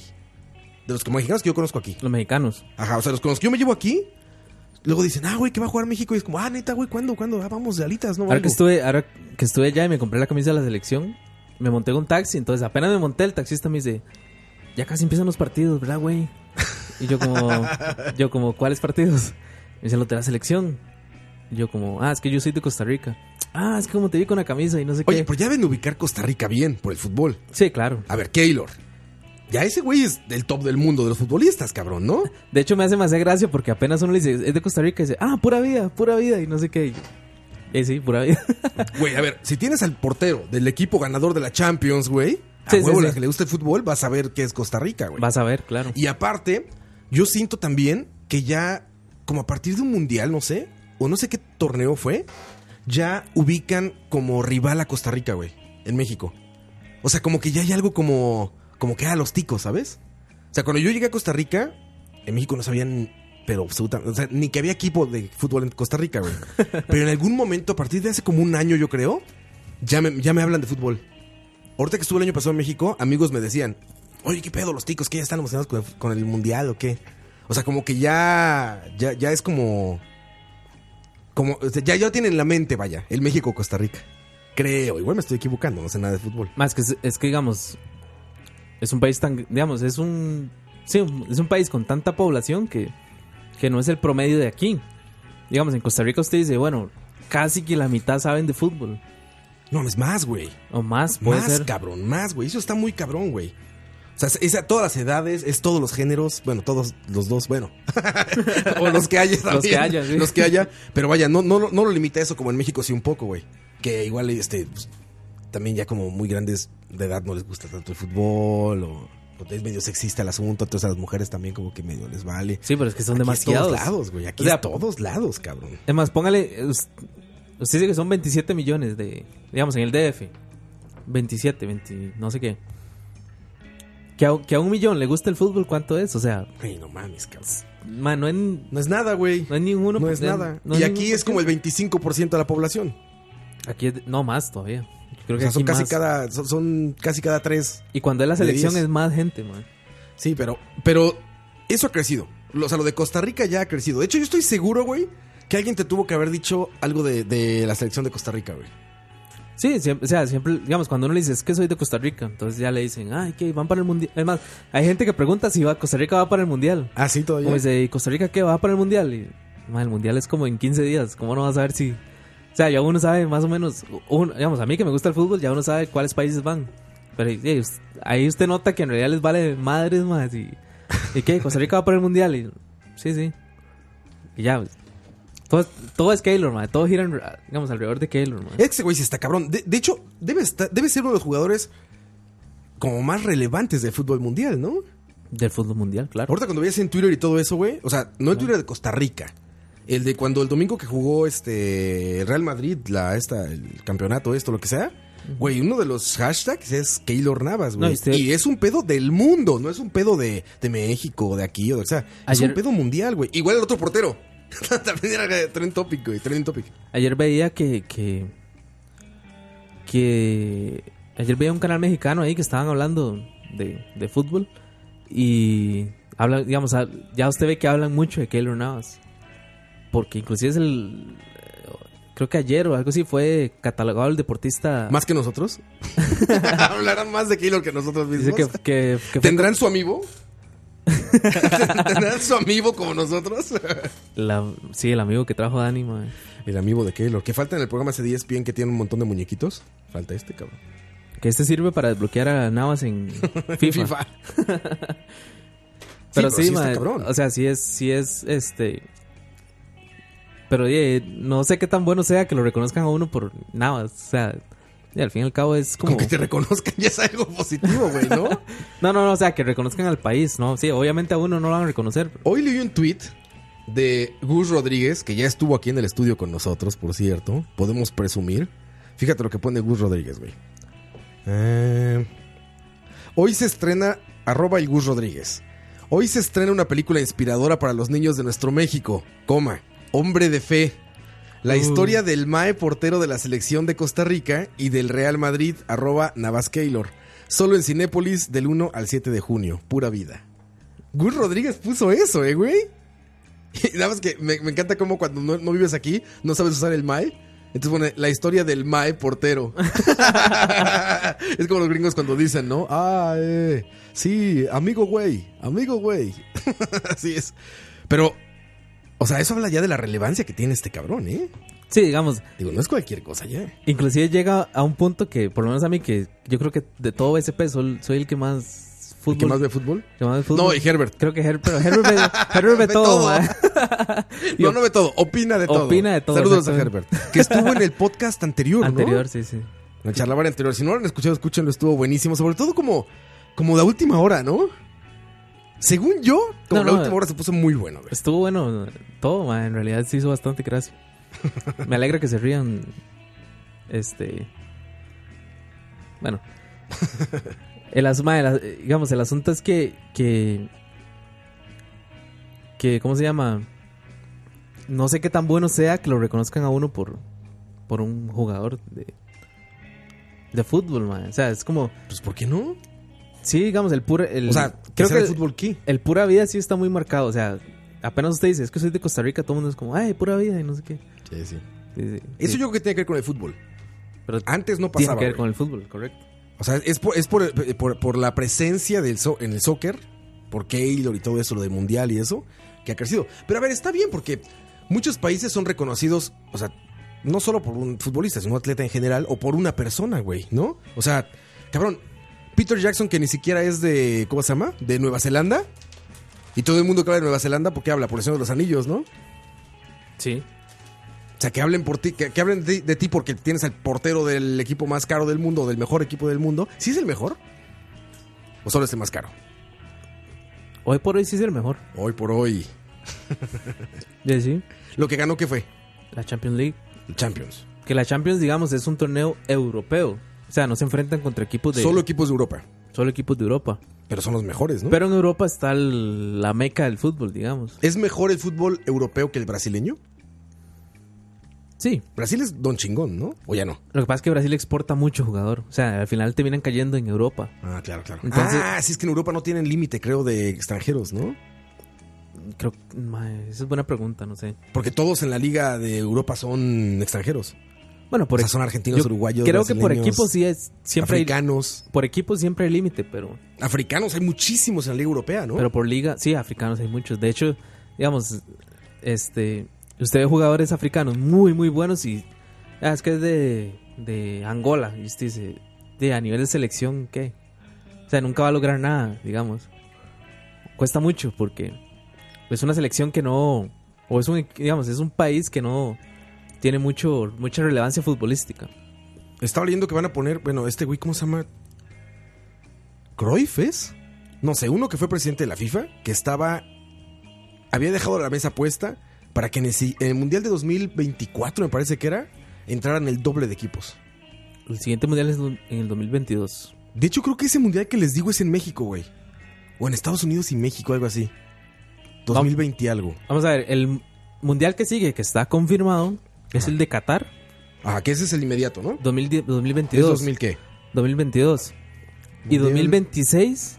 A: De los que- mexicanos que yo conozco aquí.
C: Los mexicanos.
A: Ajá, o sea, los con los que yo me llevo aquí, luego dicen, ah, güey, que va a jugar México. Y es como, ah, neta, güey, ¿cuándo? ¿Cuándo? Ah, vamos de alitas, ¿no?
C: Ahora
A: algo".
C: que, estuve, ahora que estuve allá y me compré la camisa de la selección, me monté en un taxi. Entonces, apenas me monté, el taxista me dice: Ya casi empiezan los partidos, ¿verdad, güey? Y yo,
A: (laughs)
C: como, yo como ¿cuáles partidos? Me dicen: Los de la selección. Y yo, como, ah, es que yo soy de Costa Rica. Ah, es que como te vi con la camisa y no sé
A: Oye,
C: qué.
A: pero ya deben de ubicar Costa Rica bien por el fútbol.
C: Sí, claro.
A: A ver, Keylor. Ya ese güey es del top del mundo de los futbolistas, cabrón, ¿no?
C: De hecho, me hace más de gracia porque apenas uno le dice: Es de Costa Rica. Y dice: Ah, pura vida, pura vida. Y no sé qué. Y yo, eh, sí, pura vida.
A: Güey, a ver, si tienes al portero del equipo ganador de la Champions, güey, a
C: Sí, sí,
A: huevo
C: sí.
A: la que le gusta el fútbol, vas a ver qué es Costa Rica, güey.
C: Vas a ver, claro.
A: Y aparte, yo siento también que ya, como a partir de un mundial, no sé, o no sé qué torneo fue, ya ubican como rival a Costa Rica, güey, en México. O sea, como que ya hay algo como, como que a los ticos, ¿sabes? O sea, cuando yo llegué a Costa Rica, en México no sabían, pero absolutamente, o sea, ni que había equipo de fútbol en Costa
C: (laughs)
A: Rica, güey. Pero en algún momento, a partir de hace como un año, yo creo, ya me, ya me hablan de fútbol. Ahorita que estuve el año pasado en México, amigos me decían, oye, ¿qué pedo los ticos? ¿Qué ya están emocionados con el, con el mundial o qué? O sea, como que ya, ya, ya es como, como, o sea, ya, ya tienen en la mente, vaya, el México-Costa Rica. Creo, igual me estoy equivocando, no sé nada de fútbol.
C: Más que es, es que digamos, es un país tan, digamos, es un, sí, un- es un país con tanta población que, que no es el promedio de aquí. Digamos, en Costa Rica usted dice, bueno, casi que la mitad saben de fútbol,
A: No, es más, güey.
C: o más puede
A: más
C: ser.
A: cabrón, más, güey. Eso está muy cabrón, güey. O sea, es a todas las edades, es todos los géneros, bueno, todos los dos, bueno. (laughs) o
C: (laughs)
A: los que haya también.
C: que haya, sí.
A: Los que haya. Pero vaya, no, no, lo- no lo limita eso como en México sí un poco, güey. Que igual, este, pues, también ya como muy grandes de edad no les gusta tanto el fútbol o, o es medio sexista el asunto, entonces a las mujeres también como que medio les vale.
C: Sí, pero es que son
A: Aquí es
C: demasiados.
A: todos lados, güey. Aquí
C: O sea,
A: es todos lados, cabrón.
C: Es más, póngale, eh, us- usted dice que son 27 millones de, digamos, en el DF. 27, 20, no sé qué. Que a, que a un millón le gusta el fútbol, ¿cuánto es? O sea,
A: Ay, no mames, cabrón.
C: man, no es, no
A: No es nada, güey.
C: es ninguno.
A: No es nada. Y aquí es como el 25% de la población.
C: Aquí es- no más todavía. Creo
A: O
C: que
A: sea, son
C: aquí
A: casi
C: más.
A: cada. Son, son casi cada tres.
C: Y cuando es la
A: de
C: selección
A: 10.
C: es más gente, man.
A: Sí, pero. Pero eso ha crecido. Lo- O sea, lo de Costa Rica ya ha crecido. De hecho, yo estoy seguro, güey, que alguien te tuvo que haber dicho algo de, de la selección de Costa Rica, güey.
C: Sí, siempre, o sea, siempre, digamos, cuando uno le dice es que soy de Costa Rica, entonces ya le dicen, ay, que van para el mundial. Es más, hay gente que pregunta si va, Costa Rica va para el mundial.
A: Ah, sí,
C: O dice, "¿Y Costa Rica qué va para el mundial? Y, man, el mundial es como en 15 días, ¿cómo no vas a ver si.? O sea, ya uno sabe más o menos, uno- digamos, a mí que me gusta el fútbol, ya uno sabe cuáles países van. Pero eh, us- ahí usted nota que en realidad les vale madres más. ¿Y, ¿y qué? ¿Costa Rica va para el mundial? Y, sí, sí. Y ya, pues, todo, todo es Keylor, man. Todo gira, en- digamos, alrededor de Keylor, man.
A: Ese güey sí está cabrón. De, de hecho, debe, estar- debe ser uno de los jugadores como más relevantes del fútbol mundial, ¿no?
C: Del fútbol mundial, claro.
A: Ahorita cuando veías en Twitter y todo eso, güey. O sea, no el Twitter de Costa Rica. El de cuando el domingo que jugó este el Real Madrid, la, esta, el campeonato, esto, lo que sea. Güey, uno de los hashtags es Keylor Navas, güey.
C: No, y usted-
A: y es un pedo del mundo, no es un pedo de, de México, de aquí, o, de- o sea, es
C: Ayer-
A: un pedo mundial, güey. Igual el otro portero. (laughs) También era trend topic, güey, trending topic.
C: Ayer veía que, que. que- Ayer veía un canal mexicano ahí que estaban hablando de, de fútbol. Y. Hablan, digamos, ha- ya usted ve que hablan mucho de Keylor Navas. Porque inclusive es el. Creo que ayer o algo así fue catalogado el deportista.
A: ¿Más que nosotros? (laughs) Hablarán más de Keylor que nosotros
C: dice
A: mismos.
C: que, que- que fue-
A: ¿Tendrán su (laughs) amigo? ¿Tendrán su amigo como nosotros?
C: la- sí, el amigo que trajo a Dani, mae.
A: E El amigo de Keylor. Que falta en el programa ese 10 bien que tiene un montón de muñequitos. Falta este, cabrón.
C: Que este sirve para desbloquear a Navas
A: (laughs)
C: en FIFA. (laughs) pero
A: pero
C: sí,
A: sí está
C: mae,
A: cabrón.
C: O sea, sí es, sí es, este... Pero eh, no sé qué tan bueno sea que lo reconozcan a uno por Navas. O sea, y al fin y al cabo es como...
A: Como que te reconozcan ya es algo positivo, güey, ¿no?
C: (laughs) No, no, no, o sea, que reconozcan al país, ¿no? Sí, obviamente a uno no lo van a reconocer.
A: Hoy leí un tweet (laughs) de Gus Rodríguez, que ya estuvo aquí en el estudio con nosotros, por cierto. Podemos presumir. Fíjate lo que pone Gus Rodríguez, güey. Eh, Hoy se estrena arroba el Gus Rodríguez. Hoy se estrena una película inspiradora para los niños de nuestro México, coma, Hombre de Fe. La historia del Mae portero de la selección de Costa Rica y del Real Madrid, arroba Navas Keylor. Solo en Cinépolis del 1 al 7 de junio. Pura vida. Gus Rodríguez puso eso, ¿eh, güey? (laughs) Y nada más que me, me encanta como cuando no, no vives aquí, no sabes usar el Mae. Entonces pone la historia del Mae portero. es como los gringos cuando dicen, ¿no? Ah, eh, sí, amigo güey, amigo güey. (laughs) Así es. Pero, o sea, eso habla ya de la relevancia que tiene este cabrón, ¿eh?
C: Sí, digamos,
A: Digo, no es cualquier cosa ya.
C: inclusive llega a un punto que, por lo menos a mí, que yo creo que de todo BSP soy, soy el que más
A: ¿Y
C: fútbol...
A: qué más ve fútbol?
C: que más ve fútbol.
A: No, y Herbert.
C: Creo que Her- pero Herbert ve,
A: (laughs)
C: Herbert ve
A: Ve
C: todo,
A: todo.
C: mae.
A: (laughs)
C: Y
A: No, no ve todo, opina de todo.
C: Opina de todo,
A: Saludos a Herbert.
C: exactamente.
A: Que estuvo en el podcast anterior, ¿no?
C: Anterior, sí, sí.
A: La charlavara anterior. Si no lo han escuchado, escúchenlo. Estuvo buenísimo. Sobre todo como, como la última hora, ¿no? Según yo, como
C: No,
A: la
C: no.
A: última hora se puso muy bueno. güey.
C: Estuvo bueno todo, mae, en realidad se hizo bastante
A: (laughs)
C: gracia. Me alegra que se rían. Este.
A: (laughs)
C: Bueno. El, as- mae, el as- eh, digamos, el asunto es que, que. que. ¿Cómo se llama? No sé qué tan bueno sea que lo reconozcan a uno por. por un jugador de. de fútbol, mae. O sea, es como.
A: Pues, ¿por qué no?
C: Sí, digamos, el puro. El,
A: o sea,
C: creo que.
A: el fútbol qué?
C: el pura vida sí está muy marcado. O sea, apenas usted dice, es que soy de Costa Rica, todo el mundo es como, ay, pura vida y no sé qué.
A: Sí, sí.
C: Sí, sí,
A: Eso
C: sí.
A: yo creo que tiene que ver con el fútbol.
C: Pero
A: Antes no
C: tiene
A: pasaba.
C: que ver
A: güey.
C: con el fútbol, correcto.
A: O sea, es por, es por, por- por la presencia del so- en el soccer, por Keylor y todo eso, lo del mundial y eso, que ha crecido. Pero a ver, está bien porque muchos países son reconocidos, o sea, no solo por un futbolista, sino un atleta en general, o por una persona, güey, ¿no? O sea, cabrón, Peter Jackson, que ni siquiera es de, ¿cómo se llama? De Nueva Zelanda. Y todo el mundo que habla de Nueva Zelanda porque habla por el Señor de los Anillos, ¿no?
C: Sí.
A: O sea, que hablen por ti, que, que hablen de, de ti porque tienes al portero del equipo más caro del mundo, del mejor equipo del mundo. ¿Sí es el mejor? ¿O solo es el más caro?
C: Hoy por hoy sí es el mejor.
A: Hoy por hoy.
C: Sí, sí.
A: Lo que ganó, ¿qué fue?
C: La Champions League.
A: Champions.
C: Que la Champions, digamos, es un torneo europeo. O sea, no se enfrentan contra equipos de.
A: Solo equipos de Europa.
C: solo equipos de Europa.
A: Pero son los mejores, ¿no?
C: Pero en Europa está el- la meca del fútbol, digamos.
A: ¿Es mejor el fútbol europeo que el brasileño?
C: Sí.
A: Brasil es don chingón, ¿no? O ya no.
C: Lo que pasa es que Brasil exporta mucho jugador. O sea, al final terminan cayendo en Europa.
A: Ah, claro, claro.
C: Entonces-
A: ah, sí, es que en Europa no tienen límite, creo, de extranjeros, ¿no?
C: Creo. mae, esa es buena pregunta, no sé.
A: Porque todos en la Liga de Europa son extranjeros.
C: Bueno, por
A: O sea,
C: ej-
A: son argentinos,
C: yo
A: uruguayos,
C: Creo que por
A: brasileños,
C: equipos sí es siempre hay-
A: africanos.
C: por equipos siempre hay límite, pero
A: Africanos hay muchísimos en la Liga Europea, ¿no?
C: pero por liga sí, africanos hay muchos. De hecho, digamos este usted ve jugadores africanos muy muy buenos y ah, es que es de, de Angola, y usted dice, de a nivel de selección qué? O sea, nunca va a lograr nada, digamos. Cuesta mucho porque es una selección que no o es un digamos, es un país que no tiene mucho mucha relevancia futbolística.
A: Estaba leyendo que van a poner, bueno, este güey, ¿cómo se llama? ¿Cruyff es? No sé, uno que fue presidente de la FIFA, que estaba. Había dejado la mesa puesta para que en el, si- en el Mundial de 2024, me parece que era, entraran el doble de equipos.
C: El siguiente mundial es en el 2022.
A: De hecho, creo que ese mundial que les digo es en México, güey. O en Estados Unidos y México, algo así. 2020 algo.
C: Vamos a ver, el mundial que sigue, que está confirmado, es el de Qatar
A: Ajá, que ese es el inmediato, ¿no?
C: 2010
A: ¿Es
C: 2022.
A: 2000 qué?
C: 2022. Y
A: Mundial.
C: 2026,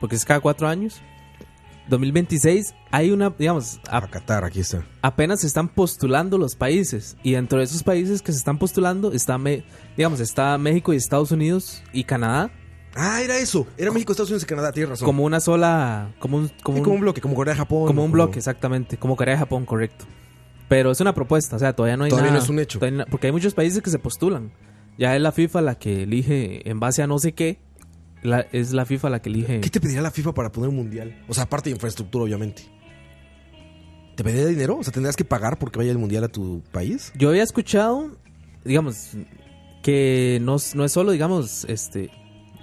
C: porque es cada cuatro años. 2026 hay una, digamos, a-
A: A Qatar, aquí está.
C: apenas se están postulando los países. Y dentro de esos países que se están postulando está, Me- digamos, está México y Estados Unidos y Canadá
A: Ah, era eso. Era México, Estados Unidos y Canadá, tienes razón.
C: como una sola, como un, como
A: Sí,
C: un-
A: como un bloque, como Corea-Japón.
C: Como un bloque, exactamente. Como Corea y Japón, correcto. Pero es una propuesta, o sea, todavía no hay
A: Todavía
C: nada-
A: no es un hecho.
C: todavía na- porque hay muchos países que se postulan. Ya es la FIFA la que elige en base a no sé qué. la- es la FIFA la que elige.
A: ¿Qué te pediría la FIFA para poner un mundial? O sea, aparte de infraestructura, obviamente. ¿Te pediría dinero? O sea, ¿tendrás que pagar porque vaya el mundial a tu país?
C: Yo había escuchado, digamos, que no, es- no es solo, digamos, este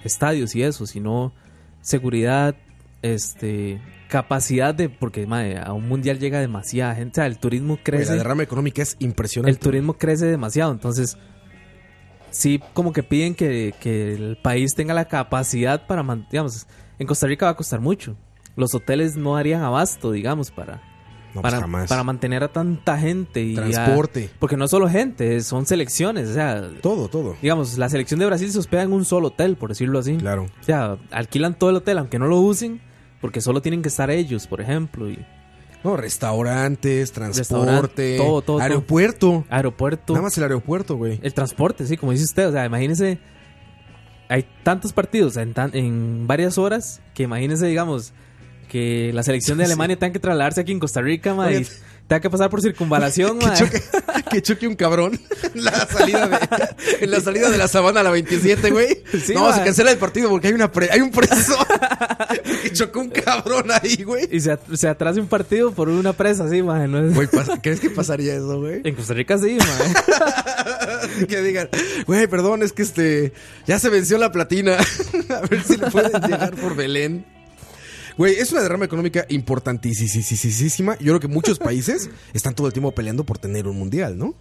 C: estadios y eso, sino seguridad, este capacidad de porque mae, a un mundial llega demasiada gente, o sea, el turismo
A: Güey,
C: crece.
A: La derrama económica es
C: el
A: impresionante.
C: turismo crece demasiado. Entonces, sí, como que piden que, que el país tenga la capacidad para, man- digamos, en Costa Rica va a costar mucho. Los hoteles no harían abasto, digamos, para,
A: No, pues,
C: para,
A: jamás.
C: para mantener a tanta gente. Y a-
A: Transporte.
C: porque no es solo gente, es- son selecciones. O sea,
A: Todo, todo.
C: digamos, la selección de Brasil se hospeda en un solo hotel, por decirlo así.
A: Claro.
C: O sea, alquilan todo el hotel, aunque no lo usen, porque solo tienen que estar ellos, por ejemplo. Y
A: No, restaurantes, transporte,
C: Restaurante, todo, todo, todo.
A: aeropuerto.
C: aeropuerto.
A: Nada más el aeropuerto, güey.
C: El transporte, sí, como dice usted. O sea, imagínese. Hay tantos partidos en, tan- en varias horas que imagínese, digamos, que la selección
A: (laughs)
C: de Alemania tenga que trasladarse aquí en Costa Rica, ma, y
A: Oye,
C: tenga que pasar por circunvalación, ma.
A: (laughs) que choque un cabrón en la salida de, en la, salida de la sabana a la 27, güey.
C: (laughs) Sí,
A: no,
C: va.
A: se cancela el partido porque hay, una pre- hay un preso. (laughs) que chocó un cabrón ahí, güey.
C: Y se, at- se atrase un partido por una presa, sí, ma. no es-
A: Güey, pas- ¿crees que pasaría eso, güey?
C: En Costa Rica sí, ma.
A: (laughs) que digan, güey, perdón, es que este ya se venció la platina. (laughs) a ver si le pueden llegar por Belén. Güey, es una derrama económica importantísima. Yo creo que muchos países están todo el tiempo peleando por tener un mundial, ¿no?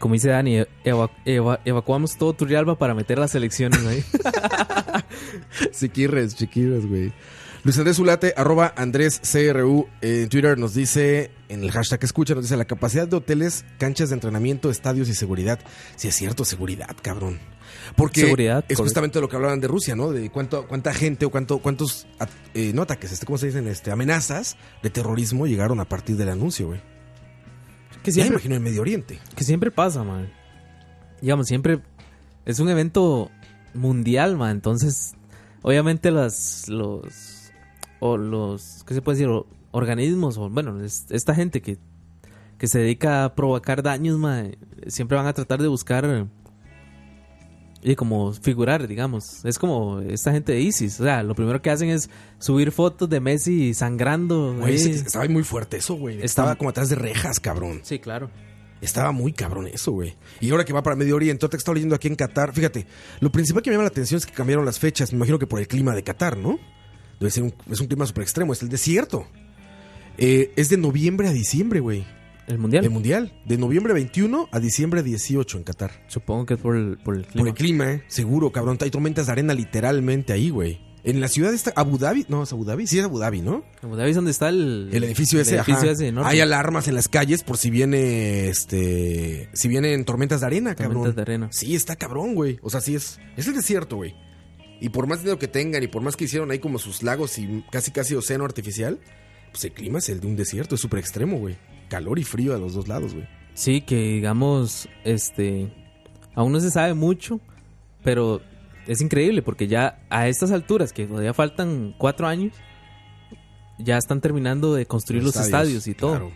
C: Como dice Dani, eva- eva- evacuamos todo Turrialba para meter las selecciones ahí.
A: (laughs) Chiquirres, chiquirres, güey. Luis Andrés Zulate, arroba Andrés CRU eh, en Twitter, nos dice, en el hashtag escucha, nos dice la capacidad de hoteles, canchas de entrenamiento, estadios y seguridad. Si es cierto, seguridad, cabrón. Porque
C: Seguridad,
A: es
C: correcto.
A: justamente lo que hablaban de Rusia, ¿no? De cuánto, cuánta gente o cuánto, cuántos at- eh, no ataques, este, ¿cómo se dicen? Este, amenazas de terrorismo llegaron a partir del anuncio, güey.
C: Que
A: Ya me
C: siempre,
A: imagino en Medio Oriente.
C: que siempre pasa, man. Digamos, siempre es un evento mundial, man. Entonces, obviamente las los o los ¿qué se puede decir? O- organismos o bueno, es- esta gente que que se dedica a provocar daños, man, siempre van a tratar de buscar y como figurar, digamos. Es como esta gente de ISIS, o sea, lo primero que hacen es subir fotos de Messi sangrando.
A: Güey,
C: ahí.
A: ese- estaba muy fuerte eso, güey.
C: Está-
A: Estaba como atrás de rejas, cabrón.
C: Sí, claro.
A: Estaba muy cabrón eso, güey. Y ahora que va para Medio Oriente, te estaba leyendo aquí en Qatar. Fíjate, lo principal que me llama la atención es que cambiaron las fechas. Me imagino que por el clima de Qatar, ¿no? Debe ser un, es un clima súper extremo, es el desierto. Eh, es de noviembre a diciembre, güey.
C: El mundial.
A: El mundial. De noviembre 21 a diciembre 18 en Qatar.
C: Supongo que es por el, por el clima.
A: Por el clima, ¿eh? Seguro, cabrón. Hay tormentas de arena literalmente ahí, güey. En la ciudad está Abu Dhabi. No, es Abu Dhabi. Sí, es Abu Dhabi, ¿no?
C: Abu Dhabi es donde está el,
A: El edificio ese,
C: el edificio
A: ajá.
C: ese enorme.
A: Hay alarmas en las calles por si viene este. Si vienen tormentas de arena,
C: Tormentas
A: cabrón.
C: de arena.
A: Sí, está cabrón, güey. O sea, sí es. Es el desierto, güey. Y por más dinero que tengan y por más que hicieron ahí como sus lagos y casi casi océano artificial, pues el clima es el de un desierto, es súper extremo, güey. Calor y frío a los dos lados, güey.
C: Sí, que digamos, este, aún no se sabe mucho, pero es increíble porque ya a estas alturas, que todavía faltan cuatro años, ya están terminando de construir los, estadios, y todo.
A: claro.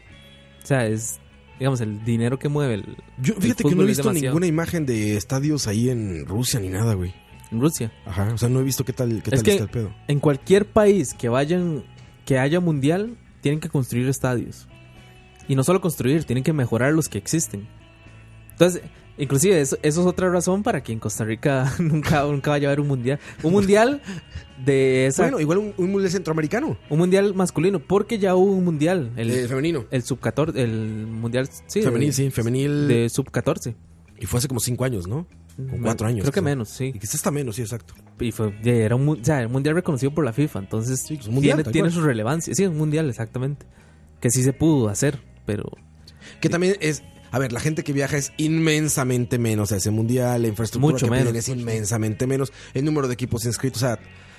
C: O sea, es, digamos, el dinero que mueve el-
A: Yo,
C: El
A: fíjate que no he
C: fútbol es
A: visto
C: demasiado.
A: ninguna imagen de estadios ahí en Rusia ni nada, güey.
C: en Rusia.
A: Ajá. O sea, no he visto qué tal, qué
C: Es
A: tal
C: que-
A: está el pedo.
C: En cualquier país que vayan, que haya mundial, tienen que construir estadios. Y no solo construir, tienen que mejorar los que existen. Entonces, inclusive eso, eso es otra razón para que en Costa Rica (laughs) nunca, nunca vaya a haber un mundial. Un mundial de esa,
A: Bueno, igual un, un mundial centroamericano.
C: un mundial masculino, porque ya hubo un mundial, el,
A: eh, femenino.
C: el sub 14, el mundial sí,
A: femenil,
C: de,
A: sí, femenil.
C: de sub 14.
A: Y fue hace como cinco años, ¿no? Con cuatro años.
C: Creo que menos, sí.
A: Y quizás está menos, sí, exacto.
C: Y fue, era un, mu- o sea, era un mundial reconocido por la FIFA, entonces
A: Sí, es un mundial,
C: tiene,
A: tal
C: tiene
A: cual.
C: su relevancia. Sí, es un mundial, exactamente. Que sí se pudo hacer, pero
A: Que también es. A ver, la gente que viaja es inmensamente menos a ese mundial, la infraestructura
C: Mucho
A: que piden
C: menos,
A: es inmensamente menos, el número de equipos inscritos, o sea,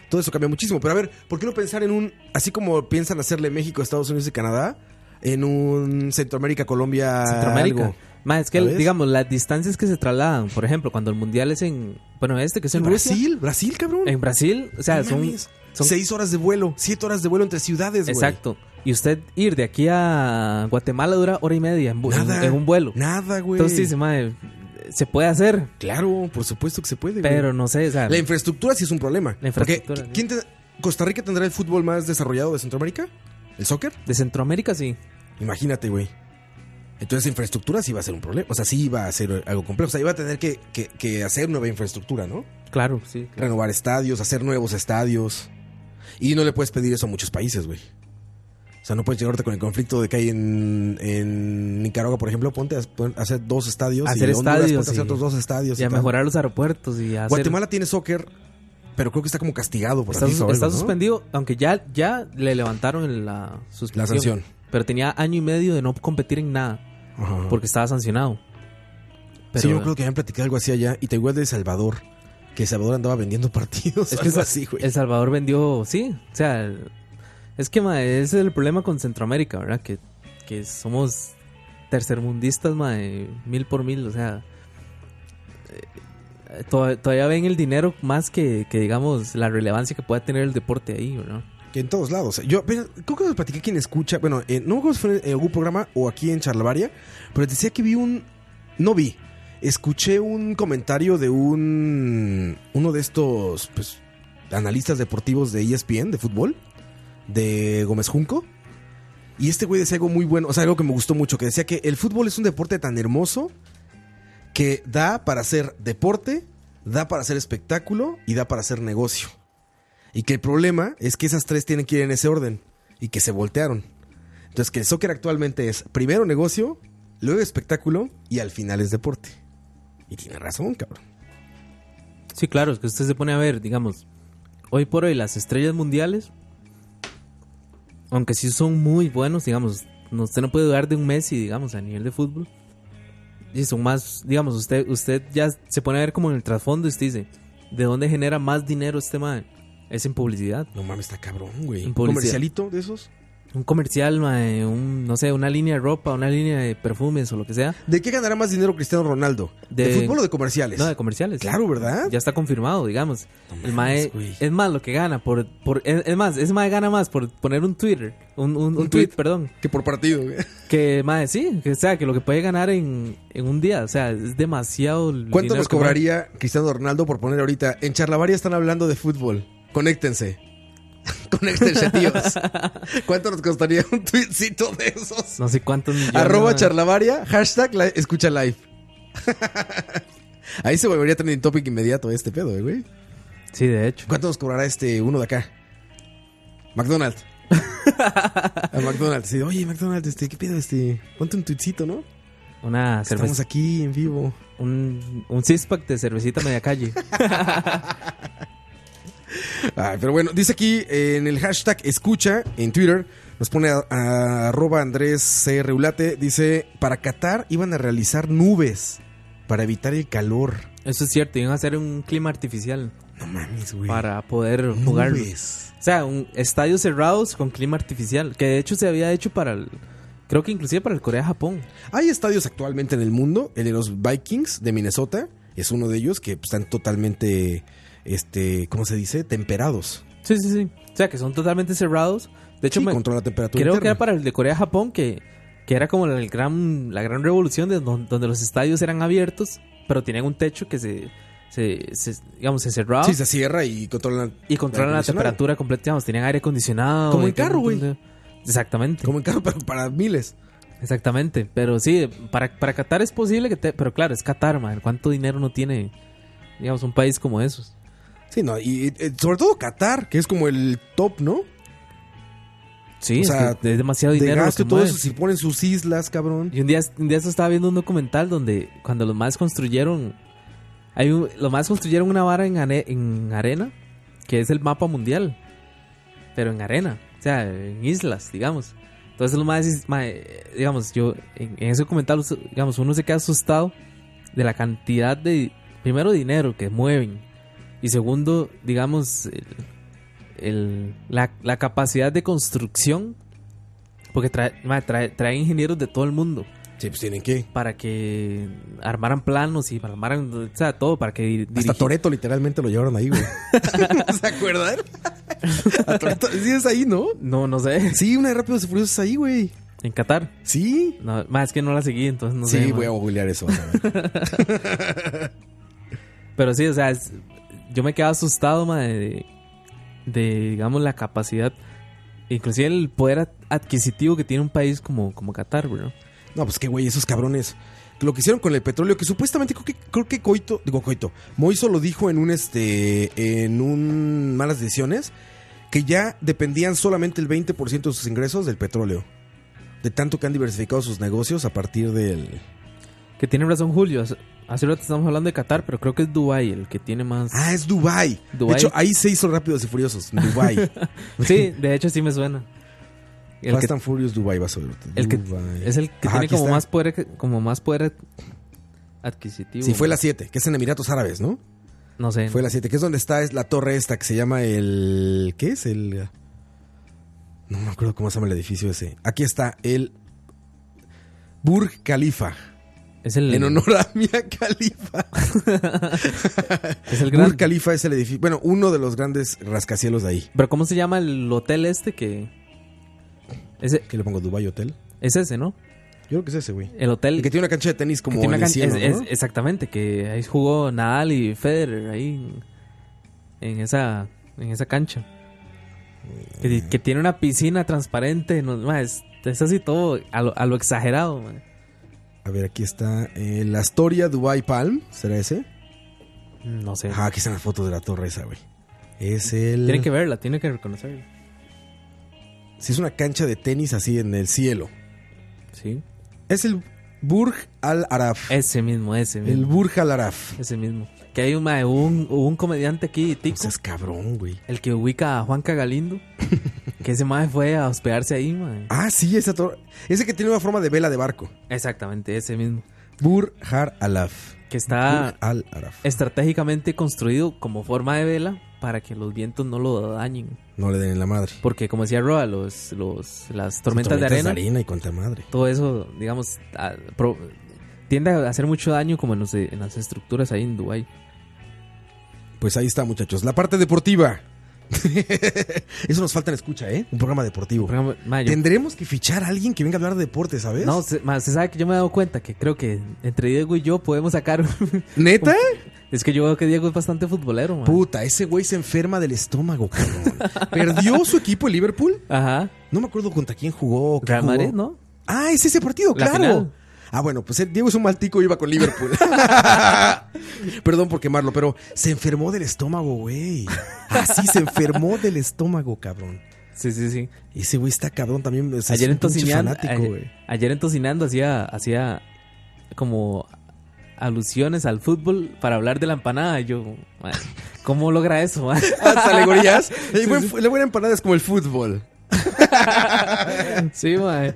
A: todo eso cambia muchísimo. Pero a ver, ¿por qué no pensar en un, así como piensan hacerle México, Estados Unidos y Canadá, en un Centroamérica, Colombia,
C: Centroamérica.
A: algo?
C: Más es que,
A: ¿Sabes?
C: digamos, las distancias que se trasladan, por ejemplo, cuando el mundial es en. Bueno, este que es en,
A: ¿En
C: Rusia,
A: Brasil? ¿Brasil, cabrón?
C: En Brasil, o sea,
A: No
C: son.
A: mames.
C: son-
A: Seis horas de vuelo, siete horas de vuelo entre ciudades, güey.
C: exacto. Y usted ir de aquí a Guatemala dura hora y media en, bu- en-
A: Nada.
C: en un vuelo.
A: Nada, güey.
C: Entonces, sí, madre, se puede hacer,
A: Claro, por supuesto que se puede. güey.
C: pero no sé, o sea,
A: la infraestructura sí es un problema.
C: La infraestructura,
A: Porque, ¿quién te- ¿Costa Rica tendrá el fútbol más desarrollado de Centroamérica? ¿El soccer?
C: de Centroamérica sí.
A: Imagínate, güey. Entonces, infraestructura sí va a ser un problema. O sea, sí iba a ser algo complejo. O sea, iba a tener que, que- que hacer nueva infraestructura, ¿no?
C: Claro, sí. claro.
A: Renovar estadios, hacer nuevos estadios. Y no le puedes pedir eso a muchos países, güey. O sea, no puedes llegarte con el conflicto de que hay en, en Nicaragua, por ejemplo. Ponte a pon- a hacer dos estadios.
C: Hacer
A: y Honduras,
C: estadios,
A: ponte a hacer
C: sí.
A: otros dos estadios.
C: Y a
A: tal.
C: mejorar los aeropuertos y a hacer-
A: Guatemala tiene soccer, pero creo que está como castigado por
C: Está,
A: FIFA o
C: está
A: algo, ¿no?
C: suspendido, aunque ya, ya le levantaron la suspensión.
A: La sanción.
C: Pero tenía año y medio de no competir en nada
A: Ajá.
C: porque estaba sancionado. Pero,
A: sí, yo creo que habían platicado algo así allá. Y te igual de El Salvador. Que El Salvador andaba vendiendo (laughs) partidos.
C: Es
A: Es
C: que esa-
A: así, güey.
C: El Salvador vendió, sí, o sea, el- es que ma, ese es el problema con Centroamérica, ¿verdad? Que, que somos tercermundistas, ma, de mil por mil, o sea, eh, to- todavía ven el dinero más que, que, digamos, la relevancia que pueda tener el deporte ahí, ¿verdad?
A: Que en todos lados. Yo apenas- creo que lo platiqué quien escucha. Bueno, eh, no me acuerdo si fue en algún programa o aquí en Charlavaria. Pero decía que vi un. No vi. Escuché un comentario de un. Uno de estos. Pues. Analistas deportivos de E ESPN, de fútbol. De Gómez Junco. Y este güey decía algo muy bueno. O sea, algo que me gustó mucho. Que decía que el fútbol es un deporte tan hermoso. Que da para hacer deporte. Da para hacer espectáculo. Y da para hacer negocio. Y que el problema es que esas tres tienen que ir en ese orden y que se voltearon. Entonces que el soccer actualmente es primero negocio, luego espectáculo y al final es deporte. Y tiene razón, cabrón.
C: Sí, claro, es que usted se pone a ver, digamos, hoy por hoy las estrellas mundiales, aunque sí son muy buenos, digamos, no- usted no puede dudar de un Messi, digamos, a nivel de fútbol. Y son más, digamos, usted usted ya se pone a ver como en el trasfondo y usted dice, ¿de dónde genera más dinero este man? Es en publicidad.
A: No mames, está cabrón, güey.
C: En
A: ¿Un
C: publicidad.
A: comercialito de esos?
C: Un comercial, mae, un, no sé, una línea de ropa, una línea de perfumes o lo que sea.
A: ¿De qué ganará más dinero Cristiano Ronaldo? ¿De,
C: De-
A: fútbol o de comerciales?
C: No, de comerciales.
A: Claro, ¿verdad?
C: Ya está confirmado, digamos. el mae
A: güey.
C: es más lo que gana por, por es, es más, es mae gana más por poner un Twitter, un, un, un tweet,
A: tweet.
C: perdón,
A: Que por partido, güey.
C: que mae sí, que o sea, que lo que puede ganar en, en un día, o sea, es demasiado el dinero
A: ¿Cuánto nos
C: que va.
A: cobraría Cristiano Ronaldo por poner ahorita? En Charlavaria están hablando de fútbol. Conéctense. Conéctense, tíos. ¿Cuánto nos costaría un tweetcito de esos?
C: No sé cuántos millones.
A: Arroba
C: mae.
A: charlavaria, hashtag la- escucha live. (laughs) Ahí se volvería trending topic inmediato este pedo, eh, güey.
C: Sí, de hecho.
A: ¿Cuánto nos cobrará este uno de acá?
C: (laughs)
A: McDonald's. A McDonald's. sí, Oye, McDonald's, este, ¿qué pedo? Este, ponte un tuitcito, ¿no?
C: Una
A: Estamos
C: cerveza,
A: aquí en vivo.
C: un, un six pack de cervecita media calle.
A: Ay, pero bueno, dice aquí eh, en el hashtag escucha en Twitter, nos pone a, a arroba Andrés C. Reulate, dice, para Qatar iban a realizar nubes para evitar el calor.
C: Eso es cierto, iban a hacer un clima artificial
A: No mames, güey.
C: para poder jugar.
A: nubes.
C: O sea, un estadios cerrados con clima artificial, que de hecho se había hecho para el, creo que inclusive para el Corea-Japón.
A: Hay estadios actualmente en el mundo, el de los Vikings de Minnesota es uno de ellos que están totalmente, este, ¿cómo se dice? Temperados.
C: Sí, sí, sí. O sea, que son totalmente cerrados. De hecho,
A: Sí,
C: me- creo
A: controla la temperatura.
C: que era
A: interna.
C: para el de Corea-Japón que, que era como el gran, la gran revolución de don- donde los estadios eran abiertos, pero tenían un techo que se, se, se- digamos, se cerraba
A: Sí, se cierra y controlan.
C: y controlaban la
A: acondicionado.
C: temperatura completa. Digamos, tenían aire acondicionado.
A: Como
C: y
A: en
C: todo un
A: carro, güey.
C: montón de- Exactamente,
A: Como en carro, pero para miles.
C: exactamente. Pero sí, para, para Qatar es posible que te... Pero claro, es Qatar, man. ¿Cuánto dinero no tiene, digamos, un país como esos?
A: Sí, no, y, eh, sobre todo Qatar, que es como el top, ¿no?
C: Sí,
A: O
C: es
A: sea,
C: que es demasiado
A: De
C: dinero. lo
A: gasto y
C: que
A: todo
C: mueve.
A: eso, si ponen sus islas, cabrón.
C: Y un día, un día esto estaba viendo un documental donde cuando los más construyeron, hay un- los más construyeron una vara en, ane- en arena, que es el mapa mundial, pero en arena, o sea, en islas, digamos. Entonces los más, dis- ma- eh, digamos, yo en, en ese documental, us- digamos, uno se queda asustado de la cantidad de, primero, dinero que mueven, y segundo, digamos, el- el- la, la capacidad de construcción. Porque trae, ma, trae- trae ingenieros de todo el mundo
A: Sí, pues tienen que.
C: para que armaran planos y armaran, o sea, todo para que dir-
A: Hasta
C: dirigi- (laughs)
A: Toreto literalmente lo llevaron ahí, güey. (laughs) ¿Se acuerdan? (laughs) A Toretto- sí, es ahí, ¿no?
C: No, no sé.
A: Sí, una de Rápidos y Furiosos es ahí, güey.
C: en Qatar.
A: ¿Sí?
C: No, ma, es que no la seguí, entonces no sé.
A: sí,
C: ma.
A: voy a googlear eso. vas a ver.
C: (laughs) Pero sí, o sea, es- yo me quedaba asustado, ma, de, de, digamos, la capacidad, inclusive el poder ad- adquisitivo que tiene un país como, como Qatar, bro.
A: No, pues qué güey, esos cabrones. Lo que hicieron con el petróleo, que supuestamente creo que, creo que Coito, digo Coito, Moiso lo dijo en un este, en un malas decisiones, que ya dependían solamente el 20% de sus ingresos del petróleo. De tanto que han diversificado sus negocios a partir del...
C: Que tiene razón Julio, hace, hace rato estamos hablando de Qatar, pero creo que es Dubai el que tiene más...
A: Ah, es Dubai.
C: Dubái.
A: De hecho, ahí se hizo Rápidos y Furiosos, en
C: (laughs)
A: Dubai.
C: Sí, de hecho sí me suena. El
A: Fast
C: que,
A: and Furious Dubai va a ser.
C: el que-
A: Dubái.
C: es el que
A: Ajá,
C: tiene
A: aquí
C: como
A: está.
C: más, poder, ad- como más poder ad- adquisitivo.
A: Sí, fue
C: ma.
A: la 7, que es en Emiratos Árabes, ¿no?
C: No sé.
A: Fue la 7, que es donde está es la torre esta que se llama el. ¿Qué es? El. No me acuerdo cómo se llama el edificio ese. Aquí está el. Burj Khalifa.
C: es el,
A: En honor a Mia Khalifa.
C: (laughs) es el gran...
A: Burj Khalifa es el edificio. Bueno, uno de los grandes rascacielos de ahí.
C: Pero ¿cómo se llama el hotel este que... Ese,
A: ¿Qué le pongo? ¿Dubai Hotel?
C: es ese, ¿no?
A: Yo creo que es ese, güey.
C: El hotel...
A: El que tiene una cancha de tenis como
C: que tiene
A: en
C: una
A: el
C: cancha-
A: cielo,
C: es-
A: ¿no?
C: es- exactamente, que ahí jugó Nadal y Federer ahí en, en esa en esa cancha.
A: Mm.
C: Que, que tiene una piscina transparente, no, ma, es, es así todo a lo, a lo exagerado. ma.
A: A ver, aquí está el Astoria Dubai Palm. ¿Será ese?
C: No sé.
A: Ajá, aquí están las fotos de la torre esa, güey. Es el.
C: Tiene que verla, tiene que reconocerla.
A: Sí, es una cancha de tenis así en el cielo.
C: Sí.
A: Es el Burj Al Araf.
C: Ese mismo, ese
A: El
C: mismo.
A: Burj Al Araf.
C: Ese mismo. Que hay un, ma, hubo un, hubo un comediante aquí,
A: O
C: Tico,
A: sea, es cabrón, güey.
C: el que ubica a Juanca
A: (laughs)
C: Galindo. que ese mae fue a hospedarse ahí, ma.
A: Ah, sí, esa torre. Ese que tiene una forma de vela de barco.
C: Exactamente, ese mismo.
A: Burj Al Araf.
C: Que está...
A: Burj Al Araf.
C: estratégicamente construido como forma de vela para que los vientos no lo dañen.
A: No le den en la madre.
C: Porque como decía Roa, los, los, las tormentas, de, arena,
A: y cuanta madre.
C: todo eso, digamos, a- pro- tiende a hacer mucho daño como en, los- en las estructuras ahí en Dubái.
A: Pues ahí está, muchachos. La parte deportiva. (laughs) Eso nos falta en escucha, ¿eh? Un programa deportivo.
C: Por ejemplo, ma, yo-
A: Tendremos que fichar a alguien que venga a hablar de deporte, ¿sabes?
C: no, se, ma, se sabe que yo me he dado cuenta que creo que entre Diego y yo podemos sacar... (laughs)
A: ¿Neta?
C: es que yo veo que Diego es bastante futbolero, ma.
A: Puta, ese güey se enferma del estómago, cabrón.
C: (laughs)
A: ¿Perdió su equipo el Liverpool?
C: Ajá.
A: No me acuerdo contra quién jugó. o qué
C: Real
A: jugó.
C: Madrid, ¿no?
A: Ah, es ese partido,
C: La
A: claro.
C: final.
A: Ah, bueno, pues el Diego es un maltico y iba
C: (laughs)
A: con Liverpool. Perdón por quemarlo, pero se enfermó del estómago, güey. Así se enfermó del estómago, cabrón.
C: Sí, sí, sí.
A: Ese güey está cabrón también. o sea, es
C: ayer
A: un pinche
C: entocinando,
A: fanático,
C: (laughs)
A: güey.
C: ayer, ayer en Tocinando hacía, hacía como alusiones al fútbol para hablar de la empanada. Y Yo, "Mae, ¿cómo logra eso? mae?"
A: (laughs)
C: (laughs)
A: Las (laughs) alegorías. El buen- La buena empanada es como el (laughs) fútbol.
C: sí, mae.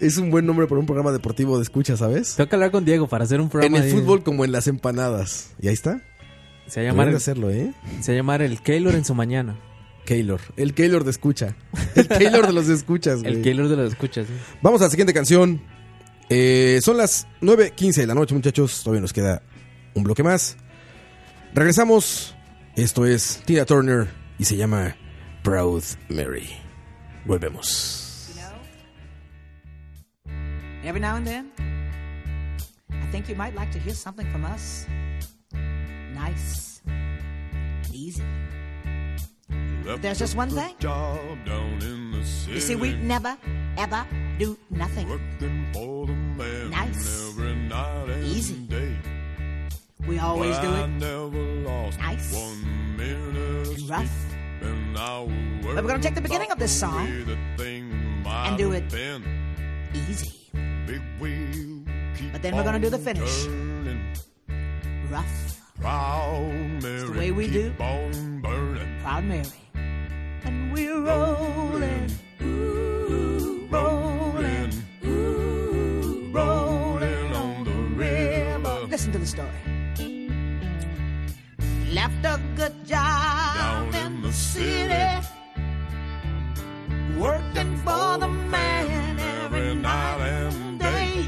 A: Es un buen nombre para un programa deportivo de escucha, ¿sabes?
C: Tengo que hablar con Diego para hacer un
A: En
C: programa.
A: el
C: ahí.
A: fútbol como en las empanadas. Y ahí
C: Se
A: está.
C: va a
A: Deberían de
C: llamar, se
A: hacerlo, ¿eh?
C: va a llamar el Keylor en su mañana.
A: Keylor. El Keylor de escucha. El Keylor de los escuchas, güey.
C: El Keylor de los escuchas. sí.
A: Vamos a la siguiente canción. Eh, son las 9.15 de la noche, muchachos. Todavía nos queda un bloque más. Regresamos. Esto es Tina Turner y se llama Proud Mary. Volvemos.
M: (laughs) Every now and then, I think you might like to hear something from us. Nice and easy. But there's just one thing. You see, we never, ever do nothing. nice. easy. We always do it. nice. and rough. but we're going to take the beginning of this song and do it easy. But then we're going to do the finish. Rough. It's the way we do. Proud Mary. And we're rolling. Ooh, rolling. Ooh, rolling on the river. Listen to the story. Left a good job in the city. Working for the man every night and day.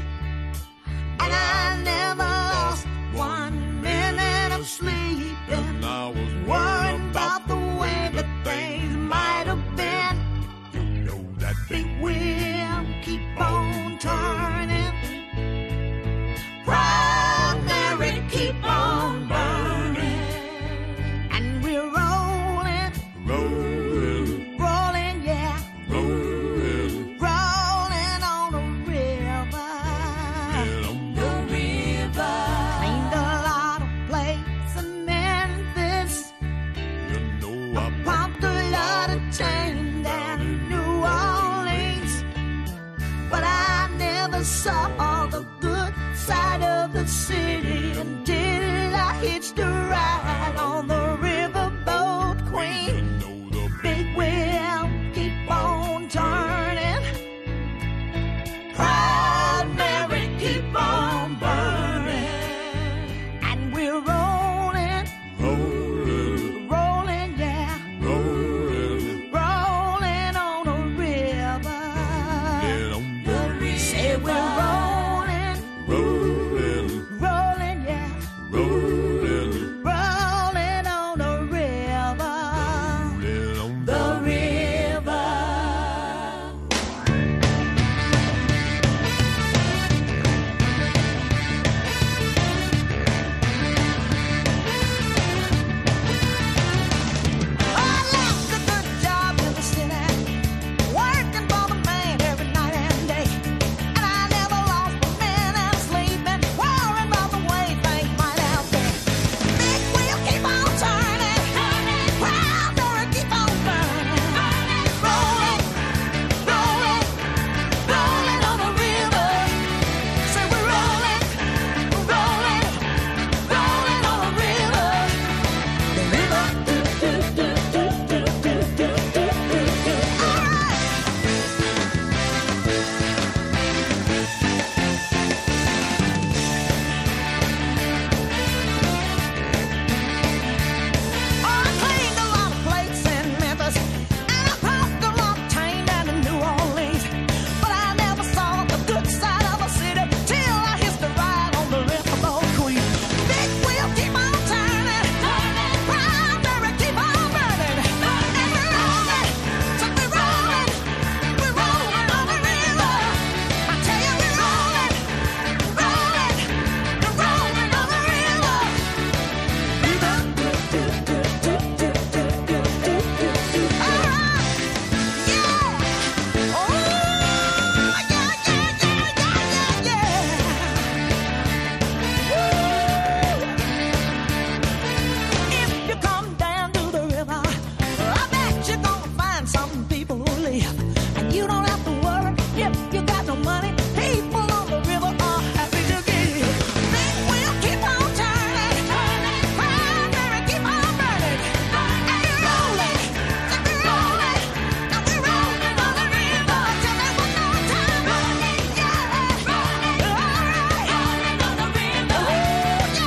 M: And I never lost one minute of sleep. And I was worried about the way that things might have been. You know that big wheel keep on
F: ride on the riverboat queen. Big wheel, keep on turning. Proud Mary, keep on burning. And we're rolling, rolling, rolling, yeah. Rolling on a river. Say we're rolling, rolling, yeah. Rolling on a river. The river. I like a good job in the city, working for the man every night and day. And I never lost my man and sleeping, worrying about the way things might out there. Big wheel keep on turning, proud Mary keep on burning, rolling, rolling, rolling on the river. Say we're rolling, rolling, rolling on the river. I cleaned a lot of plates in Memphis, and I popped a lot of tame down in New Orleans. But I never saw the good side of a city till I hit the ride on the riverboat queen. Big wheel keep on turning, proud Mary keep on burning, and we're rolling, so we're rolling, we're rolling on the river. I tell you we're rolling, rolling, we're rolling on the river. If you come down to the river, I bet you're gonna find some people who live. And you don't have to worry if you got no money. People on the river are happy to give. Big wheel keep on turning, turning, primary keep on burning. And we're rolling, and we're rolling, and we're rolling on the river. Tell me one more time, rolling, yeah, rolling, all right, rolling on the river,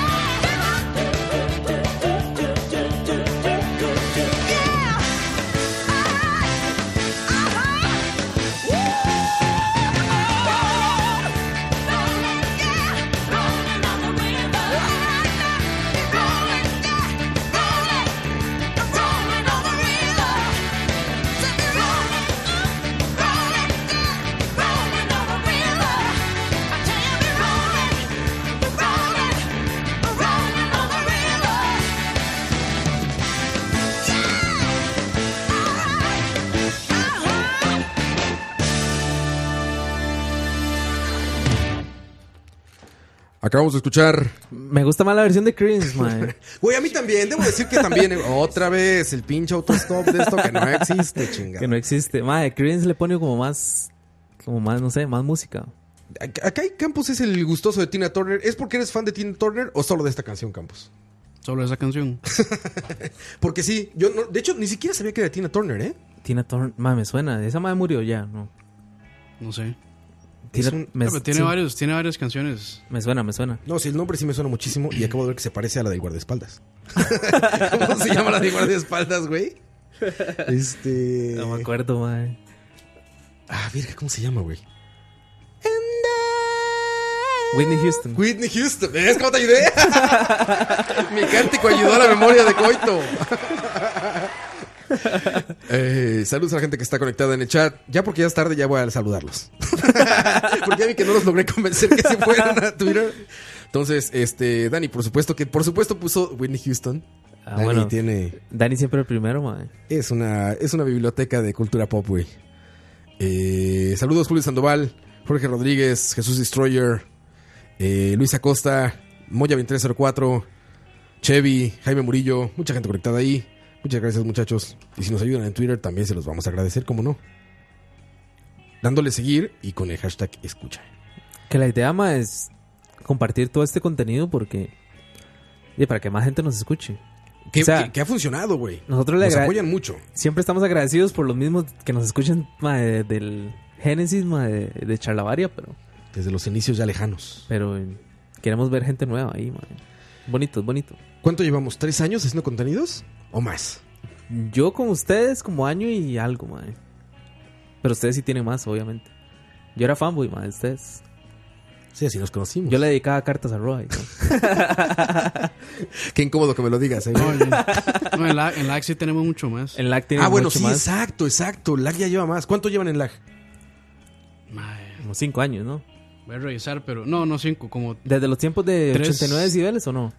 A: Acabamos de escuchar.
C: Me gusta más la versión de
A: (laughs)
C: Chris, mae.
A: Güey, a mí también, debo decir que
C: (laughs)
A: también. eh, otra vez, el pinche autostop de esto que no existe, chingada.
C: que no existe. Mae, Chris le pone como más. Como más, no sé, más música.
A: Ac- Acá hay Campos es el gustoso de Tina Turner. ¿Es porque eres fan de Tina Turner o solo de esta canción, Campos?
E: Solo esa canción.
A: Porque sí, yo no- de hecho ni siquiera sabía que era Tina Turner, ¿eh?
C: Tina Turner. Mae, me suena. Esa mae murió ya, ¿no?
E: No sé. Ah,
C: Tina-
A: Es un-
C: me-
E: Pero tiene,
C: sí,
E: varios, tiene varias canciones.
C: Me suena, me suena.
A: No, sí, el nombre sí me suena muchísimo y acabo de ver que se parece a la del guardaespaldas. ¿Cómo se llama la de guardaespaldas, güey?
K: (laughs)
A: Este.
C: No me acuerdo, mae.
A: Ah, verga, ¿cómo se llama, güey?
C: Whitney Houston.
A: Whitney Houston. ¿Ves cómo te ayudé? (laughs) Mi cántico ayudó a la memoria de Coito. Eh, saludos a la gente que está conectada en el chat. Ya porque ya es tarde, ya voy a saludarlos. (laughs) porque ya vi que no los logré convencer que se fueran a Twitter. Entonces, este, Dani, por supuesto que, por supuesto puso Whitney Houston.
C: Ah,
A: Dani
C: bueno.
A: tiene,
C: Dani siempre el primero, mae.
A: es una, es una biblioteca de cultura pop, güey. Eh, saludos Julio Sandoval, Jorge Rodríguez, Jesús Destroyer, eh, Luis Acosta, Moya 2304, Chevy, Jaime Murillo, mucha gente conectada ahí. Muchas gracias muchachos. Y si nos ayudan en Twitter también se los vamos a agradecer, como no. Dándole seguir y con el hashtag escucha.
C: Que la idea, mae, es compartir todo este contenido porque y para que más gente nos escuche.
A: Que,
C: O sea,
A: que- que ha funcionado, güey.
C: Nosotros le
A: Nos
C: agra-
A: apoyan mucho.
C: Siempre estamos agradecidos por los mismos que nos escuchan ma, de- del Génesis ma, de, de Charlavaria, pero.
A: Desde los inicios ya lejanos.
C: Pero eh, queremos ver gente nueva ahí, ma. Bonito, bonito.
A: ¿Cuánto llevamos? ¿Tres años haciendo contenidos? ¿O más?
C: Yo con ustedes como año y algo, madre. Pero ustedes sí tienen más, obviamente. Yo era fanboy, madre, ustedes.
A: Sí, así nos conocimos.
C: Yo le dedicaba cartas a Roy.
A: (laughs) Qué incómodo que me lo digas. ¿eh?
E: No, en, la, en LAG sí tenemos mucho más.
C: En LAG
A: ah, bueno, sí, exacto, exacto. Lag ya lleva más. ¿Cuánto llevan en lag?
C: Como cinco años, ¿no?
E: Voy a revisar, pero no, no cinco, como
C: Desde los tiempos de
E: Tres.
C: 89 decibeles o no?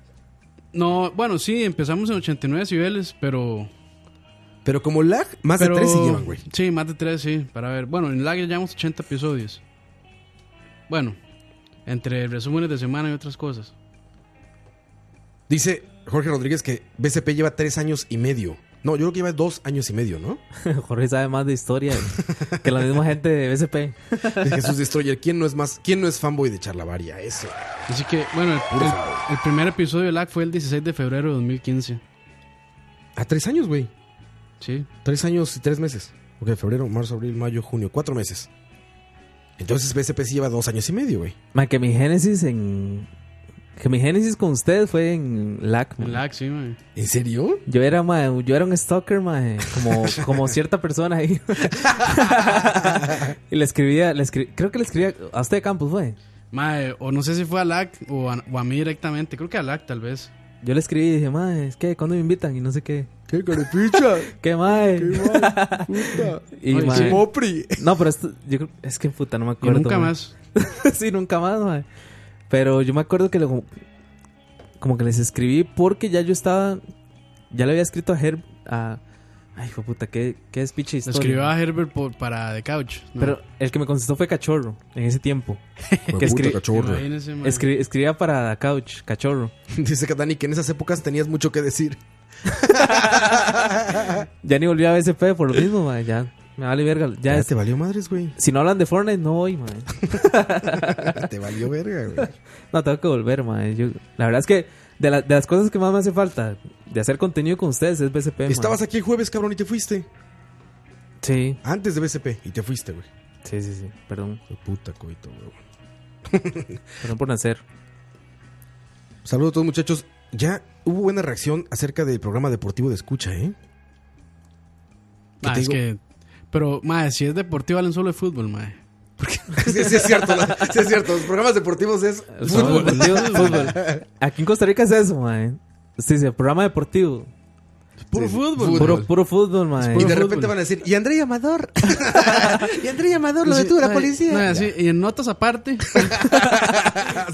E: No, bueno, sí, empezamos en 89 cibeles, pero.
A: Pero como lag, más de tres sí llevan, güey.
E: Sí, más de tres, sí. Para ver, bueno, en lag ya llevamos 80 episodios. Bueno, entre resúmenes de semana y otras cosas.
A: Dice Jorge Rodríguez que BCP lleva tres años y medio. No, yo creo que lleva dos años y medio, ¿no?
C: (laughs) Jorge sabe más de historia eh, que la misma gente de BSP.
A: (laughs) De Jesús Destroyer. ¿Quién no es más? ¿Quién no es fanboy de Charlavaria? Eso.
E: Así que, bueno, el,
A: Puro
E: el-
A: fraude.
E: el primer episodio de lag fue el 16 de febrero de 2015.
A: A tres años, güey.
E: Sí.
A: Tres años y tres meses. Ok, febrero, marzo, abril, mayo, junio. Cuatro meses. Entonces BCP sí lleva dos años y medio, güey. (laughs)
C: Ma, que mi génesis en... Que mi génesis con ustedes fue en LAC, ma.
E: En lag, sí, man.
A: ¿En serio?
C: Yo era, ma, yo era un stalker, ma, eh, como, como cierta persona
A: (laughs)
C: ahí. (laughs) y le escribía, le escri- creo que le escribía a usted Campos, fue.
E: Mae, o no sé si fue a lag o a, o a mí directamente. Creo que a lag, tal vez.
C: Yo le escribí y dije, ma, es que, ¿cuándo me invitan? Y no sé qué.
A: ¿Qué carepicha?
C: (laughs) ¿Qué, ma? Y,
E: Ay,
C: ma,
E: sí.
A: ¡Mopri!
C: No, pero esto, yo creo- es que puta, no me
E: Y
C: acuerdo.
E: nunca
C: ma.
E: más.
C: (laughs) sí, nunca más, ma. Pero yo me acuerdo que lo- como, como que les escribí porque ya yo estaba, ya le había escrito a Herb, a... Ay, hijo de puta, qué, qué despiche de
E: Lo
C: historia.
E: escribió a Herbert por- para The Couch. ¿no?
C: Pero el que me contestó fue Cachorro en ese tiempo.
A: puta,
C: que escri-
A: cachorro.
E: Imagínese, mae.
C: escri- escribía para Couch, Cachorro.
A: Dice que Dani que en esas épocas tenías mucho que decir.
C: Ya ni volví a BSP
A: (laughs)
C: por lo mismo, ma, Ya me vale verga. Ya es-
A: te valió madres, güey.
C: si no hablan de Fortnite, no voy, ma.
A: (laughs) te valió verga, güey.
C: (laughs) No, tengo que volver, ma. Yo- la verdad es que de, la- de las cosas que más me hace falta de hacer contenido con ustedes es BSP. ma.
A: Estabas aquí el jueves, cabrón, y te fuiste.
C: Sí,
A: Antes de BCP, y te fuiste, güey.
C: sí, sí, sí. Perdón.
A: Hijo de Puta, coito, güey.
C: Perdón por nacer.
A: Saludos a todos, muchachos. Ya hubo buena reacción acerca del programa deportivo de escucha, ¿eh? (laughs) ¿Qué
E: Ah,
A: te
E: es
A: digo?
E: que. Pero, mae, si es deportivo, hablan solo de fútbol, mae.
A: sí, sí es cierto, la- sí es cierto. Los programas deportivos es
C: Programa
A: (laughs) fútbol.
C: deportivo, fútbol. Aquí en Costa Rica es eso, ma. Sí, sí, programa deportivo.
E: Puro
A: Sí,
E: fútbol.
A: fútbol.
C: Puro, puro fútbol, ma.
A: Y de
E: fútbol.
A: repente van a decir, y André Amador. (laughs) y André Amador, lo
E: Sí,
A: detuvo la
E: mae,
A: policía.
E: mae, sí, y en notas aparte.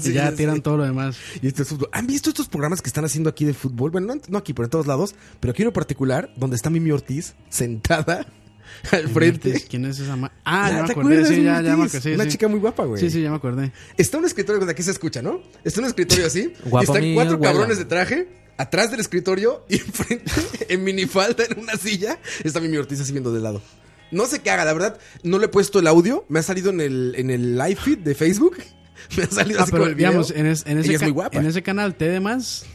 A: Sí,
E: y
A: (laughs)
E: ya
A: sí.
E: tiran todo lo demás.
A: Y este es fútbol. ¿Han visto estos programas que están haciendo aquí de fútbol? Bueno, no, no aquí, pero en todos lados. Pero aquí uno particular, donde está Mimi Ortiz sentada (laughs) al frente.
E: ¿Quién es esa ma- Ah,
A: Ah,
E: ya me
A: ¿te
E: acordé.
A: acuerdas,
E: Sí,
A: Mimi
E: ya, ya me
A: Ortiz?
E: acordé. Sí,
A: Una
E: sí.
A: chica muy guapa, güey.
E: Sí, sí, ya me acordé.
A: Está un escritorio, de aquí se escucha, ¿no? Está un escritorio así.
C: Guapa
A: y están
C: mía,
A: cuatro
C: abuela.
A: cabrones de traje. Atrás del escritorio y (laughs) enfrente, en minifalda, en una silla, está Mimi Ortiz así viendo de lado. No sé qué haga, la verdad, no le he puesto el audio. Me ha salido en el, en el live feed de Facebook. (laughs) Me ha salido
E: Ah,
A: así
E: pero
A: con el video.
E: digamos, en, es- en ese
A: Ella es
E: ca-
A: muy guapa.
E: en ese canal T de más.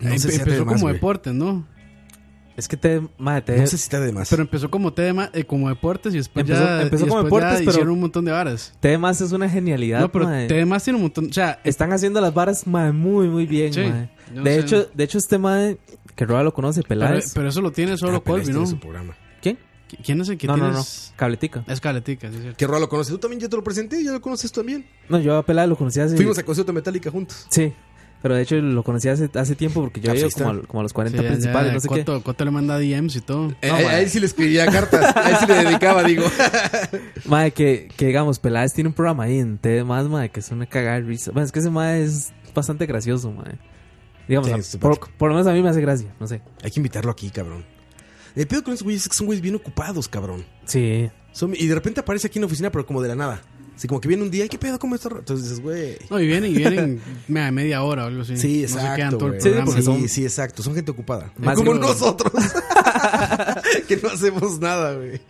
A: No
E: empe-
A: sé si sea
E: empezó
A: TDMás,
E: como
A: güey.
E: deportes, ¿no?
C: Es que te, ma, te-
A: No sé si está de más.
E: Pero empezó como T de más, eh, como deportes y después
C: Empezó-
E: ya,
C: empezó
E: y
C: como
E: después ya
C: deportes, pero-
E: hicieron un montón de varas.
C: T más es una genialidad.
E: No, pero
C: mae.
E: T de más tiene un montón, o sea,
C: Están haciendo las varas mae, muy, muy bien.
E: Sí,
C: mae.
E: yo
C: De
E: sé.
C: hecho, de hecho, este mae, que Roa lo conoce,
E: pero,
C: Peláez.
E: pero eso lo tiene solo
A: Ah, pero
E: Colby,
A: este
E: ¿no?
A: es su programa.
C: ¿Quién?
E: ¿Qui- ¿Quién es el que
C: no, no, no,
E: tienes?
C: Cabletica.
E: Es Caletica, sí, es cierto.
A: Que Roa lo conoce. Tú también ya te lo presenté, ya lo conoces también.
C: No, yo a Peláez lo conocí hace.
A: Fuimos a concierto de Metallica juntos.
C: Sí, pero de hecho lo conocí hace, hace tiempo porque yo
A: Ah,
C: he ido
A: pues ahí
C: como,
A: está.
C: a, como a los 40
E: Sí, ya-
C: principales,
E: ya
C: no sé qué.
E: Coto, Coto le manda DMs y todo.
A: Eh, eh, a él sí le escribía cartas, a él sí le dedicaba, digo.
C: (laughs) Mae, que, que digamos, Peláez tiene un programa ahí en T más, mae, que es una cagada de risa. Bueno, es que ese mae es bastante gracioso, mae. Digamos,
A: Sí,
C: a-
A: es simpático.
C: por, por lo menos a mí me hace gracia, no sé.
A: Hay que invitarlo aquí, cabrón. El pedo con esos güeyes es que son güeyes bien ocupados, cabrón.
C: Sí.
A: Son- y de repente aparece aquí en la oficina, pero como de la nada. Así como que viene un día, "Ay, ¿qué pedo? ¿Cómo está? ro-?" Entonces dices, güey.
E: (laughs) No, y vienen, y vienen me- media hora o algo así.
A: Sí,
E: No se quedan
A: exacto.
E: todo el
A: güey. sí,
E: programa.
C: porque pues son-
A: sí, exacto. Son gente ocupada.
C: Más (laughs)
A: (laughs) como
C: grupo.
A: nosotros. que no hacemos nada, güey.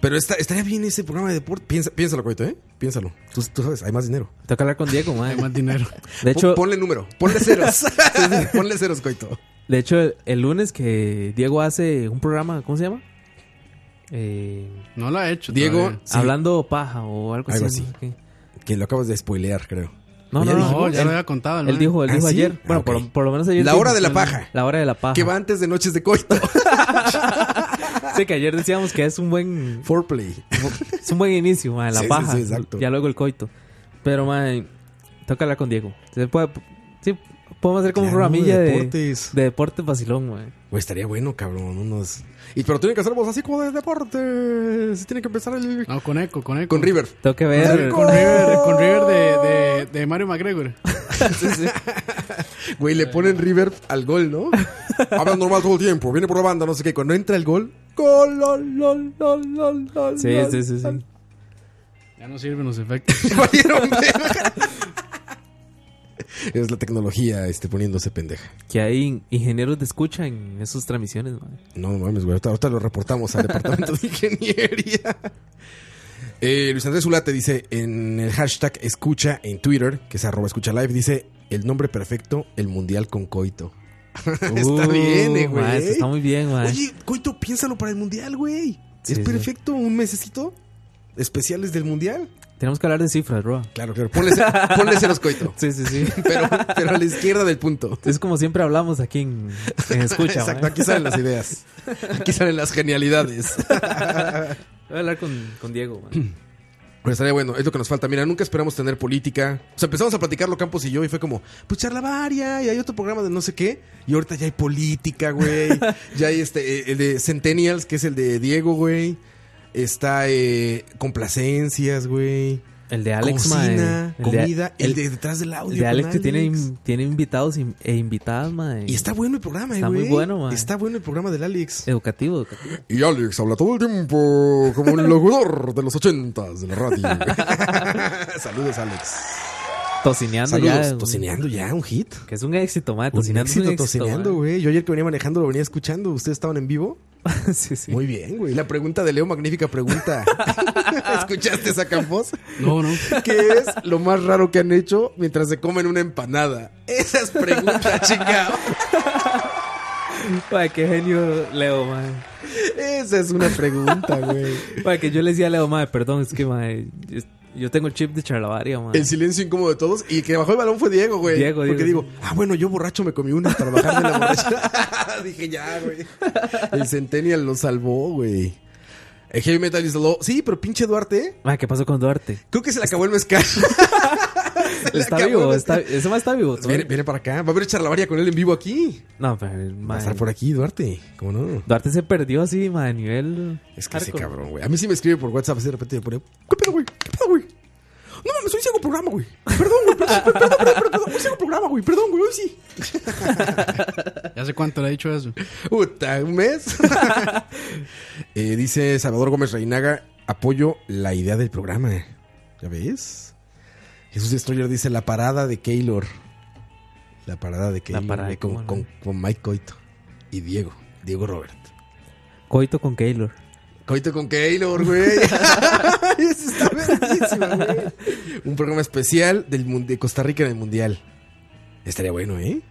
A: Pero esta- estaría bien ese programa de deporte. Piensa- piénsalo, Coito, ¿eh? Piénsalo. Tú, tú sabes, hay más dinero.
C: Tengo que hablar con Diego, madre.
E: Hay más dinero.
C: De hecho,
A: ponle número, ponle
C: (laughs)
A: ceros. Sí, sí, ponle ceros, Coito.
C: de hecho el, el lunes que Diego hace un programa, ¿cómo se llama? Eh,
E: No lo ha hecho. todavía.
A: sí.
C: Hablando paja o algo,
A: Algo
C: así.
A: así. Que lo acabas de spoilear, creo.
C: No, no,
A: ¿Ya
C: no,
A: dijimos?
E: ya lo había contado. el
C: Él
E: man.
C: dijo, él
A: ¿Ah,
C: dijo
A: sí?
C: ayer.
A: Ah,
C: Bueno,
A: ok.
C: por, por lo menos ayer.
A: La
C: dijo-
A: hora de la paja.
C: La hora de la paja.
A: Que va antes de Noches
C: (laughs)
A: de Coito.
C: Sí, que ayer decíamos que es un buen
A: Foreplay.
C: es un buen inicio, mae, la
A: Sí, sí,
C: paja.
A: sí, exacto.
C: Ya luego el coito. Pero mae, toca hablar con Diego. Se puede sí, podemos hacer como
A: Claro,
C: una ramilla
A: de
C: de
A: deportes.
C: deportes, de deportes vacilón, mae.
A: Pues estaría bueno, cabrón. Unos... Y, pero tienen que hacer voz así como de deporte. Se tiene que empezar el...
E: No, con Eco, con Eco.
A: con River.
C: Tengo que
E: Con
C: ver.
E: River, con River, con River de, de,
C: (laughs)
E: de Mario McGregor.
A: (laughs) Güey, le ponen River al gol, ¿no? Hablan normal todo el tiempo. Viene por la banda, no sé qué. Cuando entra el gol... Gol, lol, lol, lol, lol, lol.
C: Sí,
A: lol.
C: sí, sí, sí.
E: Ya no sirven
A: (laughs)
E: los efectos.
A: Valieron verga. Es la tecnología este, poniéndose
C: (laughs)
A: pendeja.
C: Que hay in- ingenieros de escucha en esas transmisiones, mae.
A: No mames, güey. Ahorita, ahorita lo reportamos al
C: (laughs)
A: departamento de ingeniería. Eh, Luis Andrés Zulate dice en el hashtag escucha en Twitter, que es arroba escucha live, dice el nombre perfecto, el mundial con coito. (laughs) está
C: Uh,
A: bien,
C: mae,
A: eh, güey.
C: eso está muy bien, mae.
A: Oye, coito, piénsalo para el mundial, güey.
C: Sí,
A: es
C: sí.
A: perfecto, un mesecito. Especiales del mundial.
C: Tenemos que hablar de cifras, bro.
A: Claro, claro. Ponle, ce- ponle ceros coito.
C: (laughs) Sí, sí, sí.
A: (laughs) Pero, pero a la izquierda del punto.
C: Es como siempre hablamos aquí en, en escucha, ¿eh? mae.
A: Exacto, aquí salen las
C: (laughs)
A: ideas. Aquí salen las genialidades. (laughs)
C: Voy a hablar con, con Diego, mae.
A: Pero Pues estaría bueno, es lo que nos falta. Mira, nunca esperamos tener política. O sea, empezamos a platicarlo Campos y yo y fue como, pues charla varia y hay otro programa de no sé qué. Y ahorita ya hay
C: (laughs)
A: política, güey. ya hay este, eh, el de Centennials, que es el de Diego, güey. Está eh, Complacencias, güey.
C: El de Alex, mae.
A: Cocina,
C: El de-
A: comida. El,
C: el-
A: de detrás del audio.
C: De
A: con
C: Alex que tiene, tiene invitados y- e invitadas, mae.
A: Y está bueno el programa, eh,
C: Está
A: güey.
C: muy bueno, man.
A: Está bueno el programa del Alex.
C: Educativo, educativo.
A: Y Alex habla todo el tiempo
C: (laughs)
A: como un locutor de los ochentas de la (laughs) radio. (laughs) Saludos, Alex.
C: Tocineando
A: Saludos.
C: ya. un-
A: tocineando ya, un hit.
C: Que es un éxito, mae.
A: Un
C: Tocineando
A: éxito,
C: es un éxito,
A: tocineando,
C: mae.
A: güey. Yo ayer que venía manejando lo venía escuchando. ¿Ustedes estaban en vivo?
C: (laughs) sí, sí.
A: Muy bien, güey. La pregunta de Leo, magnífica
C: (laughs)
A: pregunta. (laughs) ¿Escuchaste esa Campos?
E: No, no.
A: (laughs) ¿Qué es lo más raro que han hecho mientras se comen una empanada? Esas preguntas,
C: (laughs)
A: chingado.
C: Mae, qué genio Leo, mae.
A: Esa es una pregunta, güey.
C: Mae, que yo le decía a Leo, mae, perdón, es que, mae, yo- yo tengo el chip de charlavaria, mae.
A: El silencio incómodo de todos. Y el que bajó el balón fue Diego, güey.
C: Diego,
A: Porque
C: Diego,
A: digo, ah, bueno, yo borracho me comí una para bajar de
C: (laughs)
A: la borrachera. Dije, ya, güey. El Centennial lo salvó, güey. El Heavy Metal is the law. Sí, pero pinche Duarte.
C: "Ah, Mae, ¿qué pasó con Duarte?
A: Creo que se le acabó el mezcal. (laughs) Se le
C: Está
A: acabó el
C: vivo, está,
A: mezcal. Pues
C: ese mae está vivo. todavía.
A: Viene, viene para acá. Va a haber charlavaria con él en vivo aquí.
C: No, pero,
A: Va a
C: mae,
A: estar por aquí, Duarte. ¿Cómo no?
C: Duarte se perdió así, mae, a nivel...
A: Es que ese
C: hardcore.
A: cabrón, güey. A mí sí me escribe por WhatsApp así de repente y me pone, ¿qué pedo, güey? ¿Qué pedo, güey? No mames, hoy sí hago programa, güey. Perdón, güey, perdón, perdón, perdón, perdón, perdón. Hoy sí hago programa, güey. Perdón, güey, hoy sí.
E: Ya sé cuánto le ha dicho eso.
A: Puta, un (laughs) mes. Eh, dice Salvador Gómez Reinaga, apoyo la idea del programa. eh. ¿Ya ves? Jesús Destroyer dice la parada de Keylor. La parada de Keylor
C: parada,
A: eh, con,
C: ¿cómo no?
A: con- con Mike Coito y Diego, Diego Robert.
C: Coito con Keylor.
A: Coito con Keylor, güey. Eso está verguísima, güey. Un programa especial del mun- de Costa Rica en el Mundial. (laughs) Estaría bueno, ¿eh?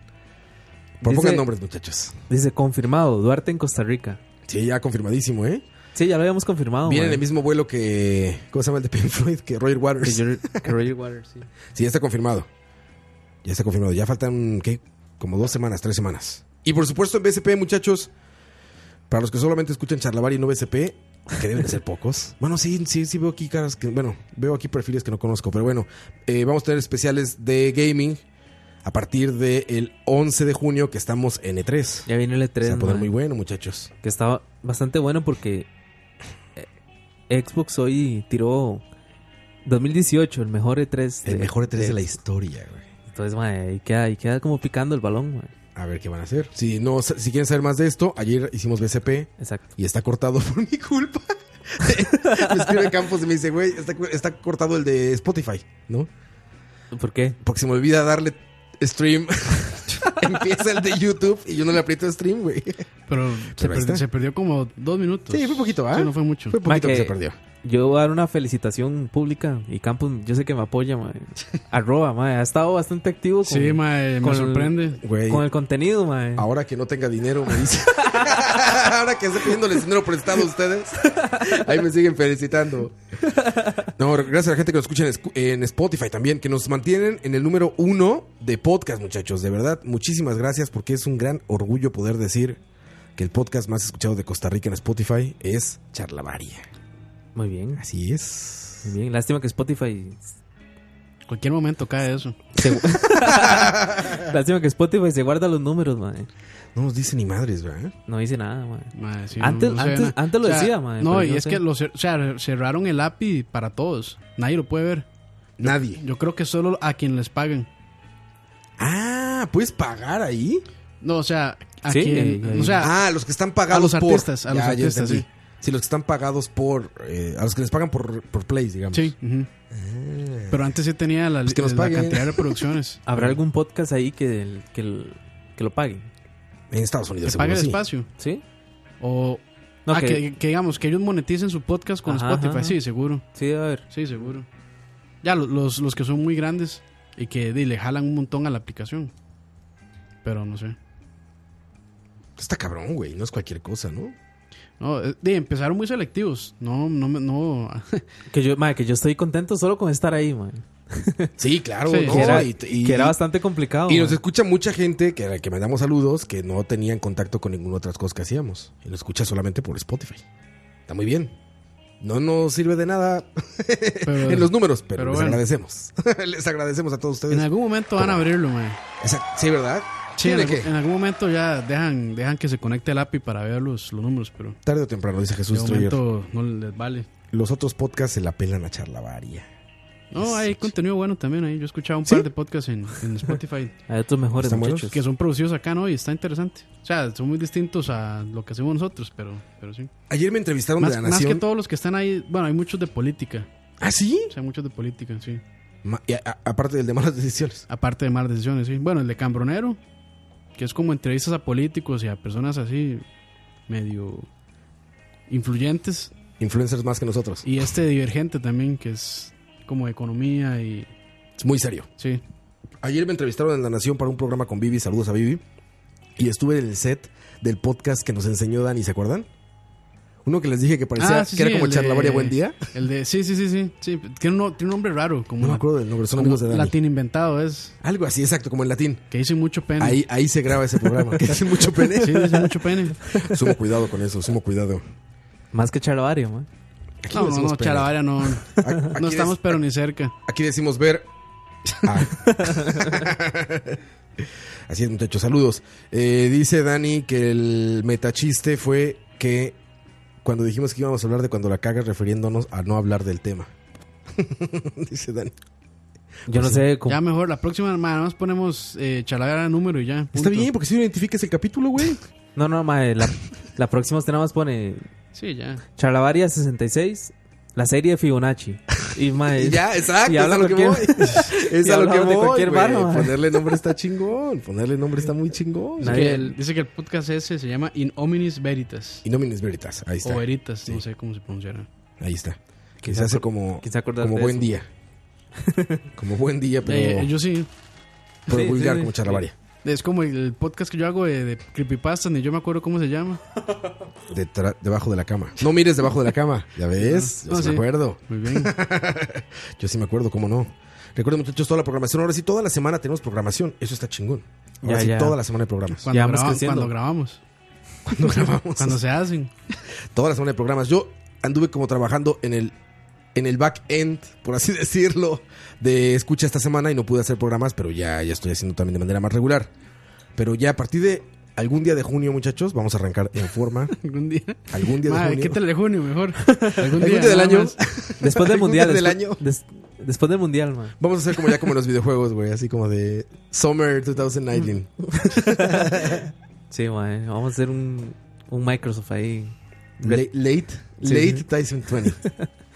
A: Propongan
C: Dice-
A: nombres, muchachos.
C: Dice, confirmado, Duarte en Costa Rica.
A: Sí, ya confirmadísimo, ¿eh?
C: Sí, ya lo habíamos confirmado,
A: Viene en
C: mae.
A: el mismo vuelo que. ¿Cómo se llama el de Pink Floyd? Que Roger
C: Que
A: Waters.
C: Roger- que
A: (laughs)
C: Roger Waters, sí.
A: Sí, ya está confirmado. Ya está confirmado. Ya faltan, ¿qué? Como dos semanas, tres semanas. Y por supuesto en BSP, muchachos. Para los que solamente escuchan charlavar y no BSP, que deben de ser pocos. Bueno, sí, sí, sí veo aquí caras que. Bueno, veo aquí perfiles que no conozco. Pero bueno, eh, vamos a tener especiales de gaming a partir del 11 de junio que estamos en E3.
C: Ya viene el E E3,
A: Se va a poner
C: mae.
A: muy bueno, muchachos.
C: que estaba bastante bueno porque eh, Xbox hoy tiró 2018, el mejor E3.
A: El
C: de-
A: mejor E3 de la historia, güey.
C: Entonces, mae, ahí queda, ahí queda como picando el balón, mae.
A: A ver qué van a hacer. Si no, si quieren saber más de esto, ayer hicimos BCP
C: Exacto.
A: y está cortado (laughs) por mi culpa. me escribe Campos y me dice, güey, está, está cortado el de Spotify, (laughs) ¿no?
C: ¿Por qué?
A: Porque se me olvida darle stream empieza el de YouTube y yo no le aprieto stream, güey.
E: Pero, se,
A: Pero (laughs) ahí
E: perdió,
A: está.
E: se perdió como dos minutos.
A: Sí, fue poquito, ¿ah?
E: Sí, no fue mucho.
A: Fue poquito
C: Ma,
A: que
C: que
A: se perdió.
C: Yo voy a dar una felicitación pública y Campos, yo sé que me apoya,
A: (laughs)
C: mae. Arroba, mae. Ha estado bastante activo. Con,
E: Sí, mae, me
C: con-
E: sorprende.
A: Güey.
C: Con el contenido, mae.
A: Ahora que no tenga dinero, me dice. Ahora que estoy pidiéndoles dinero prestado a ustedes. Ahí me siguen felicitando. No, gracias a la gente que nos escucha en, escu- en Spotify también, que nos mantienen en el número uno de podcast, muchachos. De verdad, muchísimas gracias porque es un gran orgullo poder decir que el podcast más escuchado de Costa Rica en Spotify es Charlavaria.
C: Muy bien.
A: Así es.
C: (laughs) Muy bien. Lástima que Spotify.
E: Cualquier momento cae eso.
A: (laughs)
C: (laughs) Lástima que Spotify se guarda los números, mae.
A: No nos dice ni madres, ¿verdad?
C: No dice nada, mae.
E: Mae, sí,
C: antes,
E: no- no se ve
C: antes,
E: nada.
C: antes lo
E: O sea,
C: decía, mae.
E: No,
C: pero
E: y
C: yo
E: es
C: sé.
E: que lo cer- o sea, cerraron el API para todos. Nadie lo puede ver.
A: Nadie.
E: Yo creo que solo a quien les paguen.
A: Ah, ¿puedes pagar ahí?
E: No, o sea, a
C: Sí,
E: quien.
C: ahí- ahí.
E: o sea,
A: Ah, los que están pagados
E: a los
A: por.
E: artistas, a los
A: ya
E: artistas,
A: entendí. Sí, los que están pagados por. eh, a los que les pagan por, por plays, digamos.
E: sí. Eh, ujú. Pero antes sí tenía la,
A: Pues que nos
E: la
A: paguen.
E: cantidad de reproducciones.
C: (laughs) ¿Habrá algún podcast ahí que, el- que, el- que lo paguen?
A: En Estados Unidos,
E: Que
A: seguro,
E: pague el
A: sí.
E: espacio.
C: ¿Sí?
E: O.
C: No,
E: ah,
C: que-
E: que... que digamos, que ellos moneticen su podcast con
C: Ajá,
E: Spotify.
C: ajá.
E: Sí, seguro.
C: Sí, a ver.
E: Sí, seguro. Ya, lo- los, los que son muy grandes y que di, le jalan un montón a la aplicación. Pero no sé.
A: Está cabrón, güey. No es cualquier cosa, ¿no?
E: No, eh, di, empezaron muy selectivos. No, no, me- no.
C: Que yo, mae, que yo estoy contento solo con estar ahí, mae.
A: Sí, claro.
E: Sí.
A: ¿no?
C: Que era,
A: y, y-
C: que era bastante complicado.
A: y nos
C: mae.
A: escucha mucha gente que, a la que mandamos saludos que no tenían contacto con ninguna otra cosa que hacíamos. Y nos escucha solamente por Spotify. Está muy bien. No nos sirve de nada (laughs)
E: Pero-
A: en los números, pero,
E: pero
A: les
E: bueno.
A: agradecemos. (laughs) les agradecemos a todos ustedes.
E: en algún momento van a abrirlo, man.
A: Exacto. Sí, ¿verdad?
E: Sí, en,
A: ¿Tiene
E: algún-
A: que?
E: en algún momento ya dejan, dejan que se conecte el API para ver los, los números, pero
A: Tarde o temprano, dice
E: de
A: Jesús Troyer.
E: momento no les vale.
A: Los otros podcasts se la pelan a charlavaria.
E: No, hay contenido bueno también ahí. Yo he escuchado un
A: ¿Sí?
E: par de podcasts en, en Spotify
C: Hay otros mejores
A: ¿Están buenos?
C: muchachos.
E: que son producidos acá, ¿no? Y está interesante. O sea, son muy distintos a lo que hacemos nosotros, pero, pero sí.
A: Ayer me entrevistaron
E: Más,
A: de la
E: más que
A: Nación.
E: todos los que están ahí, bueno, hay muchos de política.
A: ¿Ah, sí?
E: O sea, muchos de política, sí.
A: Ma- y a- a- aparte del de malas decisiones.
E: Aparte de más decisiones, sí. Bueno, el de Cambronero, que es como entrevistas a políticos y a personas así medio influyentes.
A: Influencers más que nosotros.
E: Y este Divergente también, que es como economía y...
A: Es muy serio.
E: Sí.
A: Ayer me entrevistaron en La Nación para un programa con Vivi. Saludos a Vivi. Y estuve en el set del podcast que nos enseñó Dani, ¿se acuerdan? Uno que les dije que parecía
E: Ah, sí,
A: que era
E: sí,
A: como
E: el
A: Charlavaria
E: de-
A: Buen Día.
E: El de... Sí, sí, sí, sí. sí. Tiene, un, no- tiene un nombre raro, como...
A: No me
E: la-
A: acuerdo del nombre, son
E: como
A: amigos de Dani.
E: latín inventado es,
A: Algo así, exacto, como en latín.
E: que dice mucho pene.
A: Ahí, ahí se graba ese programa. que es mucho pene.
E: Sí, dice mucho pene.
A: Sumo cuidado con eso, sumo cuidado.
C: Más que Charlavario, mae.
A: Aquí
E: No, no,
A: decimos
E: no,
A: pene.
E: Charavaria no.
A: A- (laughs) aquí
E: No
A: des-
E: estamos pero ni cerca.
A: Aquí decimos ver. Ah. (laughs) Así es, muchachos. Saludos. Eh, dice Dani que el metachiste fue que cuando dijimos que íbamos a hablar de cuando la cagas, refiriéndonos a no hablar del tema. (laughs) dice Dani.
C: Yo
A: Pues
C: no sé cómo.
E: Ya mejor, la próxima, ma, nada más ponemos eh, Charavaria número y ya.
A: Está
E: punto.
A: bien, porque si no identificas el capítulo, güey.
C: No, no, mae. La, la próxima usted nada más pone
E: Sí, ya.
C: Charlavaria 66, la serie de Fibonacci. Y, mae,
A: (laughs) ya, exacto.
C: y
A: es a
C: habla
A: lo que voy.
C: cualquier-
A: (laughs) Es
C: y
A: a lo que
C: hablamos de
A: voy.
C: cualquier
A: güey.
C: barba.
A: Ponerle nombre está chingón. Ponerle nombre está muy chingón.
E: Dice
C: Nadie-
E: que, el, dice que el podcast ese se llama In Hominis Veritas.
A: Y no mines veritas. Ahí está.
E: O Veritas,
A: Sí.
E: no sé cómo se pronunciará.
A: Ahí está. Que se hace como,
C: quizá acordarte
A: como
C: de
A: buen
C: eso.
A: día. Como buen día, pero.
E: Eh, yo sí.
A: Pero
C: Sí,
A: vulgar
C: sí, sí.
A: como charlavaria.
E: Es como el podcast que yo hago de, de creepypastas, ni yo me acuerdo cómo se llama.
A: De tra- debajo de la cama. No mires debajo de la cama. ¿Ya ves? Yo
E: No,
A: sí, me
E: sí.
A: acuerdo.
E: Muy bien.
A: (laughs) Yo sí me acuerdo, cómo no. Recuerden, muchachos, toda la programación. Ahora sí, toda la semana tenemos programación. Eso está chingón. Ahora
C: Ya,
A: sí,
C: ya.
A: toda la semana de programas.
E: Cuando,
C: vamos
E: grabamos,
C: creciendo.
E: cuando grabamos,
A: Cuando
E: (laughs)
A: grabamos.
E: cuando se hacen.
A: Toda la semana de programas. Yo anduve como trabajando en el, en el back end, por así (laughs) decirlo, de escucha esta semana y no pude hacer programas, pero ya, ya estoy haciendo también de manera más regular. Pero ya a partir de algún día de junio, muchachos, vamos a arrancar en forma.
E: (laughs) Algún día.
A: Algún día de
E: Ma,
A: junio.
E: ¿Qué
A: (laughs)
E: tal de junio mejor? Algún
A: Algún día del
E: nada
A: año. (laughs)
E: más.
C: Después del
A: Algún
C: mundial.
A: día del
C: después,
A: año.
C: des- después del mundial, mae.
A: Vamos a hacer como ya como en los videojuegos, güey, así como de
E: (laughs)
A: Summer 2019.
C: (laughs) Sí, mae. Vamos a hacer un, un Microsoft ahí.
A: late, late,
C: Sí,
A: late
C: sí.
A: Tyson 20.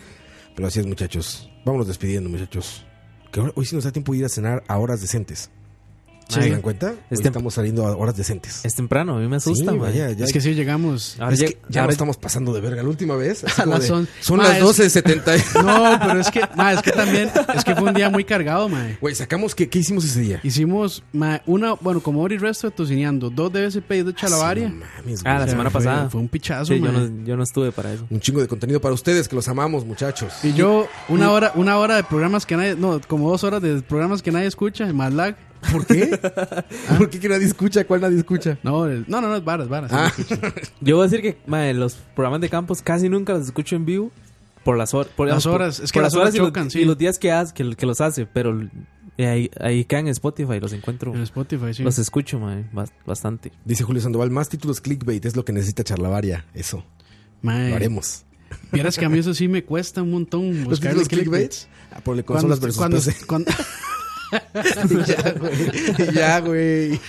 A: (laughs) Pero así es, muchachos. Vámonos despidiendo, muchachos. Que ahora- hoy sí nos da tiempo de ir a cenar a horas decentes. ¿Se dan cuenta? Hoy estamos saliendo a horas decentes.
C: Es temprano, a mí me asusta,
A: Sí,
C: mae.
A: vaya, ya-
E: Es que sí llegamos.
C: Ahora
A: Es
C: ya-
A: que ya
C: ahora
A: no
C: ya-
A: estamos pasando de verga. La última vez. así
E: A
A: como
E: las
A: de,
E: on-
A: son
E: Ma,
A: las
E: es-
A: 12.70.
E: No, pero es que, ma, es que también, es que fue un día muy cargado, mae.
A: Güey, sacamos, ¿qué, qué hicimos ese día?
E: Hicimos, mae, una, bueno, como hora y resto de tocineando, dos de BSP y dos de Chalabaria.
A: Ah, mames,
C: Ah,
A: güey.
C: la
E: O sea,
C: semana
E: fue-
C: pasada.
E: Fue un pichazo,
C: Sí, yo
E: mae.
C: no, yo no estuve para eso.
A: Un chingo de contenido para ustedes, que los amamos, muchachos.
E: Y yo, una hora, una hora de programas que nadie, no, como dos horas de programas que nadie escucha, más lag.
A: ¿Por
E: (laughs)
A: qué? ¿Por qué que nadie escucha? ¿Cuál nadie escucha?
E: No, el- no, no, no, es varas, varas.
A: Ah.
C: (laughs) Yo voy a decir que mae, los programas de campos casi nunca los escucho en vivo por las horas. Por,
E: Las
C: por-
E: horas, es que
C: por
E: las horas
C: y los-
E: chocan,
C: y los,
E: sí.
C: días que, haz- que, que los hace, pero eh, ahí, ahí quedan en Spotify, los encuentro.
E: En Spotify, sí.
C: Los escucho, mae, bas- bastante.
A: Dice Julio Sandoval, más títulos clickbait es lo que necesita Charlavaria. Eso,
E: Mae,
A: lo haremos.
E: Vieras que a mí eso sí me cuesta un montón
A: ¿Los
E: buscar
A: títulos
E: los
A: clickbait?
E: clickbaits.
A: Ah, Ponle
E: Cuando-
A: consolas versus
E: cuando-
A: PC.
E: cuando-
A: Y ya, güey. Y (laughs) ya, güey.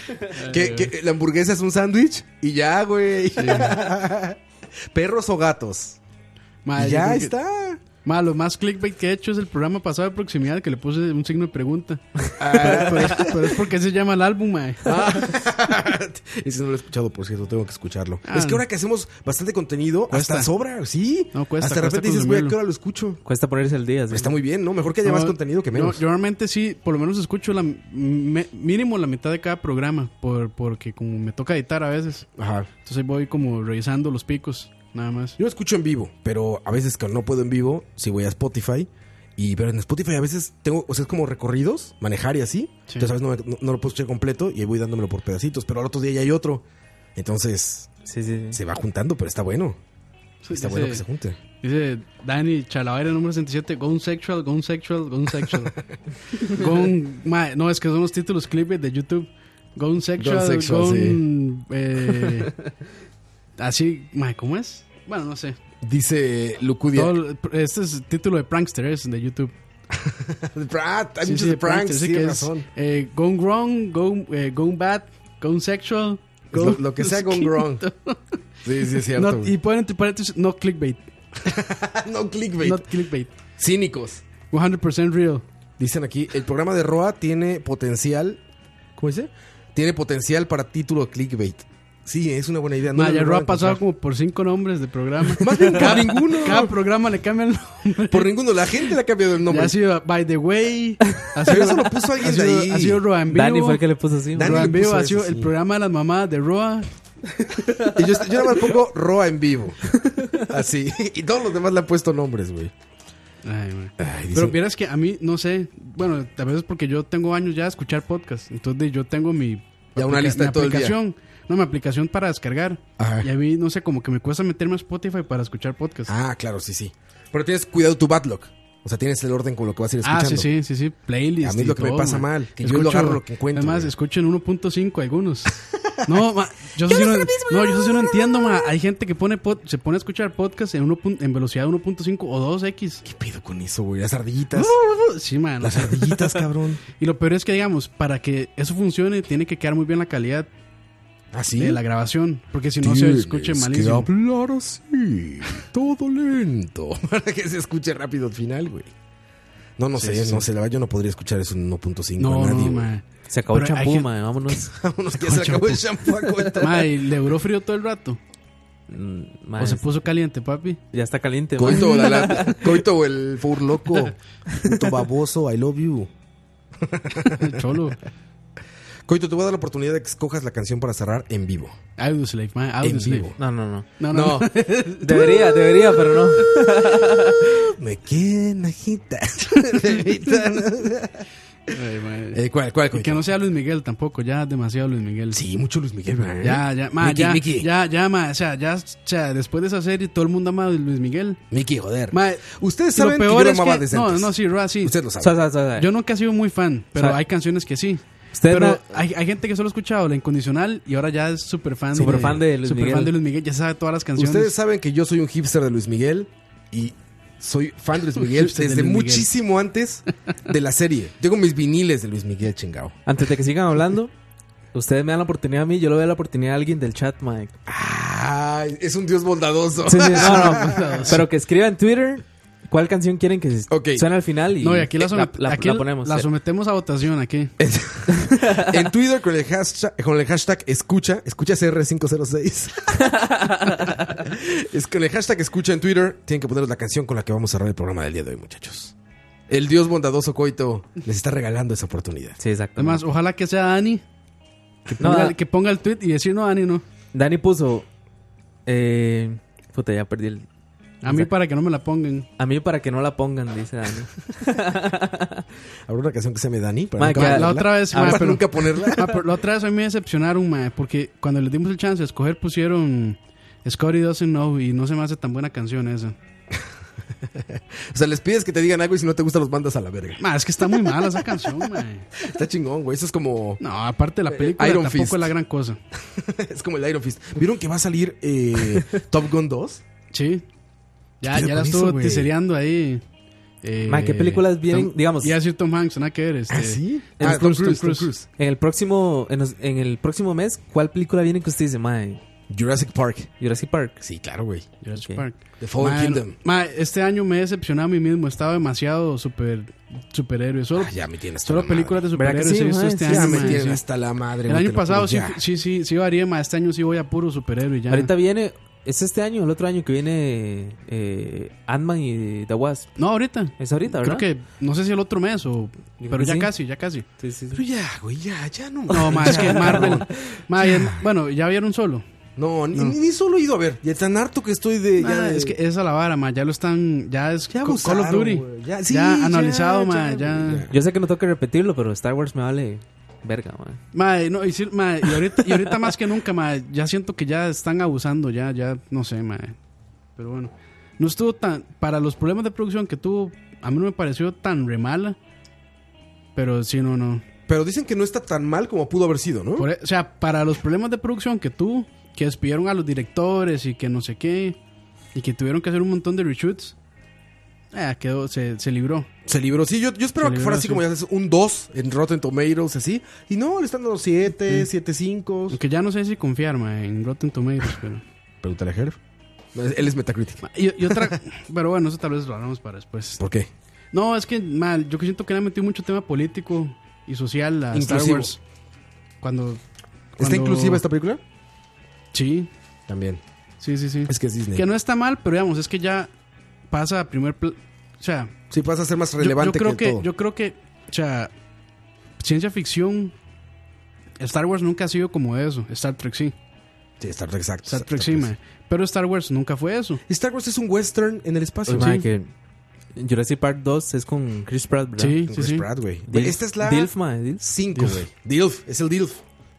A: ¿Qué- qué- la hamburguesa es un sándwich? Y ya, güey. (laughs) ¿Perros o
E: (laughs)
A: gatos?
E: Mae,
A: Y
E: yo
A: ya
E: creo que-
A: está.
E: Ma, lo más clickbait que he hecho es el programa pasado de proximidad que le puse un signo
A: (laughs)
E: de pregunta.
A: Ah.
E: Pero, es, pero es porque se llama el álbum, mae.
A: (laughs)
E: (laughs)
A: Ese no lo he escuchado, por cierto, tengo que escucharlo.
E: Ah,
A: es que
E: no.
A: ahora que hacemos bastante contenido, hasta
E: Cuesta.
A: sobra, sí.
E: No, cuesta,
A: hasta de
E: cuesta
A: repente dices, güey, ¿a qué
E: consumirlo.
A: hora lo escucho?
C: Cuesta ponerse al día. sí.
A: Está muy bien, ¿no? Mejor que haya más
E: No,
A: contenido que menos.
E: Yo, yo normalmente sí, por lo menos escucho la me- mínimo la mitad de cada programa, por, porque como me toca editar a veces,
A: Ajá.
E: entonces voy como revisando los picos, nada más.
A: Yo lo escucho en vivo, pero a veces que no puedo en vivo, si voy a Spotify. Y pero en Spotify a veces tengo, o sea, es como recorridos, manejar y así.
E: Sí.
A: Entonces a veces no, me- no- no lo puedo escuchar completo y ahí voy dándomelo por pedacitos, pero al otro día ya hay otro. Entonces
C: Sí, sí, sí.
A: se va juntando, pero está bueno. Está
E: Dice-
A: bueno que se junte.
E: Dice Dani Chalabaria número 67, Gone Sexual, Gone Sexual,
A: (laughs)
E: Gone Sexual. Gone, mae, no, es que son los títulos clipes de YouTube. Gone Sexual,
A: Gone
E: Gone...
A: Sexual, (laughs)
E: eh, así, mae, ¿cómo es? Bueno, no sé.
A: Dice Lucudia.
E: Todo- este es el título de Prankster, es de YouTube.
A: (laughs) Ah, hay
E: Sí,
A: muchos
E: sí,
A: de pranks,
E: Prankster, sí,
A: sí,
E: que
A: tienes
E: es,
A: razón.
E: eh, gone Wrong, Gone, eh, gone Bad, Gone Sexual.
A: Lo-
E: Gone-
A: lo que sea gone
E: (laughs)
A: wrong. Sí, sí, es cierto.
E: No,
A: güey.
E: y ponen entre paréntesis, no clickbait.
A: (laughs) no clickbait.
E: Not clickbait.
A: Cínicos.
E: 100% real.
A: Dicen aquí, el programa de Roa tiene potencial. ¿Cómo dice? Tiene potencial para título clickbait. Sí, es una buena idea. no lo
E: Maya Ro ha
A: lograron
E: pasado
A: encontrar.
E: como por cinco nombres
A: (laughs)
E: de programa.
A: Más bien, cada ninguno.
E: (laughs) Cada programa le cambia el nombre.
A: Por ninguno, la gente le ha cambiado el nombre.
E: Ya
A: (laughs)
E: ha sido By the Way. Ha
A: Pero
E: sido,
A: eso lo puso alguien
E: ha
A: de
E: sido-
A: ahí.
E: Ha sido Roa en Vivo.
C: Dani fue el que le puso así.
A: Dani
E: Roa
A: le
E: en Vivo
A: puso
E: ha
A: eso,
E: sido
A: sí.
E: el programa de las mamadas de Roa.
A: Y yo, yo nada más pongo Roa en vivo. (laughs) Así. Y todos los demás le han puesto nombres, güey.
E: Ay, güey.
A: Ay,
E: Pero
A: dicen-
E: vieras que a mí, no sé, bueno, tal vez es porque yo tengo años ya de escuchar podcast. Entonces yo tengo mi.
A: Ya una
E: aplica-
A: lista de
E: mi
A: todo el día.
E: aplicación. No, mi aplicación para descargar.
A: Ajá.
E: Y a mí, no sé, como que me cuesta meterme a Spotify para escuchar podcast. Ah,
A: Ah, claro, sí, sí. Pero tienes cuidado tu backlog. O sea, tienes el orden con lo que vas a ir escuchando.
E: Ah, sí, sí, sí, sí. Playlist.
A: A mí es lo
E: y
A: que me
E: todo,
A: pasa
E: ma.
A: mal, que yo lo agarro lo que encuentro,
E: Además,
A: güey.
E: escucho en
A: (laughs)
E: 1.5 algunos. No, ma, yo, eso sí no, no, yo eso sí no entiendo, ma. Hay gente que pone pod- se pone a escuchar podcast en, uno pun- en velocidad 1.5 o 2x.
A: ¿Qué pedo con eso, güey? Las ardillitas.
E: Sí, man.
A: Las
E: (laughs)
A: ardillitas, cabrón.
E: Y lo peor es que, digamos, para que eso funcione, tiene que quedar muy bien la calidad
A: Así.
E: de la grabación. Porque si no, se
A: Tienes
E: escuche
A: que
E: malísimo.
A: hablar así, todo lento, (laughs) para que se escuche rápido al final, güey. No, no
E: Sí,
A: sé,
E: sí,
A: no
E: sí.
A: sé, la verdad yo no podría escuchar eso en 1.5
E: No,
A: a nadie,
E: no,
A: güey.
E: ma.
C: Se acabó el
E: Pero hay
C: champú,
E: gente-
C: mae, vámonos.
A: (laughs) Vámonos, que ya se acabó el shampoo a cuenta.
E: Ma, ¿y le duró frío todo el rato.
C: Mm, mae,
E: (laughs) O se puso caliente, papi.
C: Ya está caliente, mae.
A: Coito, la (laughs) lata. Coito o el furloco. Puto baboso, I love you.
E: Cholo.
A: Coito, te voy a dar la oportunidad de que escojas la canción para cerrar en vivo.
E: Audioslave, ma.
A: En
E: Audioslave.
A: vivo.
C: No, no, no.
E: No,
A: No,
E: no.
A: (laughs)
C: Debería, debería, pero no.
A: me queden (laughs) agitas. eh,
E: Ay, ma.
A: ¿Cuál, cuál,
E: Y que
A: Coito?
E: no sea Luis Miguel tampoco, ya es demasiado Luis Miguel.
A: Sí, mucho Luis Miguel, ¿eh? ¿verdad?
E: Ya, ya, ma,
A: Miki,
E: ya,
A: Miki.
E: ya, ya, ma, o sea, ya, o sea, después de esa serie todo el mundo ama a Luis Miguel.
A: Mickey, joder.
E: Ma,
A: Ustedes
E: y lo
A: saben que yo
E: peor
A: lo
E: es
A: amaba
E: que,
A: desde
E: no,
A: antes.
E: no, sí, Roa, sí.
A: Ustedes lo
C: O sea, o
A: saben.
C: sea, o sea,
E: Yo nunca he sido muy fan, pero
C: Sabe.
E: hay canciones que sí.
C: Usted
E: pero
C: no-
E: hay, hay gente que solo ha escuchado la incondicional y ahora ya es súper fan.
C: Súper fan de Luis
E: súper fan
C: Miguel.
E: de Luis Miguel, ya sabe todas las canciones.
A: Ustedes saben que yo soy un hipster de Luis Miguel y soy fan de Luis (laughs) Miguel
E: Hipster de
A: desde
E: Luis Miguel.
A: muchísimo antes de la (laughs) serie. Tengo mis viniles de Luis Miguel, chingao.
C: Antes de que sigan
A: (laughs)
C: hablando, ustedes me dan la oportunidad a mí, yo le doy la oportunidad a alguien del chat, mae.
A: (laughs) Ay, es un dios bondadoso. (laughs)
E: (laughs)
C: Sí, sí, no, no. pero que escriba en Twitter ¿Cuál canción quieren que se suene al final? Y
E: no, y aquí la, somet-
C: la-
E: aquí
C: la ponemos.
E: la sometemos a votación aquí.
A: En Twitter con el hashtag, con el hashtag escucha, escucha (laughs) CR506. es con el hashtag escucha en Twitter, tienen que ponernos la canción con la que vamos a cerrar el programa del día de hoy, muchachos. El Dios bondadoso Coito les está regalando esa oportunidad.
C: Sí, exacto.
E: Además, ojalá que sea Dani. Que
C: No,
E: ponga,
C: da-
E: que ponga el tweet y decir no, Dani, no.
C: Dani puso. Eh, puta, ya perdí el.
E: A mí para que no me la pongan.
C: A mí para que no la pongan, dice Dani.
A: ¿Habrá una canción que se llame Dani? Para
C: Ma,
A: nunca
C: que Ah,
E: La,
A: ponerla.
E: otra vez,
A: Ahora
E: mae,
A: para
E: pero-
A: nunca ponerla.
E: (laughs) Ah, pero la otra vez a mí me decepcionaron, mae, porque cuando les dimos el chance de escoger pusieron Scotty Doesn't Know y no se me hace tan buena canción esa.
A: (laughs) O sea, les pides que te digan algo y si no te gusta los mandas a la verga.
E: Ma, es que está muy mala esa canción, mae.
A: Está chingón, güey. Eso es como.
E: No, aparte la película
A: Iron
E: tampoco
A: Fist.
E: es la gran cosa.
A: (laughs) es como el Iron Fist. ¿Vieron que va a salir eh, Top Gun 2?
E: Sí. Ya,
A: Pero con
E: ya
A: eso,
E: la estuvo
A: güey.
E: tisereando ahí. Eh,
C: Ma, ¿qué películas vienen?
E: Tom-
C: Digamos-
E: Y a decir Tom Hanks, nada que ver.
A: (laughs)
E: Este,
A: ¿Ah, sí?
C: En,
A: Ah,
C: el,
A: Tom Cruise,
C: Tom Cruise.
A: Tom Cruise.
C: en el próximo en, los- en el próximo mes, ¿cuál película viene que usted dice, mae?
A: Jurassic Park.
C: Jurassic Park.
A: Sí, claro, güey.
E: Jurassic
C: Ok.
E: Park.
A: The Fallen
E: Ma,
A: Kingdom.
E: ma, este año me he decepcionado a mí mismo. He estado demasiado super, superhéroe. Solo,
A: Ah, ya me tienes toda
E: solo
A: la
E: películas de
A: madre.
C: ¿Verdad que
E: superhéroes
C: sí,
E: he visto
C: ma?
E: este
C: Sí,
E: año.
A: Ya me
E: ma,
A: tienes
E: sí.
A: hasta la madre, güey,
E: El
A: te
E: año
A: lo
E: pasado
A: juro,
E: sí,
A: ya.
E: sí, sí, sí varié, ma. Este año sí voy a puro superhéroe ya.
C: Ahorita viene. ¿Es este año o el otro año que viene eh, Ant-Man y The Wasp?
E: No, ahorita.
C: Es ahorita, ¿verdad?
E: Creo que, no sé si el otro mes
C: Yo
E: o...
C: creo
E: Pero
C: que
E: ya
C: sí.
E: casi, ya casi.
C: Sí, sí, sí.
A: Pero ya, güey, ya, ya no.
E: No,
A: (laughs)
E: ma, es que Marvel... ma, y el- bueno, ya vieron solo.
A: No, ni, ni solo he ido a ver. Ya tan harto que estoy de.
E: Ma,
A: ya de-
E: es que esa es la vara, ma. Ya lo están... Ya es
A: Ya
E: Co- Call
A: abusaron,
E: of Duty.
A: güey. Ya,
E: Ya,
A: sí, ya,
E: analizado,
A: ya,
E: ma. Ya...
A: güey, ya.
C: Yo sé que no tengo que repetirlo, pero Star Wars me vale verga, mae.
E: Ma, no, y, sí, ma, y ahorita, y ahorita más que nunca, ma, ya siento que ya están abusando, ya, ya, no sé, ma. Pero bueno, no estuvo tan, para los problemas de producción que tuvo, a mí no me pareció tan remala. Pero sí, no, no.
A: Pero dicen que no está tan mal como pudo haber sido, ¿no?
E: Por e- o sea, para los problemas de producción que tuvo, que despidieron a los directores y que no sé qué, y que tuvieron que hacer un montón de reshoots, eh, quedó, se, se libró.
A: Se libró. Sí, yo, yo esperaba
E: Se
A: que fuera
E: libró,
A: así
E: sí.
A: como ya sabes, un 2 en Rotten Tomatoes, así. Y no, le están dando 7, 7, 5.
E: Aunque ya no sé si confiar, ma, en Rotten Tomatoes, pero...
A: Pregúntale a Herb. No, él es Metacritic.
E: Ma, Y, y otra...
A: (laughs)
E: pero bueno, eso tal vez lo hablamos para después.
A: ¿Por qué?
E: No, es que mal, yo que siento que le han metido mucho tema político y social a Ah, Star
A: Inclusivo.
E: Wars. Cuando,
A: ¿Está
E: cuando-
A: inclusiva esta película?
E: Sí,
A: También.
E: sí, sí, sí.
A: Es que es Disney.
E: Que no está mal, pero digamos, es que ya pasa a primer pl- o sea, yo-
A: Sí, pasa a ser más
E: yo,
A: relevante
E: creo que,
A: todo.
E: yo creo que, o sea, ciencia ficción Star Wars nunca ha sido como eso, Star Trek sí,
A: Sí, Star Trek, exacto.
E: Star Trek sí, mae. pero Star Wars nunca fue eso.
A: Star Wars es un western en el espacio.
C: Oye, mae, que Jurassic Park 2 es con Chris Pratt, ¿verdad?
E: Sí,
A: Con
E: sí,
A: Chris
E: sí.
A: Pratt, güey.
C: Dilf-
A: Esta es la
C: Dilf, mae, Dilf.
A: 5, güey. Dilf, es el Dilf.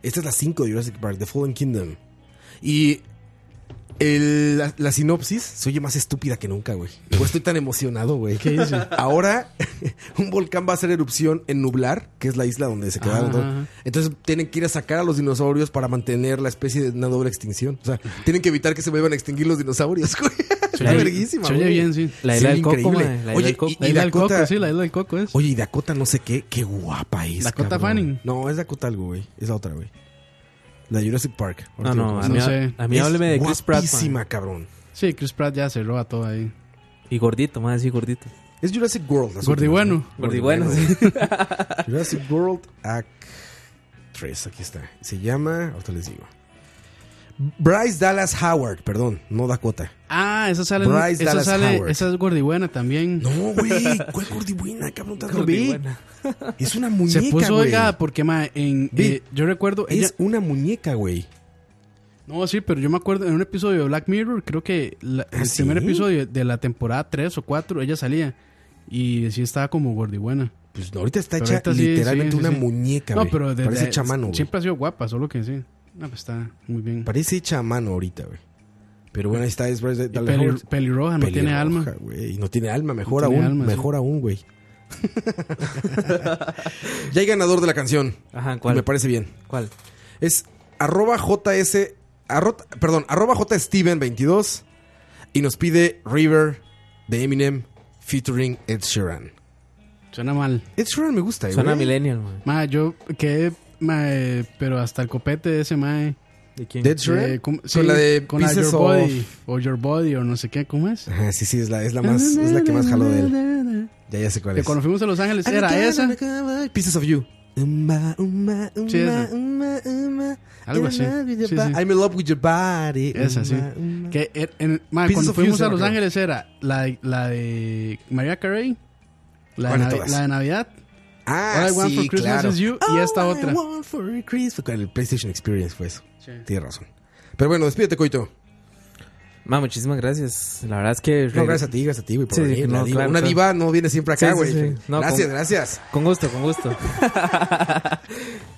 A: Esta es la 5 de Jurassic Park, The Fallen Kingdom. Y el- la, la sinopsis se oye más estúpida que nunca,
E: (laughs)
A: güey. Pues estoy tan emocionado, güey.
E: ¿Qué dice?
A: Ahora (laughs) un volcán va a hacer erupción en Nublar, que es la isla donde se quedaron.
E: Ajá,
A: todos.
E: ajá.
A: Entonces tienen que ir a sacar a los dinosaurios para mantener la especie de una doble extinción. O sea, tienen que evitar que se vuelvan a extinguir los dinosaurios, (laughs) güey.
E: Se
A: Está
E: oye-
A: verguísima,
E: se oye
A: güey.
E: bien, sí.
C: La isla
A: Sí,
C: del coco,
A: increíble.
C: mae, la isla
A: Oye,
C: del coco.
A: y-
E: La
A: y
E: isla del
A: Dakota-
E: coco, sí, la isla del coco es.
A: Oye, y Dakota no sé qué, qué guapa es.
E: Dakota
A: cabrón.
E: Fanning.
A: No, es Dakota algo, güey. Es la otra, güey. La de Jurassic Park.
C: Ah, No, no, a
E: No
C: mí,
E: sé.
C: a mí hábleme de Chris Pratt. mae.
A: Guapísima, cabrón.
E: Sí, Chris Pratt ya se roba todo ahí.
C: Y gordito, más sí, gordito.
A: Es Jurassic World. las
E: Gordi
A: últimas,
E: bueno.
A: ¿no?
C: Gordi bueno, sí. (laughs)
A: Jurassic World Act 3. Aquí está. Se llama... Ahorita les digo. Bryce Dallas Howard. Perdón, no Dakota.
E: Ah, esa sale.
A: Bryce
E: esa
A: Dallas
E: sale.
A: Howard.
E: Esa es gordibuena también.
A: No,
E: (laughs)
A: güey. ¿Cuál gordibuena, cabrón? ¿Estás gordibuena?
C: Gordibuena.
A: Es una muñeca,
E: Se puso
A: güey.
E: delgada porque, ma, en.
A: Ve,
E: eh, yo recuerdo. Ella,
A: Es una muñeca, güey.
E: no, sí, pero yo me acuerdo en un episodio de Black Mirror, creo que la-
A: ¿Ah,
E: el
A: sí?
E: primer episodio de la temporada 3 o 4, ella salía. Y sí estaba como gordibuena.
A: Pues no, ahorita está
E: Pero
A: hecha
E: ahorita sí,
A: literalmente
E: sí, sí,
A: una
E: sí.
A: muñeca,
E: No,
A: güey.
E: pero desde.
A: Parece chamano, güey.
E: Siempre ha sido guapa, solo que sí. No, pues está muy bien.
A: Parece hecha a mano ahorita, güey. Pero bueno, ahí está. Es Bryce
E: Y
A: Dallas
E: peli-
A: Howard.
E: pelirroja, no tiene
A: Pelirroja,
E: alma.
A: güey. Y no tiene alma, mejor
E: No tiene
A: aún.
E: alma, sí.
A: mejor aún, güey. ya hay ganador de la canción.
C: Ajá,
A: Me
C: ¿cuál?
A: parece bien.
C: ¿Cuál?
A: Es arroba JS. arro- perdón, arroba JSteven22. E Y nos pide River de Eminem featuring Ed Sheeran.
E: Suena mal.
A: Ed Sheeran me gusta, eh,
C: Suena
A: güey.
C: Millennial, mae.
E: Ma, yo quedé. Ma, eh, pero hasta el copete de ese, ma. eh.
C: ¿De quién?
A: Dead Shrimp?
E: Eh, ¿cómo-
A: Con
E: sí,
A: la de
E: con la
A: Pieces
E: Your
A: of-
E: Body o Your Body o no sé qué, ¿cómo es?
A: Ajá, sí, sí, es la, es la más, es la que más jaló de él. Ya, ya sé cuál
E: Que
A: es.
E: cuando fuimos a Los Ángeles era esa.
A: Pieces of You.
E: Sí, esa. Algo así. Sí, sí.
A: I'm in love with your body.
E: Esa, sí. Que er- en- ma,
A: Pieces
E: cuando
A: of You
E: fuimos
A: se
E: a
A: llama,
E: Los
A: creo.
E: Ángeles era la, de- la de Mariah Carey, la de,
A: ¿Cuál de
E: Navi-
A: todas?
E: la de Navidad,
A: Ah,
E: All I Want
A: sí,
E: for Christmas
A: claro.
E: is You, y esta
A: All I
E: otra.
A: Want for Christmas. Con El PlayStation Experience fue eso. Tienes razón. Pero bueno, despídete, Coito.
C: Ma, muchísimas gracias. La verdad es que.
A: No, gracias a ti, gracias a ti, güey, por
C: Sí,
A: venir.
C: no,
A: La diva-
C: claro,
A: Una
C: claro.
A: diva no viene siempre
C: Sí,
A: acá,
C: sí,
A: güey.
C: sí. No,
A: gracias,
C: con-
A: gracias.
C: Con gusto, con
A: (laughs)
C: gusto.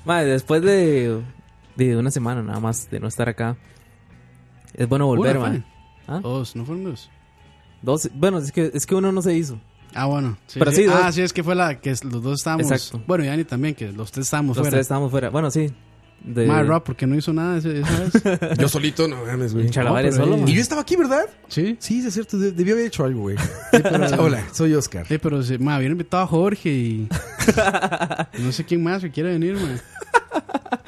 C: Madre, después de, de una semana nada más de no estar acá, es bueno volver, ¿Ah?
E: Una fue.
C: madre.
E: Dos, no fueron dos.
C: Dos- bueno, es que, es que uno no se hizo.
E: Ah, bueno. Sí,
C: Pero
E: sí.
C: sí, dos.
E: ah, sí, es que fue la que es- los dos estábamos.
C: Exacto.
E: Bueno, y Dani también, que los tres estábamos
C: Los
E: fuera.
C: tres estábamos fuera. Bueno, sí. De,
E: Ma, Rob, porque no hizo nada ese- esa
A: (laughs)
E: vez.
A: Yo solito, no mames, güey.
C: En Chalabaria
E: No, pero
C: solo,
E: ahí-
C: ma.
A: Y yo estaba aquí, ¿verdad?
E: sí.
A: Sí, sí, es cierto. de- Debí haber hecho algo,
E: (laughs)
A: güey. (laughs) Hola, soy Oscar.
E: Eh, pero se, ma, hubiera invitado a
C: (laughs)
E: Jorge y. y no sé quién más que quiere venir, ma.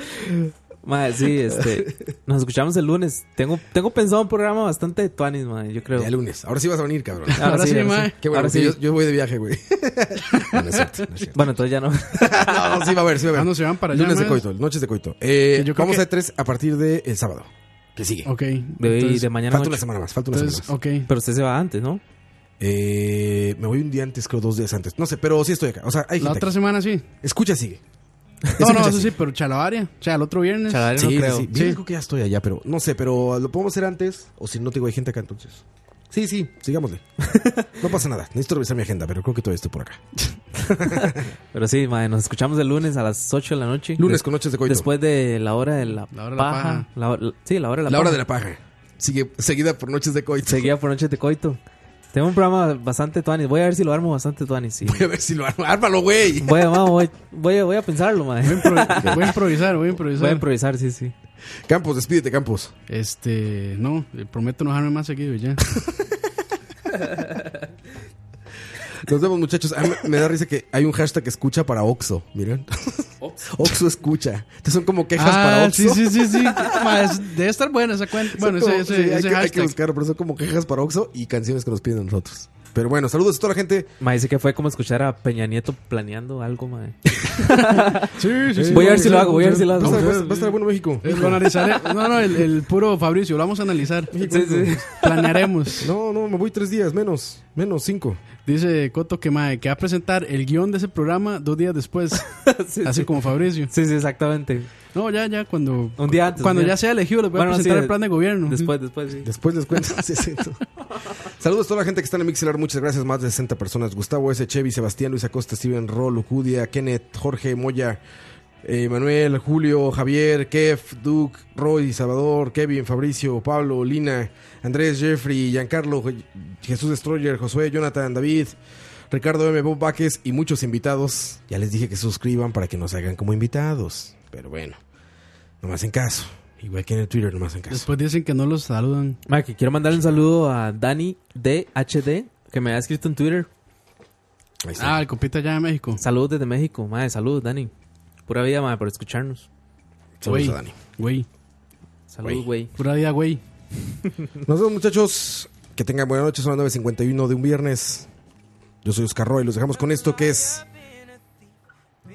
C: Madre,
A: (laughs)
C: sí, este. nos escuchamos el lunes. Tengo, tengo pensado un programa bastante de Tuanis, madre, yo creo.
A: Ya lunes. Ahora sí vas a venir, cabrón.
C: Ahora,
E: Ahora
C: sí,
E: sí,
C: ahora
E: ma.
C: sí.
A: Qué bueno,
C: Ahora
A: porque
C: sí.
A: yo, yo voy de viaje, güey. No, no es cierto,
C: (laughs)
A: no es cierto.
C: Bueno, entonces ya no.
A: (laughs) No, no, sí va a haber, sí va a
E: Ah,
A: haber.
E: no, se van para allá,
A: Lunes de
E: ma.
A: coito, noches de coito. Eh,
E: Que yo creo
A: vamos
E: que-
A: a E3 a partir del sábado. Que sigue.
E: Ok.
C: De, hoy-
E: entonces-
C: de mañana.
A: Falta
C: en
A: una
C: ocho.
A: semana más, falta una
E: entonces,
A: semana más.
E: ok.
C: (laughs) Pero usted se va antes, ¿no?
A: Eh, me voy un día antes, creo, dos días antes. No sé, pero sí estoy acá. O sea, hay
E: La
A: gente
E: otra
A: aquí.
E: semana sí.
A: Escucha, sigue.
E: No, no,
A: Escucha,
E: eso sí, pero Chalabaria. O sea, el otro viernes.
C: Chalabaria
A: Sí,
C: no creo.
A: sí, sí. Digo que ya estoy allá, pero no sé, pero lo podemos hacer antes o si no te digo hay gente acá entonces. Sí, sí,
C: (laughs)
A: sigámosle. no pasa nada. Necesito revisar mi agenda, pero creo que todavía estoy por acá.
C: Pero sí, madre, nos escuchamos el lunes a las 8 de la noche.
A: Lunes con noches de coito.
C: Después de la hora de la,
E: La hora de la
C: paja.
E: paja.
C: La, la- sí, la hora de la
A: la
C: paja.
A: hora de la paja. Sigue seguida por noches de coito.
C: Seguía por noche de coito. Tengo un programa bastante tuanis. Voy a ver si lo armo bastante tuanis. y-
A: (laughs) Voy a ver si lo armo. Ármalo, güey.
C: Voy, a- vamos, voy, voy, a- voy a pensarlo, madre.
E: Voy a impro- voy
C: (laughs)
E: a improvisar, voy a improvisar.
C: Voy a improvisar, sí, sí.
A: Campos, despídete, Campos.
E: Este, no, eh, prometo no dejarme más seguido y ya.
A: Nos vemos, muchachos. A mí me da risa que hay un hashtag que escucha para Oxo. Miren. Oxo escucha. Entonces son como (laughs) quejas para Oxo.
E: Ah, sí, sí, sí, sí. (laughs) Ma,
A: (laughs)
E: es- debe estar buena esa cuenta. Bueno,
A: Son
E: ese,
A: como-
E: ese,
A: sí, hay,
E: ese
A: que, hay que
E: hashtag.
A: buscarlo, pero son como quejas para Oxo y canciones que nos piden a nosotros. Pero bueno, saludos a toda la gente.
C: Ma, dice que fue como escuchar a Peña Nieto planeando algo,
E: (laughs)
C: madre.
E: sí, sí, sí.
C: Voy a ver si lo hago, voy a ver si lo
A: Va a
C: hago.
A: estar- va a va a estar bueno México.
E: Eh, lo analizaré. No, no, el, el puro Fabricio, lo vamos a analizar. Planearemos.
A: No, no, me voy tres días, menos, menos cinco.
E: Dice Coto que, ma, que va a presentar el guión de ese programa dos días después.
C: (laughs) Sí,
E: así
C: sí.
E: como Fabricio.
C: Sí, sí, exactamente.
E: No, ya, ya, cuando.
C: Un día antes.
E: Cuando
C: un día
E: ya
C: antes.
E: sea elegido, les voy a
C: Bueno,
E: presentar
C: sí,
E: el plan de gobierno.
C: Después, después, sí.
A: Después les cuento. Sí, sí, no. Saludos a toda la gente que está en Mixelar, muchas gracias, más de 60 personas. Gustavo S. Chevy, Sebastián, Luis Acosta, Steven Ro, Lujudia, Kenneth, Jorge, Moya, eh, Manuel, Julio, Javier, Kef, Duke, Roy, Salvador, Kevin, Fabricio, Pablo, Lina, Andrés, Jeffrey, Giancarlo, Je- Jesús Destroyer, Josué, Jonathan, David. Ricardo M. Bob Vázquez y muchos invitados. Ya les dije que suscriban para que nos hagan como invitados. Pero bueno, nomás en caso. Igual que en el Twitter, nomás en caso.
E: (laughs) Después dicen que no los saludan.
C: Ma, que quiero mandarle un saludo a Dani DHD, que me ha escrito en Twitter.
A: Ahí está.
E: Ah, el compita allá de México.
C: Saludos desde México, madre. Saludos, Dani. Pura vida, madre, por escucharnos.
A: Saludos
E: Güey,
A: a Dani.
E: Güey,
C: Saludos, güey.
E: pura día, güey.
A: (laughs) Nos vemos, muchachos. Que tengan buena noche. Son las 9.51 de un viernes. Yo soy Oscar Roy. Los dejamos con esto que es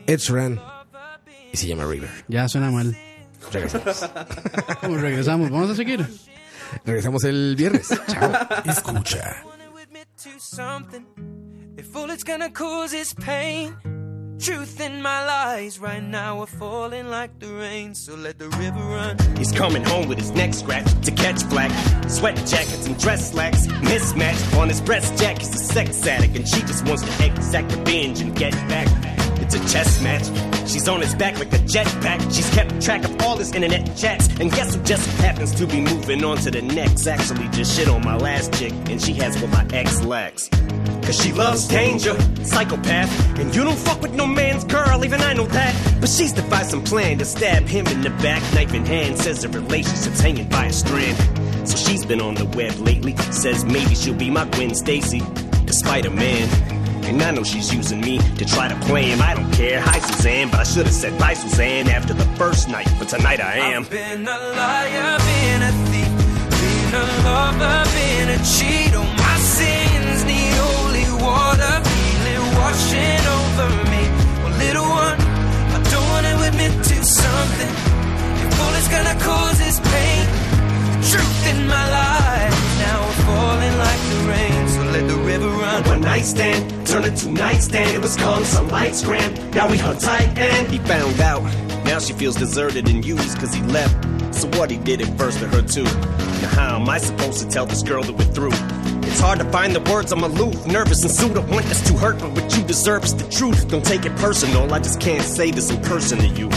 A: Ed Sheeran y se llama
E: (laughs)
A: River.
E: Ya suena mal.
A: Regresamos.
E: ¿Cómo regresamos? Vamos a seguir.
A: Regresamos el viernes. Chao. Escucha.
N: wanna admit to something. If all it's gonna cause is pain, truth in my lies right now are falling like the rain. So let the river run.
O: He's coming home with his neck scratched to catch black. Sweat jackets and dress slacks mismatched on his breast jack. He's a sex addict and she just wants to exact revenge and get back. It's a chess match. She's on his back like a jetpack. She's kept track of all his internet chats. And guess who just happens to be moving on to the next? Actually, just shit on my last chick, and she has what my ex lacks. Cause she loves danger, psychopath. And you don't fuck with no man's girl, even I know that. But she's devised some plan to stab him in the back, knife in hand. Says the relationship's hanging by a strand. So she's been on the web lately. Says maybe she'll be my Gwen Stacy, despite a man. And I know she's using me to try to play him. I don't care. Hi, Suzanne, but I should have said bye, Suzanne, after the first night. But tonight I am.
N: Been a liar, been a thief, been a lover, been a cheat. Oh, my sins need holy water, feel it washing over me. Well, little one, I don't wanna admit to something. If all it's gonna cause is pain, the truth in my life now I'm falling like the rain. So let the river run.
O: One night stand turned into nightstand. It was calm, some lights grand. Now we hung tight and he found out. Now she feels deserted and used cause he left. So what he did at first to her too. Now how am I supposed to tell this girl that we're through? It's hard to find the words, I'm aloof, nervous and sued. I want this to hurt, but what you deserve is the truth. Don't take it personal, I just can't say this in person to you.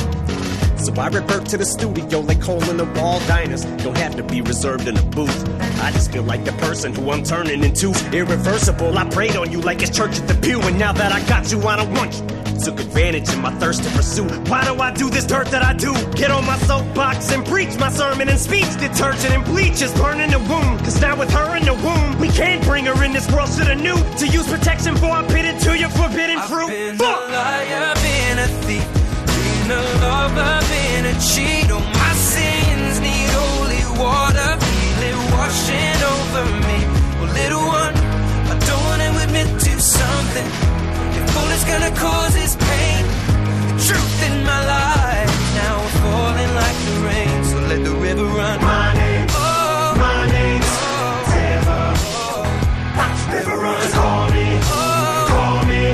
O: So I revert to the studio like hole in the wall diners. Don't have to be reserved in a booth. I just feel like the person who I'm turning into. Irreversible, I prayed on you like it's church at the pew. And now that I got you, I don't want you. Took advantage of my thirst to pursue. Why do I do this dirt that I do? Get on my soapbox and preach my sermon and speech. Detergent and bleach is burning the womb. Cause now with her in the womb, we can't bring her in this world. Should have knew to use protection for I bit into your forbidden fruit.
N: been a liar, been a thief, been a lover, been a cheat. All my sins need holy water, feel it washing over me. Well, little one, I don't wanna admit to something. If all it's gonna cause is pain, the truth in my life now I'm falling like the rain. So let the river run. My name, oh, oh. my name's Taylor. River runs, call me, call me,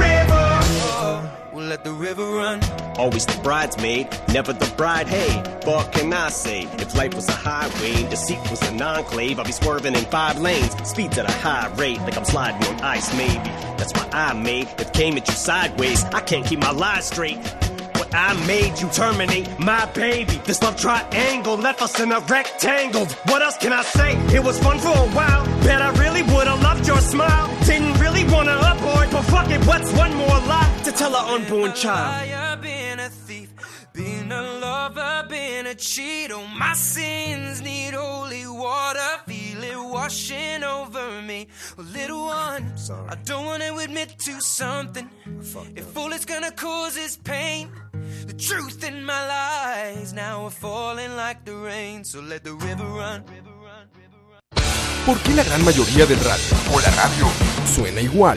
N: river. Well, let the river run.
O: Always the bridesmaid, never the bride. Hey, what can I say? If life was a highway, and deceit was an enclave, I'd be swerving in five lanes. Speeds at a high rate, like I'm sliding on ice, maybe. That's why I made it came at you sideways. I can't keep my lies straight. What I made you terminate my baby. This love triangle left us in a rectangle. What else can I say? It was fun for a while. Bet I really would've loved your smile. Didn't really wanna abort, but fuck it, what's one more lie to tell our unborn child?
N: liar, been a thief, been a lover, been a cheat. Oh, my sins need holy water, feel it washing over me. Well, little one, I don't want to admit to something. If all it's gonna cause is pain, the truth in my lies now are falling like the rain. So let the river run.
I: ¿Por qué la gran mayoría del radio o la radio suena igual?